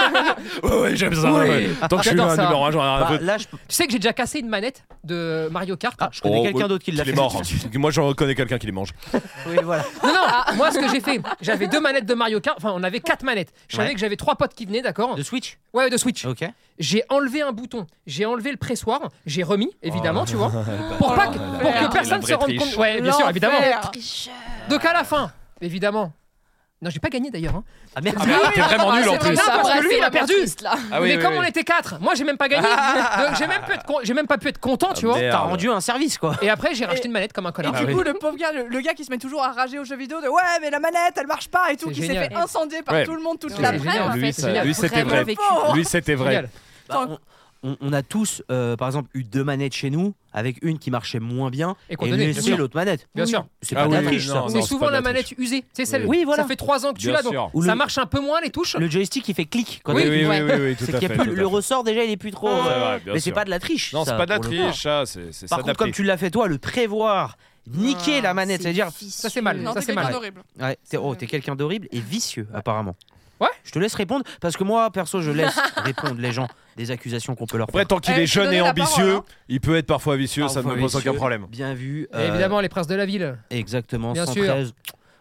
C: ouais, ouais, j'aime ça.
F: Oui.
C: ouais. Tant que je suis
F: J'adore
C: un
F: ça.
C: numéro un, j'en ai rien à
A: Bah,
C: foutre.
A: là, je,
F: Tu sais que j'ai déjà cassé une manette de Mario Kart.
A: ah, je connais
C: Oh,
A: quelqu'un
C: oui,
A: d'autre qui l'a
C: Il
A: fait.
C: est mort. Moi, j'en reconnais quelqu'un qui les mange.
A: Oui, voilà.
F: Non, non, moi ce que j'ai fait, j'avais deux manettes de Mario Kart, enfin on avait quatre manettes. Je savais
A: Ouais.
F: que j'avais trois potes qui venaient, d'accord
A: De Switch.
F: Ouais, de
C: Oh.
F: Switch.
A: Ok.
F: J'ai enlevé un bouton, j'ai enlevé le pressoir, j'ai remis, évidemment,
C: Oh.
F: tu
C: Bah,
F: vois, pour, pas que, pour
G: la
F: que personne se
C: vraie
F: rende
C: triche.
F: compte. Ouais, bien sûr, évidemment.
G: L'enfer.
F: Donc à la fin, évidemment. Non, j'ai pas gagné d'ailleurs. hein.
A: Ah merde.
C: Ah, mais t'es vraiment nul
G: Ah,
C: en
G: c'est
C: plus.
G: vrai,
F: Non, parce
G: ouais,
F: que lui, il
G: c'est
F: a
G: vraiment
F: perdu.
G: triste, là.
C: Ah oui,
F: Mais
C: oui,
F: comme
C: oui.
F: on était quatre, moi j'ai même pas gagné. donc j'ai même, pu être con- j'ai même pas pu être content, tu vois.
C: merde.
A: Oh, T'as rendu un service quoi.
F: Et après, j'ai racheté une manette comme un
G: Et
F: connard.
C: Ah
G: du
C: oui.
G: coup, le pauvre gars, le, le gars qui se met toujours à rager aux jeux vidéo de ouais, mais la manette elle marche pas et tout,
F: C'est
G: qui s'est
F: génial.
G: fait incendier par
C: Ouais.
G: tout le monde toute
F: C'est
G: la
F: génial,
G: l'après.
F: lui,
C: Lui,
F: c'est
C: ça-
F: génial.
C: lui, c'était
B: Vraiment
C: vrai.
B: vécu.
C: Lui, c'était vrai.
F: Génial.
A: Bah, on, on- on a tous, euh, par exemple, eu deux manettes chez nous, avec une qui marchait moins bien
F: Et
A: et,
F: qu'on donnait, bien
A: laissé
F: sûr.
A: l'autre manette.
F: Bien sûr.
A: C'est
C: Ah
A: pas de la
C: oui,
A: triche,
C: non,
A: ça.
C: non.
F: C'est
C: c'est
F: souvent
C: pas de
F: la
C: la
F: manette
C: triche.
F: usée. C'est celle
A: Oui, voilà.
F: Ça fait trois ans que tu
C: Bien
F: l'as, donc
C: sûr.
A: Ou
F: ça
A: le-
F: marche un peu moins les touches.
A: Le joystick il fait clic quand
C: Oui,
A: il-
C: oui, oui,
B: Ouais.
C: oui, oui,
A: C'est
C: tout à
A: qu'il y a
C: fait.
A: plus-
C: tout à
A: le
C: fait.
A: ressort déjà il est plus trop.
C: C'est
A: euh,
C: vrai, bien
A: mais c'est
C: sûr.
A: pas de la triche.
C: Non, c'est
A: ça,
C: pas de la
A: pour le coup.
C: triche, Ah, ça, c'est c'est
A: Par contre,
C: s'adapter.
A: comme tu l'as fait toi, le prévoir, niquer la manette, c'est-à-dire
F: Ça, c'est mal.
G: Non,
F: Ça,
G: t'es
F: c'est mal.
G: quelqu'un d'horrible.
A: Ouais, t'es oh, t'es quelqu'un d'horrible et vicieux, apparemment.
F: Ouais.
A: Je te laisse répondre, parce que moi, perso, je laisse répondre les gens des accusations qu'on peut leur
C: Après,
A: faire.
C: tant qu'il
G: Eh,
C: est
G: je te
C: jeune
G: donnais
C: et
G: la parole,
C: ambitieux,
G: hein.
C: il peut être parfois vicieux, ça ne
A: Parfois
C: me pose aucun
A: vicieux.
C: problème.
A: Bien vu.
F: Et
A: euh,
F: Évidemment, les princes de la ville.
A: Exactement,
F: Bien sûr.
A: 113.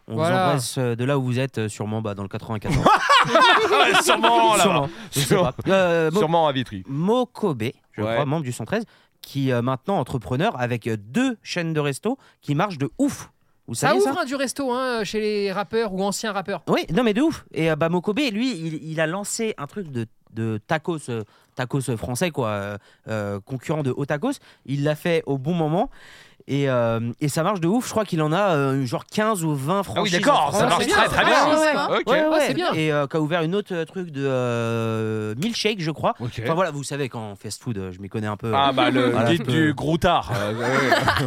A: On vous
F: Voilà.
A: embrasse euh, de là où vous êtes, euh, sûrement bah, dans le 94.
C: Ah Ouais, sûrement, là
A: sûrement. Je sais pas. Euh, Mo-
C: Sûrement à Vitry.
A: Mokobe, je
C: Ouais.
A: crois, membre du 113, qui est maintenant entrepreneur avec euh, deux chaînes de resto qui marchent de ouf. Vous
F: Ça
A: savez ça,
F: ouvre hein, du resto hein, chez les rappeurs ou anciens rappeurs.
A: Oui, non mais de ouf. Et euh, bah, Mokobe, lui, il, il a lancé un truc de, de tacos, euh, tacos français, quoi, euh, euh, concurrent de Otakos. Il l'a fait au bon moment. Et, euh, et ça marche de ouf. Je crois qu'il en a euh, genre 15 ou 20 franchises. en France.
F: Ah ça marche très, très bien.
G: Ah, ouais.
C: Ok.
A: Ouais,
F: Ah,
A: ouais.
F: c'est bien.
A: Et euh, qu'a ouvert une autre euh, truc de euh, milkshake, je crois.
C: Ok. Euh,
A: Enfin voilà, vous savez, quand fast food, euh, je m'y connais un peu.
C: Ah bah le
A: Voilà,
C: guide
A: je peux-
C: du groutard. Euh, ouais.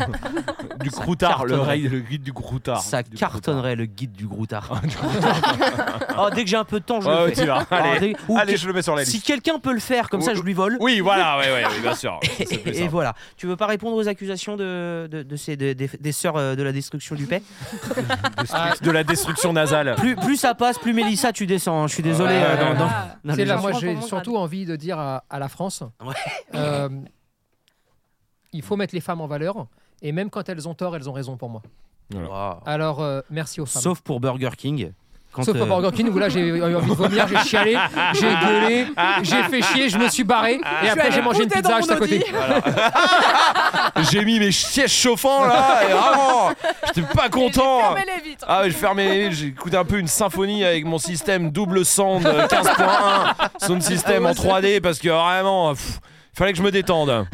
C: du croutard, le,
A: cartonnerait.
C: rail- le guide du croutard.
A: ça
C: bah, Du Ah,
A: cartonnerait le guide du groutard. oh, dès que j'ai un peu de temps, je
C: croutard.
A: le
C: Ouais,
A: fais.
C: tu vas.
A: Ah,
C: Allez,
A: dès- ou
C: allez,
A: que-
C: je le mets sur la
A: si
C: liste.
A: quelqu'un peut le faire comme comme ça je lui vole.
C: Oui, voilà, ouais, ouais, oui, bien sûr.
A: Et,
C: C'est plus
A: et
C: simple.
A: voilà. Tu veux pas répondre aux accusations de, de, de ces, de- des, des sœurs euh, de la destruction du paix
F: Ah,
C: De la destruction nasale.
A: plus, plus ça passe, plus Mélissa, tu descends. hein. Je suis désolé.
F: Ouais,
A: euh,
F: ouais,
A: dans- dans-
B: Ah.
A: dans
F: c'est
A: les
F: là,
A: gens.
F: moi,
B: gens.
F: j'ai
B: Franchement,
F: surtout envie de dire à, à la France
A: Ouais.
F: euh, il faut mettre les femmes en valeur. Et même quand elles ont tort, elles ont raison pour moi.
A: Wow.
C: Ah,
F: Alors, euh, merci aux femmes.
A: Sauf pour Burger King. Quand,
F: Sauf
A: euh,
F: pour Burger King, où là j'ai eu envie de vomir, j'ai chialé, j'ai gueulé, j'ai fait chier, je me suis barré et après j'ai mangé une
G: bouder
F: pizza
G: dans
F: juste à
G: mon Audi.
F: côté.
C: J'ai mis mes sièges chauffants là, et vraiment, j'étais pas content.
G: Fermez les vitres.
C: Ah, j'ai fermé, j'ai écouté un peu une symphonie avec mon système double sound euh, 15.1, sound system en 3D parce que vraiment, pff, fallait que je me détende.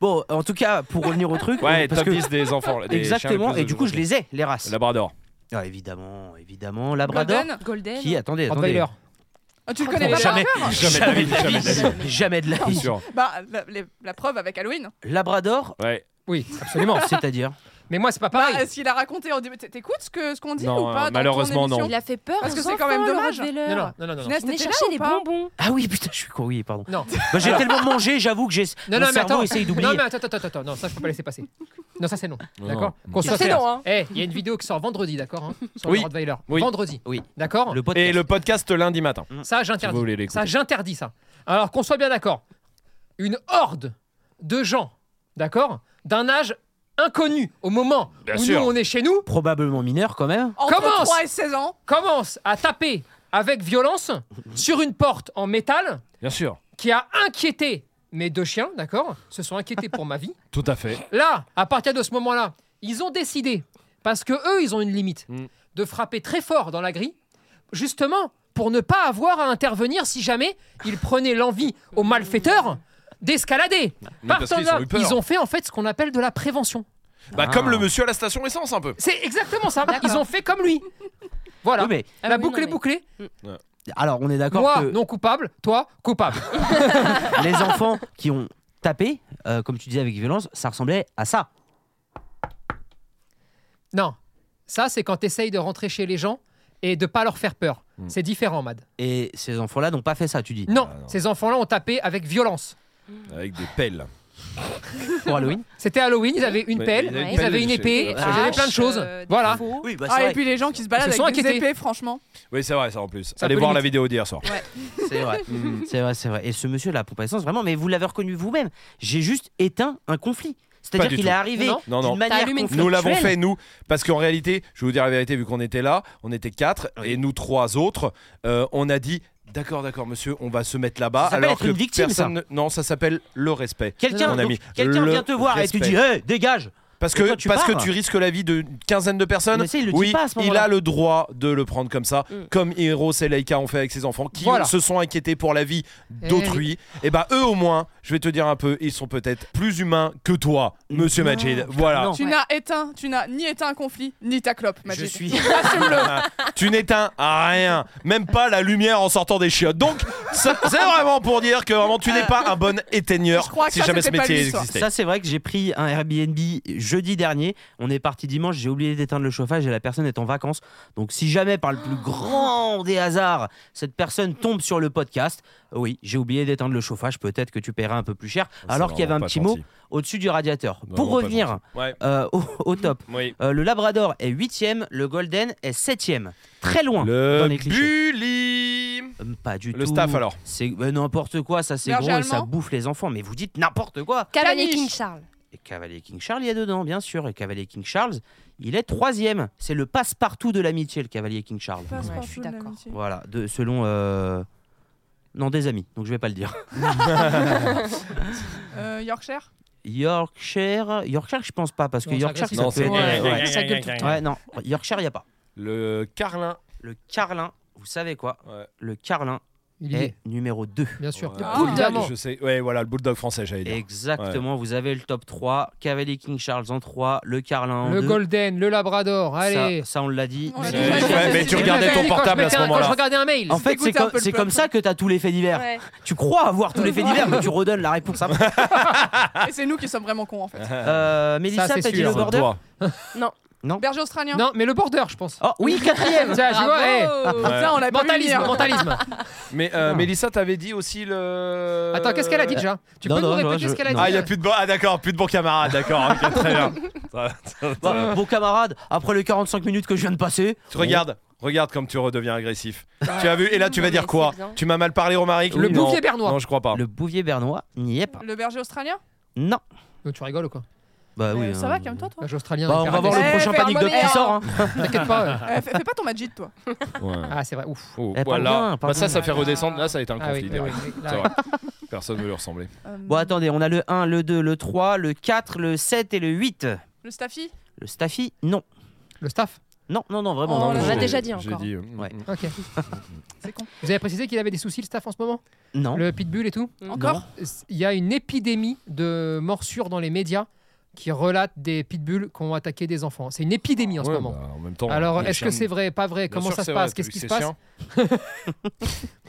A: Bon, en tout cas, pour revenir au truc,
C: Ouais,
A: on- parce
C: top
A: que
C: 10 des enfants. là, des chiens les plus
A: exactement. Et du coup, je
C: aujourd'hui.
A: les ai les races.
C: Labrador.
A: Ah, évidemment, évidemment. Labrador.
B: Golden.
A: Qui attendez, attendez.
F: Rottweiler.
G: Ah, Tu le connais
A: Bon,
G: pas
A: jamais,
G: par cœur
A: jamais de la vie, jamais de la
C: Bien
A: vie.
C: sûr.
G: Bah, la, les- la preuve avec Halloween.
A: Labrador,
C: Ouais.
F: Oui, absolument.
A: c'est-à-dire
F: Mais moi c'est pas
G: Bah,
F: pareil.
G: ce qu'il a raconté au début. T'écoutes ce que- ce qu'on dit
C: Non,
G: ou
C: euh,
G: pas dans ton
C: malheureusement, non.
G: émission
B: Il a fait peur.
G: Parce que
B: aux
G: c'est quand même
B: enfants, le
G: dommage.
B: Rottweiler.
F: non, non, non, non, non.
G: Finesse,
B: Venez
G: t'étais là
B: chercher
G: ou
B: les
G: pas
B: bonbons.
A: Ah oui, putain, je suis couillé, pardon.
F: Non.
A: Bah, j'ai tellement mangé, j'avoue que j'ai
F: Non,
A: mon
F: non, mais
A: cerveau
F: attends.
A: essaye
F: Non,
A: d'oublier.
F: mais attends, attends, attends, non, ça je peux pas laisser passer. Non, ça c'est non.
C: Non,
F: D'accord
C: non.
F: Qu'on
A: Ça,
F: soit
G: c'est
F: clair.
G: non, hein.
F: Eh, il y a une vidéo qui sort vendredi, d'accord hein, Sur
C: Oui.
F: le Rottweiler.
C: Oui.
F: Vendredi.
A: Oui.
F: D'accord
A: Le podcast. Mm.
C: Et le podcast lundi matin.
F: Ça,
C: Si vous voulez
F: j'interdis.
C: l'écouter.
F: Ça, j'interdis ça. Alors qu'on soit bien d'accord, une horde de gens, d'accord, d'un âge inconnu au moment
C: Bien
F: où
C: sûr.
F: nous on est chez nous,
A: Probablement mineur quand même.
G: Entre
F: Commence.
G: 3 et 16 ans.
F: commence à taper avec violence sur une porte en métal
C: Bien sûr.
F: qui a inquiété mes deux chiens, d'accord, se sont inquiétés pour ma vie.
C: Tout à fait.
F: Là, à partir de ce moment-là, ils ont décidé, parce que eux, ils ont une limite,
C: Mm.
F: de frapper très fort dans la grille, justement pour ne pas avoir à intervenir si jamais ils prenaient l'envie aux malfaiteurs d'escalader.
C: Mais parce
F: Partant de
C: qu'ils ont
F: là,
C: eu peur.
F: ils ont fait en fait ce qu'on appelle de la prévention.
C: Bah,
A: Ah.
C: comme le monsieur à la station essence, un peu.
F: C'est exactement ça.
B: D'accord.
F: Ils ont fait comme lui. Voilà.
A: Oui, mais
B: Ah
F: la
B: oui,
F: boucle
B: non,
F: est
B: mais-
F: bouclée.
A: alors, on est d'accord
F: Moi,
A: que
F: non coupable. Toi, coupable.
A: les enfants qui ont tapé, euh, comme tu disais avec violence, ça ressemblait à ça.
F: non. Ça, c'est quand t'essayes de rentrer chez les gens et de pas leur faire peur.
C: Mm.
F: C'est différent, Mad.
A: Et ces enfants-là n'ont pas fait ça, tu dis.
F: Non,
C: Ah, non.
F: ces enfants-là ont tapé avec violence.
C: Avec des pelles.
A: Pour Halloween.
F: C'était Halloween, ils avaient une
C: Ouais,
F: pelle,
C: ils
F: ils
B: avaient une
F: avaient
C: pelle,
F: une,
C: je sais.
F: épée,
C: Des
F: ils avaient plein de
B: haches,
F: choses.
B: euh, des
F: voilà.
B: faux.
A: Oui, bah,
G: Ah, et puis les gens qui se baladent
F: Ils se
G: avec
F: sont
G: des
F: inquiétés.
G: épées, franchement.
C: Oui, c'est vrai, ça en plus.
F: Ça
C: Allez
F: peut
C: voir la
F: limiter.
C: vidéo d'hier soir.
A: C'est vrai. c'est vrai, c'est vrai. Et ce monsieur, la pompe à essence, vraiment, mais vous l'avez reconnu vous-même. J'ai juste éteint un conflit. C'est-à-dire
C: du
A: qu'il
C: tout.
A: est arrivé
F: Non,
C: non. Non, non.
A: d'une manière
B: allumé une
A: conflictuelle.
C: Nous l'avons fait, nous, parce qu'en réalité, je vais vous dire la vérité, vu qu'on était là, on était quatre, et nous trois autres, euh, on a dit d'accord, d'accord, monsieur, on va se mettre là-bas.
A: Ça s'appelle être une victime, ça.
C: ne- Non, ça s'appelle le respect.
A: Quelqu'un
C: Mon ami,
A: donc, quelqu'un
C: le
A: vient te voir et tu
C: respect.
A: dis Hé, dégage
C: Parce
A: Et
C: que,
A: toi, tu
C: parce que
A: pars.
C: tu risques la vie d'une quinzaine de personnes.
A: Mais ça, il le dit
C: oui,
A: pas à ce
C: il
A: moment-là.
C: a le droit de le prendre comme ça,
B: Mm.
C: comme Eros et Leika ont fait avec ses enfants, qui
F: Voilà.
C: se sont inquiétés pour la vie
F: Eh
C: d'autrui. Et bah, eux au moins, je vais te dire un peu, ils sont peut-être plus humains que toi, monsieur
A: Non,
C: Majid.
A: putain,
C: Voilà.
A: non.
G: Tu
B: Ouais.
G: n'as éteint, tu n'as ni éteint un conflit, ni ta clope,
A: Je
G: Majid.
A: suis.
C: Tu n'éteins rien, même pas la lumière en sortant des chiottes. Donc, ça- c'est vraiment pour dire que vraiment tu n'es pas un bon éteigneur
G: Je crois que
C: si
G: ça,
C: jamais ce
G: c'était pas
C: métier
G: lui, ça.
C: existait.
A: Ça, c'est vrai que j'ai pris un Airbnb jeudi dernier. On est parti dimanche, j'ai oublié d'éteindre le chauffage et la personne est en vacances. Donc, si jamais, par le plus grand des hasards, cette personne tombe sur le podcast, euh, oui, j'ai oublié d'éteindre le chauffage. Peut-être que tu paieras un peu plus cher.
C: Ah,
A: Alors qu'il y avait un petit mot au-dessus du radiateur. Pour revenir
C: Ouais.
A: euh, au, au top,
C: Oui.
A: euh, le Labrador est 8 le Golden est 7 Très loin dans
C: Le
A: les clichés.
C: bully.
A: Euh, Pas du tout.
C: Le staff alors.
A: C'est mais n'importe quoi, ça c'est
G: Berger
A: gros et ça
G: allemand
A: bouffe les enfants. Mais vous dites n'importe quoi.
B: Cavalier
G: Caniche.
B: King Charles.
A: Et Cavalier King Charles, il y a dedans, bien sûr. Et Cavalier King Charles, il est troisième. C'est le passe-partout de l'amitié, le Cavalier King Charles.
G: Passe
B: Ouais,
G: partout
B: je suis
G: de
B: d'accord.
G: l'amitié.
A: Voilà, de, selon. euh, Non, des amis, donc je vais pas le dire.
G: Euh, Yorkshire
A: Yorkshire, Yorkshire, je pense pas, parce que
F: Non, c'est
A: Yorkshire,
F: agressif.
A: ça
C: Non,
A: peut
C: c'est
A: être.
F: Ouais,
A: ouais.
B: Ça gueule tout le
A: Ouais, non, Yorkshire, il n'y a pas.
C: Le carlin.
A: Le Carlin, vous savez quoi
C: Ouais.
A: Le Carlin
F: Il y
A: est
F: est,
A: numéro 2.
F: bien sûr.
C: Ouais.
G: Ah,
F: Évidemment.
C: Eh, Je sais. Ouais, voilà, le bulldog français, j'allais dire.
A: Exactement, vous avez le top 3. Cavalier King Charles en 3, le Carlin en
F: Le
A: 2.
F: Golden, le Labrador, allez.
A: Ça, ça, on l'a dit.
G: On l'a
A: C'est-
G: dit. Ouais,
C: Ouais, mais tu
F: Et
C: regardais
F: je l'avais
C: ton
F: dit quand je
C: portable à ce
F: mettais un- Quand
C: moment-là.
F: je regardais un mail.
A: En fait, c'est
G: Dégoûté un
A: comme,
G: peu le
A: c'est
G: peuple.
A: comme ça que tu as tous les faits divers.
B: Ouais.
A: Tu crois avoir tous les faits divers, mais tu redonnes la réponse après.
G: Et c'est nous qui sommes vraiment cons en fait.
A: Euh, Mélissa,
F: c'est
A: t'as dit
F: sûr.
A: le
F: C'est
A: border
C: Toi.
B: Non.
G: Berger australien. Ah,
F: Non, mais le border, je pense.
A: Oh oui, quatrième
F: Tiens, tu vois, hey,
G: Putain, on l'a pas vu
F: mentalisme,
G: venir.
F: mentalisme.
C: Mais euh,
A: Ah.
C: Mélissa, t'avais dit aussi le. Euh,
F: Attends, qu'est-ce qu'elle a dit déjà Tu
A: Non,
F: peux nous
A: non,
F: répéter
A: je-
F: ce qu'elle a dit
A: non.
C: Ah, il y a plus de bon. Ah, d'accord, plus de bons camarades, d'accord. ok, très bien. Ça- ça- ça-
A: Bon, Bon camarade, après les 45 minutes que je viens de passer.
C: Tu regardes, regarde comme tu redeviens agressif. Tu as vu, et là tu vas
B: Non,
C: dire
B: mais
C: quoi
B: c'est bien.
C: Tu m'as mal parlé, Romaric
F: Le
C: Oui, non.
F: bouvier bernois.
C: Non, je crois pas.
A: Le bouvier bernois n'y est pas.
G: Le berger australien
A: Non.
F: Non, oh, Tu rigoles ou quoi
A: Bah oui.
G: Euh, Ça
A: hein.
G: va, calme-toi, toi.
F: Bah, j'ai australien.
A: Bah, on
F: avec
A: va voir le
G: Eh,
F: Paradise.
A: prochain
G: fais un
A: panic de
G: modèle.
A: qui sort. hein.
F: T'inquiète pas. euh.
G: Euh, fais, fais pas ton magic, toi.
F: Ah, c'est vrai. Ouf.
C: Oh,
A: Eh, parle bien,
C: voilà.
A: parle
C: Bah, ça,
A: bien.
C: ça fait redescendre. Là, ça a été un
F: Ah
C: conflit.
F: oui, oui,
C: direct.
F: oui, là,
C: C'est
F: oui.
C: vrai. Personne ne veut lui ressembler.
G: Euh,
A: Bon, attendez, on a le 1, le 2, le 3, le 4, le 7 et le 8.
G: Le staffy
A: Le Staffy, non.
F: Le staff.
A: Non, non, non, vraiment.
G: Oh,
A: non,
B: on
A: non,
B: l'a
A: non.
C: J'ai-
B: déjà dit encore.
C: J'ai dit. euh,
A: Ouais.
F: Ok.
G: C'est con.
F: Vous avez précisé qu'il avait des soucis, le staff, en ce moment
A: Non.
F: Le pitbull et tout
G: Encore
F: Il y a une épidémie de morsures dans les médias qui relatent des pitbulls qui ont attaqué des enfants. C'est une épidémie en ce
C: ouais,
F: moment.
C: bah, en même temps.
F: Alors,
C: les
F: est-ce que
C: chiens-
F: c'est vrai, pas vrai
C: Bien
F: Comment
C: sûr,
F: ça se
C: c'est vrai,
F: passe
C: t'as
F: Qu'est-ce
C: vu
F: qui se
C: ces
F: passe
C: chiens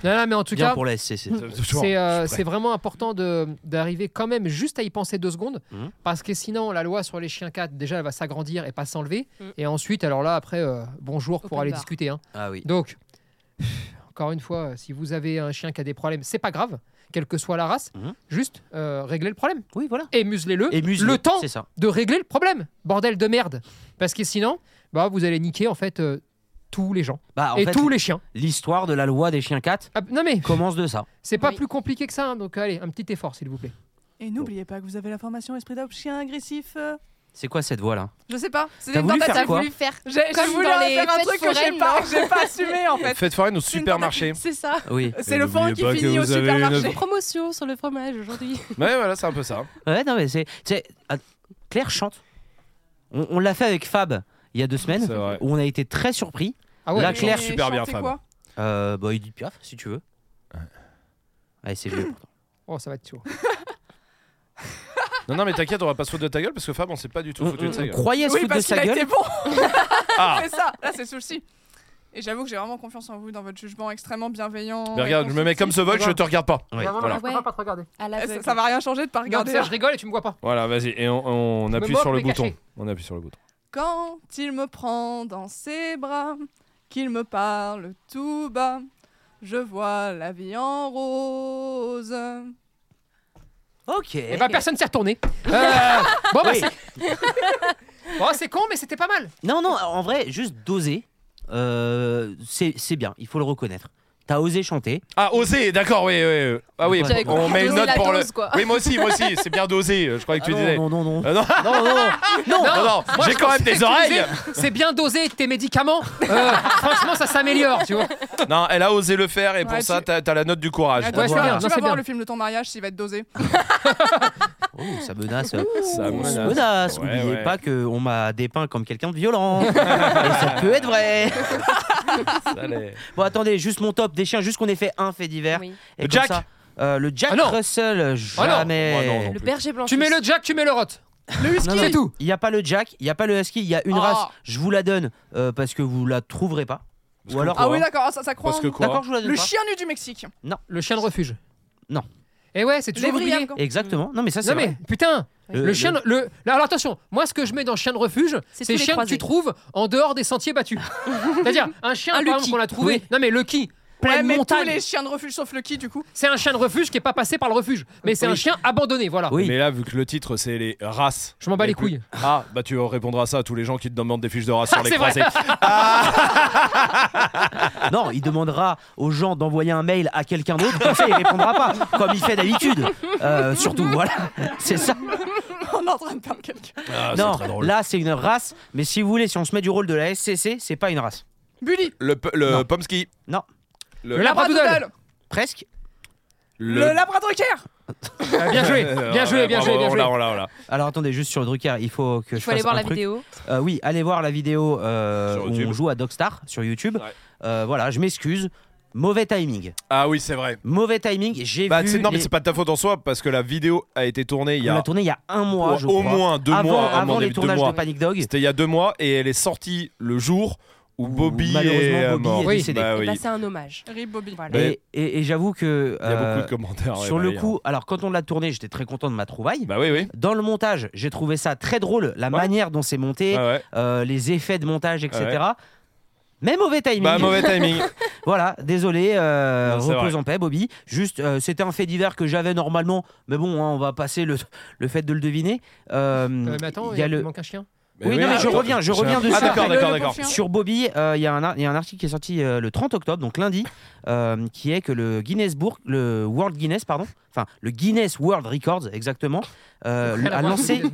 F: Non, non, mais en tout
A: Bien
F: cas,
A: pour la SCC.
F: c'est euh, c'est vraiment important de- d'arriver quand même juste à y penser deux secondes,
C: Mmh.
A: Mhm.
F: parce que sinon, la loi sur les chiens 4, déjà, elle va s'agrandir et pas s'enlever.
B: Mhm.
F: Et ensuite, alors là, après, euh, bonjour pour
B: Open
F: aller
B: bar.
F: discuter. hein.
A: Ah oui.
F: Donc, encore une fois, euh, si vous avez un chien qui a des problèmes, c'est pas grave, quelle que soit la race,
C: Mmh.
A: Mhm.
F: juste euh, réglez le problème.
A: Oui, voilà.
F: Et muselez-le
A: Et muselé,
F: le temps
A: C'est ça.
F: de régler le problème, bordel de merde. Parce que sinon, bah, vous allez niquer en fait euh, tous les gens
A: Bah, en
F: et
A: fait,
F: tous les chiens.
A: l'histoire de la loi des chiens 4
F: Ah, non mais
A: commence de ça.
F: c'est pas
B: Oui.
F: plus compliqué que ça, hein, donc allez, un petit effort s'il vous plaît.
G: Et n'oubliez pas que vous avez la formation Esprit d'Op, chien agressif. euh,
A: C'est quoi cette voix là
G: Je sais pas. C'est
A: T'as
G: des
A: voulu
G: tentatives.
A: faire
B: T'as
A: quoi
B: voulu faire
G: J'ai j'ai
B: Comme
G: voulu
B: dans les
G: faire un
B: fêtes
G: truc que j'ai
B: foraines,
G: pas,
B: là.
G: j'ai pas assumé en fait.
C: Faites foraine au
G: C'est une
C: supermarché.
B: C'est ça.
A: Oui.
G: C'est
C: Et
G: le fond
C: n'oubliez
G: qui
C: pas que
G: finit au
C: vous avez une-
G: supermarché.
B: Promotion sur le fromage aujourd'hui.
C: Ouais, voilà, c'est un peu ça.
A: Ouais, non, mais c'est. c'est- ah, Claire chante. On, on l'a fait avec Fab il y a deux
C: C'est
A: semaines
C: vrai.
A: où on a été très surpris.
F: Ah ouais,
A: Là,
G: Et
A: Claire,
G: chanter
C: super bien,
G: quoi
C: Fab.
A: Euh, bah, Edith Piaf, si tu veux. Allez, c'est vieux pourtant.
F: oh ça va être chaud.
C: Non, non, mais t'inquiète, on va pas se foutre de ta gueule parce que Fab, on s'est pas du tout
A: On,
C: foutu de
A: on-
C: sa
A: on
C: gueule.
A: croyait se
G: Oui,
A: foutre de
G: parce qu'il
A: sa
G: a
A: gueule.
G: été bon.
C: Ah
G: C'est ça, là c'est le souci. Et j'avoue que j'ai vraiment confiance en vous, dans votre jugement extrêmement bienveillant.
C: Mais
G: et
C: regarde, je me mets comme ce
G: constructif.
C: vol, je te regarde pas.
A: Ouais.
B: Voilà. ouais.
F: Bah, pas te regarder.
B: À
G: Eh,
B: l'aveugle.
G: Ça, ça va rien changer de pas
F: Regarde
G: regarder. hein.
F: ça, hein. je rigole et tu me vois pas.
C: Voilà, vas-y, et on, on
F: me
C: appuie
F: moque,
C: sur le
F: mais
C: bouton.
F: caché.
C: On appuie sur le bouton.
G: Quand il me prend dans ses bras, qu'il me parle tout bas, je vois la vie en rose.
C: Ah,
A: Ok.
F: Et bah personne s'est retourné. Euh, bon bah
A: Eh. Oui.
F: c'est- bon, c'est con mais c'était pas mal.
A: Non, non, en vrai, juste doser, euh, c'est c'est bien, il faut le reconnaître. T'as osé chanter.
C: Ah, osé, d'accord, oui, oui. oui. Ah oui,
A: J'avais
C: on
B: compris,
C: met une
B: doser
C: note
B: la
C: pour le.
B: dose, quoi.
C: Oui, moi aussi, moi aussi, c'est bien dosé, je croyais que tu
A: Ah non,
C: disais.
A: non, non, non.
C: Ah non,
A: non, non.
C: non, non,
F: moi,
C: j'ai
F: je
C: quand même des oreilles.
F: C'est bien dosé tes médicaments. Euh, franchement ça s'améliore, tu vois.
C: Non, elle a osé le faire et pour
G: Ouais,
C: ça,
G: tu-
C: t'as t'as la note du courage.
G: Ah, tu
F: ouais,
G: vas
F: c'est
G: voir,
F: bien,
G: tu
F: non,
G: vas
F: c'est
G: voir
F: bien.
G: le film de ton mariage s'il va être dosé.
A: Oh, ça menace. euh,
C: Ça
A: on
C: menace.
A: se menace.
C: Ouais,
A: N'oubliez
C: ouais.
A: pas qu'on m'a dépeint comme quelqu'un de violent. Et ça peut être vrai.
C: Ça l'est.
A: Bon, attendez, juste mon top des chiens, juste qu'on ait fait un fait divers.
B: Oui.
A: Et
C: Le
A: comme
C: Jack.
A: ça, euh, Le Jack
F: Ah non.
A: Russell,
F: Ah non.
A: jamais.
C: Moi, non, non.
B: Le
C: plus.
B: berger blanc.
F: Tu mets le Jack, tu mets le Rot. Le
A: Non,
F: whisky,
A: non,
F: c'est tout.
A: Il n'y a pas le Jack, il n'y a pas le Husky, il y a une
C: Oh.
G: Ah.
A: race. Je vous la donne euh, parce que vous la trouverez pas.
C: Parce
A: Ou
C: que
A: alors.
G: Ah
C: Pourquoi
G: oui, d'accord, ah, ça, ça croit
C: Parce
G: en
C: que
G: nous.
C: quoi
A: D'accord, je vous la donne
G: Le
A: pas.
G: chien nu du Mexique.
F: Le chien de refuge.
A: Non.
F: Et ouais, c'est toujours oublié.
G: Lévrier.
A: Exactement. Non, mais ça, c'est.
F: Non mais
A: vrai.
F: putain,
A: Le-
F: le,
A: le-
F: chien, le... là, alors attention, moi ce que je mets dans chien de refuge,
B: C'est
F: c'est
B: tous les
F: chien que
B: croisés.
F: tu trouves en dehors des sentiers battus. C'est-à-dire un chien
B: Un
F: par exemple,
B: Lucky.
F: qu'on a trouvé,
A: Oui.
F: non mais le qui,
G: Ouais,
F: plein de
G: mais tous
F: montagne,
G: les chiens de refuge sauf le qui du coup.
F: c'est un chien de refuge qui est pas passé par le refuge, mais c'est un
A: Oui.
F: chien abandonné, voilà.
A: Oui.
C: Mais là, vu que le titre, c'est les races.
F: Je m'en bats les
C: plus-
F: couilles.
C: Ah, bah tu répondras ça à tous les gens qui te demandent des fiches de races sur les
F: c'est vrai.
C: croisés.
A: Non, il demandera aux gens d'envoyer un mail à quelqu'un d'autre, comme ça il répondra pas, comme il fait d'habitude. Euh, surtout, voilà, c'est ça.
G: On est en train de perdre quelqu'un.
C: Ah, c'est très
A: non,
C: drôle.
A: là c'est une race, mais si vous voulez, si on se met du rôle de la SCC, c'est pas une race.
G: Bully.
C: Le, p- le
A: Non.
C: Pomsky.
A: Non.
C: Le,
F: Le labradoodle.
G: Labradoodle.
A: Presque.
G: Le labradrucker.
F: Ah, bien joué,
C: Euh,
F: bien joué,
C: ouais,
F: bien joué,
C: bravo,
F: bien
C: on
F: joué.
C: l'a, on l'a, on l'a.
A: Alors attendez, juste sur le Drucker, il faut que
B: Il
A: je
B: faut aller
A: fasse
B: voir
A: un
B: la
A: truc.
B: vidéo.
A: Euh, oui, allez voir la vidéo. euh,
C: Sur
A: où
C: YouTube.
A: on joue à Docstar sur YouTube.
C: Ouais.
A: Euh, voilà, je m'excuse. Mauvais timing.
C: Ah oui, c'est vrai.
A: Mauvais timing. J'ai
C: Bah,
A: vu.
C: c'est- non, mais
A: les-
C: c'est pas de ta faute en soi parce que la vidéo a été tournée il y
A: On l'a
C: a
A: tourné il y a un mois,
C: au-
A: je
C: au
A: crois.
C: moins deux
A: avant
C: mois. hein, à
A: avant
C: mon
A: les
C: avis, deux
A: tournages
C: mois.
A: de Panic Dog.
C: C'était il y a deux mois et elle est sortie le jour
A: Où
C: Où Bobby
A: malheureusement
C: est
A: Bobby
C: mort.
A: est
F: Oui.
A: décédé.
C: Bah oui.
B: Bah, c'est un hommage.
G: Ribobi.
B: Voilà.
A: Et, et- et j'avoue que
C: Il y a
A: euh,
C: beaucoup de commentaires. ouais,
A: sur le
C: bah,
A: coup, alors quand on l'a tourné, j'étais très content de ma trouvaille.
C: Bah oui, oui.
A: Dans le montage, j'ai trouvé ça très drôle, la
C: Ouais.
A: manière dont c'est monté,
C: Ah ouais.
A: euh, les effets de montage, etc.
C: Ouais.
A: Mais mauvais timing.
C: Bah, mauvais timing.
A: Voilà, désolé, euh,
C: Non, c'est
A: repose en paix, Bobby. Juste, euh, c'était un fait divers que j'avais normalement, mais bon, hein, on va passer le, le fait de le deviner. Euh,
F: Euh, mais attends,
A: il y a
F: il
A: le-
F: manque un chien.
A: Oui, non, mais je
C: attends,
A: reviens, je reviens
C: Ah,
A: dessus.
C: d'accord,
G: Le-
C: d'accord,
G: le
C: d'accord.
F: Hein
G: prochain.
A: Sur Bobby, euh, il y, a un ar- il y a un article qui est sorti euh, le 30 octobre, donc lundi, euh, qui est que le Guinness Bourg, le World Guinness, pardon, enfin le Guinness World Records exactement, euh,
F: Après
A: a
F: l'avoir
A: lancé.
F: dit,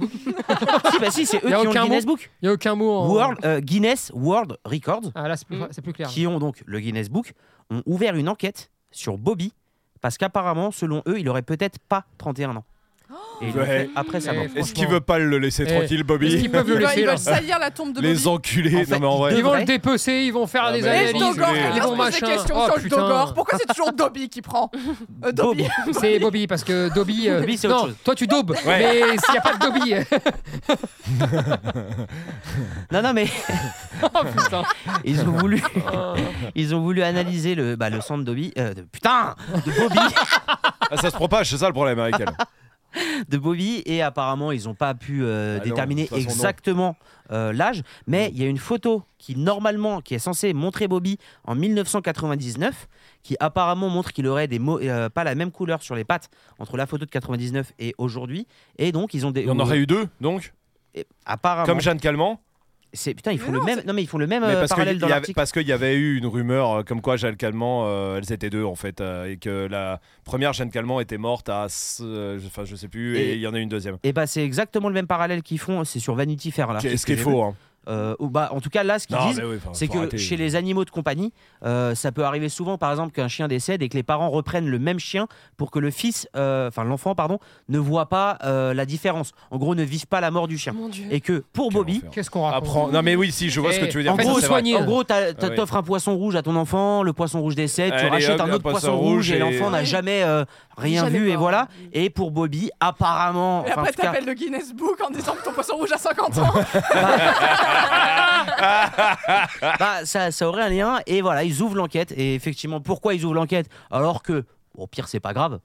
A: si, bah si, c'est eux
F: Y a
A: qui ont
F: aucun
A: le Guinness Book.
F: Il n'y a aucun mot en.
A: World, euh, Guinness World Records,
F: Ah là, c'est plus,
B: Mm.
F: c'est plus clair.
A: qui ont donc le Guinness Book, ont ouvert une enquête sur Bobby parce qu'apparemment, selon eux, il aurait peut-être pas 31 ans. Et ils l'ont
C: Ouais.
A: fait après sa
F: Mais
A: mort.
C: Est-ce
F: franchement.
C: qu'ils veulent pas le laisser
F: Eh,
C: tranquille,
F: Est-ce
C: Bobby
F: qu'ils peuvent le
G: Ils veulent-
F: laisser
G: ils
F: là
G: veulent salir la tombe de
C: euh, Les
G: Bobby.
C: enculés.
A: En fait,
C: Non, mais en vrai.
A: ils
F: Ils vont
A: vrai.
F: le dépecer, ils vont faire
C: Ah,
F: des
C: mais
G: Et
C: les
G: le
F: analyses.
G: Dogor,
C: les-
F: ils
G: quelqu'un
F: vont
G: se pose des
F: machin.
G: questions
F: Oh,
G: sur le
F: putain.
G: Dogor. Pourquoi c'est toujours Dobby qui prend Euh, Dobby.
F: C'est Bobby parce que Dobby. euh,
A: Dobby, c'est
F: non,
A: autre chose.
F: toi tu daubes,
C: Ouais.
F: mais s'il n'y a pas de Dobby. euh,
A: Non, non, mais
F: oh putain.
A: ils ont voulu, ils ont voulu analyser le, bah, le sang de Bobby, euh, de- putain, de Bobby.
C: Ah, ça se propage, c'est ça le problème
A: Ah,
C: avec elle.
A: de Bobby et apparemment ils n'ont pas pu euh,
C: Ah non,
A: déterminer
C: de toute façon, non. Mm.
A: exactement euh, l'âge mais il y a une photo qui normalement qui est censée montrer Bobby en 1999 qui apparemment montre qu'il aurait des mo- euh, pas la même couleur sur les pattes entre la photo de 99 et aujourd'hui et donc ils ont des
C: Il y en aurait eu deux, donc.
A: Et apparemment
C: Comme Jeanne Calment.
A: c'est putain ils font
G: Mais
A: le
G: non,
A: même non mais ils font le même
C: Mais
A: euh,
C: parce que
A: parallèle
C: y
A: dans
C: avait-
A: l'article
C: parce qu'il y avait eu une rumeur euh, comme quoi Jeanne Calment, euh, elles étaient deux en fait, euh, et que la première Jeanne Calment était morte à, ce- euh, je- enfin je sais plus, et
A: Et-
C: il y en a une deuxième.
A: et bah c'est exactement le même parallèle qu'ils font c'est sur Vanity Fair là
C: Ce qui est faux. hein.
A: bah en tout cas là ce qu'ils
C: Non,
A: disent
C: mais oui, enfin,
A: c'est
C: faut
A: que
C: arrêter.
A: chez les animaux de compagnie, euh, ça peut arriver souvent, par exemple, qu'un chien décède et que les parents reprennent le même chien pour que le fils, euh, enfin l'enfant, pardon, ne voit pas euh, la différence. En gros, ne vive pas la mort du chien.
B: Mon dieu.
A: Et que pour
C: Quel
A: Bobby,
C: enfer.
F: Qu'est-ce qu'on raconte
C: Apprends- Non mais oui, si je vois ce que
F: Eh,
C: tu veux dire.
A: en
F: fait,
A: gros,
F: c'est
A: c'est-
C: vrai.
F: soigner.
A: en gros, t'as-
C: Ah
A: t'as-
C: oui.
A: t'offres un poisson rouge à ton enfant, le poisson rouge décède, tu
C: Allez,
A: rachètes
C: hop,
A: un
C: un
A: autre
C: poisson
A: poisson rouge
C: rouge
A: et,
C: et-
A: l'enfant n'a
G: Oui.
A: jamais euh, rien
B: Jamais
A: vu et
B: pas.
A: voilà. Et pour Bobby, apparemment,
G: Et
A: enfin, en
G: après,
A: tout cas,
G: t'appelles le Guinness Book en disant que ton poisson rouge a 50 ans.
A: bah, ça, ça aurait un lien. Et voilà, ils ouvrent l'enquête. Et effectivement, pourquoi ils ouvrent l'enquête alors que, au pire, c'est pas grave.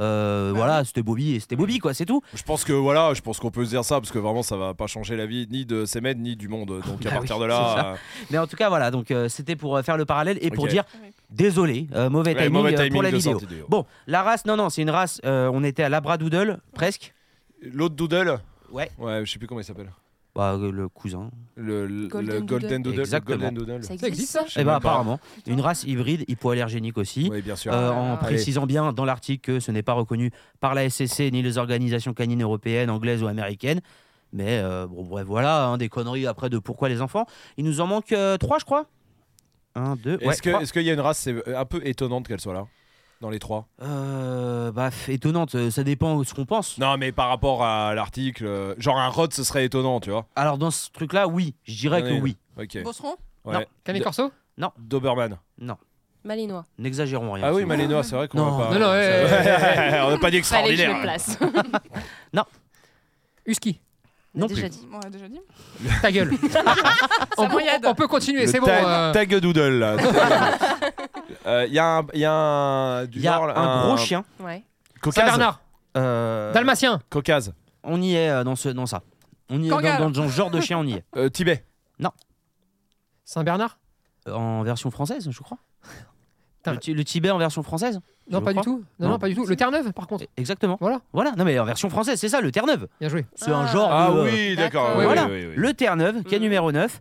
A: Euh, voilà, c'était Bobby et c'était Bobby, quoi, c'est tout.
C: Je pense que voilà, je pense qu'on peut se dire ça parce que vraiment ça va pas changer la vie ni de Semed ni du monde. Donc à
A: Bah oui,
C: partir de
A: c'est ça.
C: là, euh,
A: Mais en tout cas, voilà, donc euh, c'était pour euh, faire le parallèle et pour
C: Ok.
A: dire désolé, euh, mauvais,
C: ouais,
A: timing,
C: mauvais
A: euh,
C: timing
A: pour la
C: de
A: vidéo.
C: sortie de vidéo.
A: Bon, la race, non, non, c'est une race. euh, on était à Labradoodle, presque.
C: L'autre doodle.
A: Ouais.
C: Ouais, je sais plus comment il s'appelle.
A: Bah, euh, le cousin.
C: Le, le- le
B: Golden
C: golden,
B: doodle.
C: doodle. le
A: Exactement.
C: golden doodle.
B: Ça
F: Ça existe
B: existe
F: ça
C: Je sais
A: Et bah,
C: même pas.
A: apparemment, une race hybride hypoallergénique aussi.
C: Eh ben, Oui, bien sûr.
A: Euh,
F: Ah,
A: en
F: allez.
A: précisant bien dans l'article que ce n'est pas reconnu par la SCC ni les organisations canines européennes, anglaises ou américaines. Mais euh, bon, bref, voilà, hein, des conneries après de pourquoi les enfants. Il nous en manque euh, trois, je crois. Un, deux, ouais,
C: Est-ce que-
A: trois.
C: est-ce qu'il y a une race, c'est euh, un peu étonnante qu'elle soit là dans les trois
A: Euh, bah, f- étonnante, euh, ça dépend de ce qu'on pense.
C: Non, mais par rapport à l'article, euh, genre un rod, ce serait étonnant, tu vois.
A: Alors, dans ce truc-là, oui, je dirais
C: Il y en a
A: que
C: une.
A: oui.
C: Ok.
G: Bosseron
C: Ouais.
F: Canet
C: Do-
F: Corso
C: Doberman.
B: Malinois.
A: N'exagérons rien.
C: Ah oui,
A: s'il vous plaît.
C: Malénois, c'est vrai qu'on
A: Non.
C: n'a pas.
F: Non, non, ouais, ouais,
C: on n'a pas dit
B: Fallait que je le
C: extraordinaire.
B: place.
F: Husky,
B: On
A: Non
B: a déjà
A: plus.
B: dit.
G: On l'a déjà dit.
F: ta gueule. on, peut,
G: moyenne.
F: on peut continuer,
C: Le
F: c'est bon.
C: tag,
F: euh,
C: tag doodle. là. Euh, Il y a un, il y a un, du
A: Il y a
C: genre,
A: un gros chien.
B: Ouais.
C: Caucase.
F: Saint-Bernard,
A: euh,
F: Dalmatien,
C: Caucase.
A: On y est euh, dans, ce, dans ça. On y est dans,
G: Kangal.
A: dans ce genre de chien, on y est.
C: Euh, Tibet.
F: Saint-Bernard
A: Euh, En version française, je crois.
F: Putain.
A: Le, ti- le Tibet en version française
F: Non,
A: Je
F: pas du
A: crois.
F: tout. Non, non,
A: Non.
F: pas du tout. Le Terre-Neuve, par contre.
A: Eh, Exactement.
F: Voilà.
A: Voilà. Non, mais en version française, c'est ça, le Terre-Neuve.
F: Bien joué.
A: C'est un
B: Ah.
A: genre.
C: Ah
A: de, euh,
C: oui, d'accord.
B: d'accord.
C: oui,
A: Voilà.
C: oui, oui, oui.
A: Le Terre-Neuve, qui est
B: Mm.
A: numéro 9.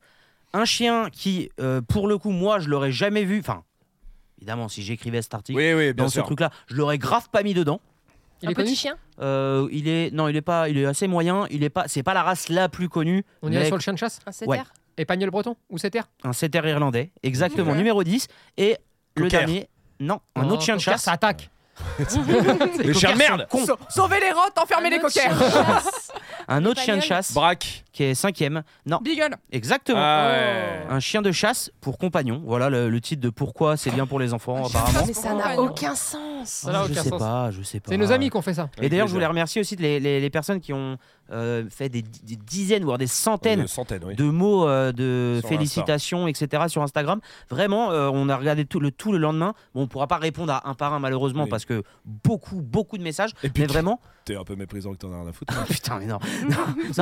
A: Un chien qui, euh, pour le coup, moi, je l'aurais jamais vu. Enfin, évidemment, si j'écrivais cet article
C: Oui, oui, bien
A: dans ce
C: sûr.
A: truc-là, je l'aurais grave pas mis dedans.
F: Il
B: un
F: est connu
B: petit chien.
A: Euh, il est non, il est pas, il est assez moyen. Il est pas, c'est pas la race la plus connue.
F: On irait
A: mais
F: sur le chien de chasse
B: Un setter.
A: Ouais.
F: Épagnol breton ou setter
A: un setter irlandais, exactement
G: Ouais.
A: numéro 10 et le
C: Cocker.
A: dernier. Non, un
F: Non,
A: autre chien de
F: Oh, cocker,
A: chasse.
F: Ça attaque.
C: Les chiens de merde.
A: Con.
G: Sau- Sauvez les rottes, enfermez
B: Un
G: les
B: autre
G: coquères.
B: chien de chasse.
A: Un autre chien de
B: Espagnol.
A: chasse.
C: Braque.
A: qui est cinquième. Non,
G: Beagle.
A: exactement.
C: Ah ouais.
A: Un chien de chasse pour compagnon. Voilà le, le titre de pourquoi c'est bien pour les enfants,
G: Un chien de
A: apparemment.
B: Mais ça n'a aucun sens.
F: Ça n'a
A: je
F: aucun
A: sais
F: sens.
A: pas, je sais pas.
F: C'est nos amis qui ont fait ça.
A: Et
C: Avec
A: d'ailleurs, je voulais
C: plaisir.
A: remercier aussi les, les- les personnes qui ont euh, fait des, des dizaines, voire des centaines
C: Une Euh, centaine, oui.
A: de mots euh, de
C: Sur
A: félicitations, etc. sur Instagram. Vraiment, euh, on a regardé tout le, tout le lendemain. Bon, on pourra pas répondre à un par un, malheureusement,
C: Oui.
A: parce que beaucoup, beaucoup de messages.
C: Et puis,
A: mais vraiment,
C: T'es un peu méprisant que t'en as rien à foutre.
A: putain, mais non.
F: C'est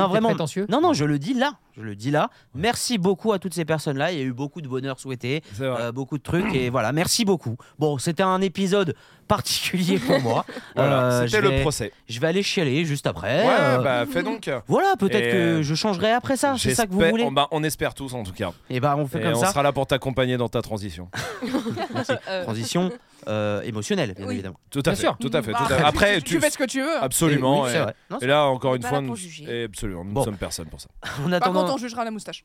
A: non, vraiment.
F: prétentieux.
A: Non, non, je le dis là. Je le dis là. Merci beaucoup à toutes ces personnes-là. Il y a eu beaucoup de bonheur souhaité,
C: C'est vrai.
A: euh, beaucoup de trucs. Et voilà, merci beaucoup. Bon, c'était un épisode particulier pour moi.
C: Voilà,
A: Euh,
C: c'était
A: je
C: le
A: vais-
C: procès.
A: Je vais aller chialer juste après.
C: Ouais,
A: Euh,
C: bah fais donc.
A: Voilà, peut-être
C: Et,
A: que
C: euh,
A: je changerai après ça. C'est ça que vous
C: J'espère-
A: voulez.
C: on, bah, on espère tous en tout cas.
A: Et bah, on fait
C: Et
A: comme
C: on
A: ça.
C: sera là pour t'accompagner dans ta transition.
B: Euh,
A: Transition euh, émotionnelle, bien
B: Oui.
A: évidemment.
C: Tout à
F: Bien
C: fait.
F: sûr.
C: Tout à fait.
G: Bah,
C: tout à fait.
G: tu-
C: Après,
G: tu, tu fais ce que tu veux.
C: Ah, absolument.
A: Et oui,
C: et-
A: c'est vrai. Non,
C: Et là, encore une
B: pas
C: fois,
B: là pour
C: nous-
B: juger.
C: et absolument, nous
A: Bon.
C: ne sommes personne pour ça.
A: en
G: Par
A: attendant,
G: contre, on jugera la moustache.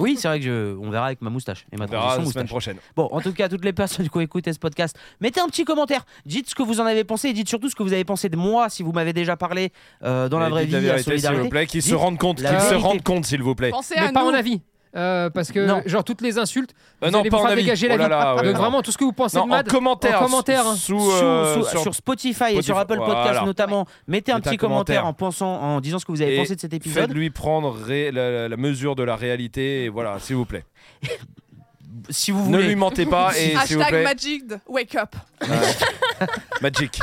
A: oui, c'est vrai que je, on verra avec ma moustache et ma
C: On verra
A: transition
C: la semaine
A: moustache.
C: prochaine.
A: Bon, en tout cas, toutes les personnes qui ont écouté ce podcast, mettez un petit commentaire. Dites ce que vous en avez pensé et dites surtout ce que vous avez pensé de moi si vous m'avez déjà parlé euh, dans la
C: Et
A: vraie
C: dites
A: vie à
C: vérité, s'il vous
A: solidarité.
C: plaît, qu'ils se
A: Dites
C: rendent compte, qu'ils
A: la
C: se
A: vérité.
C: rendent compte, s'il vous plaît.
G: Pensez à
F: Mais pas
G: nous.
F: en avis. Euh, parce que,
A: Non.
F: genre, toutes les insultes,
C: Euh,
F: vous
C: non,
F: allez
C: pas
F: vous
C: en
F: faire
C: avis.
F: dégager la
C: Oh là
F: vie.
C: là, ouais,
F: Donc,
C: non.
F: vraiment, tout ce que vous pensez
C: Non,
F: de
C: en
F: Mad,
C: commentaire,
F: en commentaire, hein.
C: sous,
A: sous-
C: euh,
A: sous-
C: sur-
A: sur Spotify et sur
C: Spotify,
A: Apple Podcast
C: voilà.
A: notamment, mettez un
C: Mettez un
A: petit commentaire
C: commentaire.
A: en pensant, en disant ce que vous avez
C: Et
A: pensé de cet épisode.
C: Faites-lui prendre ré- la, la- la mesure de la réalité, et voilà, s'il vous plaît.
A: Si vous
C: ne
A: voulez,
C: lui mentez pas, et s'il vous
G: Hashtag
C: plaît.
G: Magic Wake Up.
C: Magic.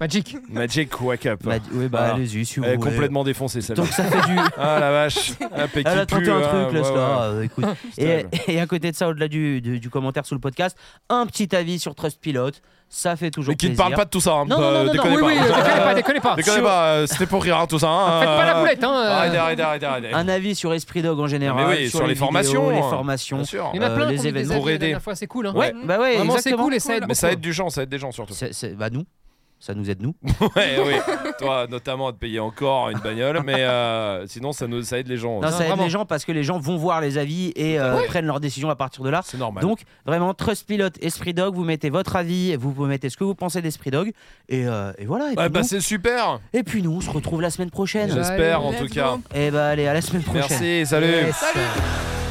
F: Magic.
C: Magic Wake Up.
A: Bah, oui, bah
C: Voilà.
A: allez-y, si vous
C: Elle est
A: voulez.
C: complètement défoncée, celle-là.
A: Donc ça fait du,
C: Ah la vache. Ah, Peggy
A: Elle a tenté
C: pue,
A: un
C: hein,
A: truc,
C: ouais,
A: laisse-la.
C: ouais.
A: euh, écoute. Et, et à côté de ça, au-delà du, du- du commentaire sous le podcast, un petit avis sur Trustpilot. Ça fait toujours
C: Mais qui ne
A: plaisir.
C: parle pas de tout ça, hein,
A: Non,
C: pas-
A: non, non, non,
C: déconnez
F: Oui,
C: pas.
F: oui,
C: Euh,
F: déconnez pas, déconnez pas.
C: déconnez pas, euh, c'était pour rire, hein, tout ça. hein,
F: Faites pas
C: euh,
F: la boulette, hein.
A: ah,
F: euh.
C: Arrêtez, arrêtez, arrêtez, arrêtez.
A: Un avis sur Esprit Dog en général,
C: Mais oui, sur les
A: vidéos,
C: formations,
A: les
C: hein.
A: formations.
C: Bien sûr.
F: Il y en a
A: euh,
F: plein
A: les
F: qui ont mis des
A: événements.
F: avis
C: Pour
F: la
C: aider.
F: dernière fois, c'est cool. hein.
A: Ouais, bah ouais,
F: Vraiment, c'est
A: exactement.
F: cool et ça aide
C: Mais ça
F: beaucoup.
C: aide du gens, ça aide des gens surtout.
A: C'est- c'est- bah nous, ça nous aide nous.
C: Ouais, oui. Toi, notamment, à te payer encore une bagnole, mais euh, sinon, ça, nous, ça aide les gens.
A: Non, ça aide
F: vraiment.
A: les gens parce que les gens vont voir les avis et euh, prennent leurs décisions à partir de là.
C: C'est normal.
A: Donc vraiment Trustpilot, Esprit Dog, vous mettez votre avis, vous, vous mettez ce que vous pensez d'Esprit Dog et, euh, et voilà. Et,
C: Ouais,
A: puis
C: bah,
A: nous,
C: c'est super.
A: et puis nous, on se retrouve la semaine prochaine. Eh ben,
C: J'espère, en
G: Let's
C: tout
G: go.
C: cas.
A: Et bah allez, à la semaine prochaine.
C: Merci, salut.
G: Salut.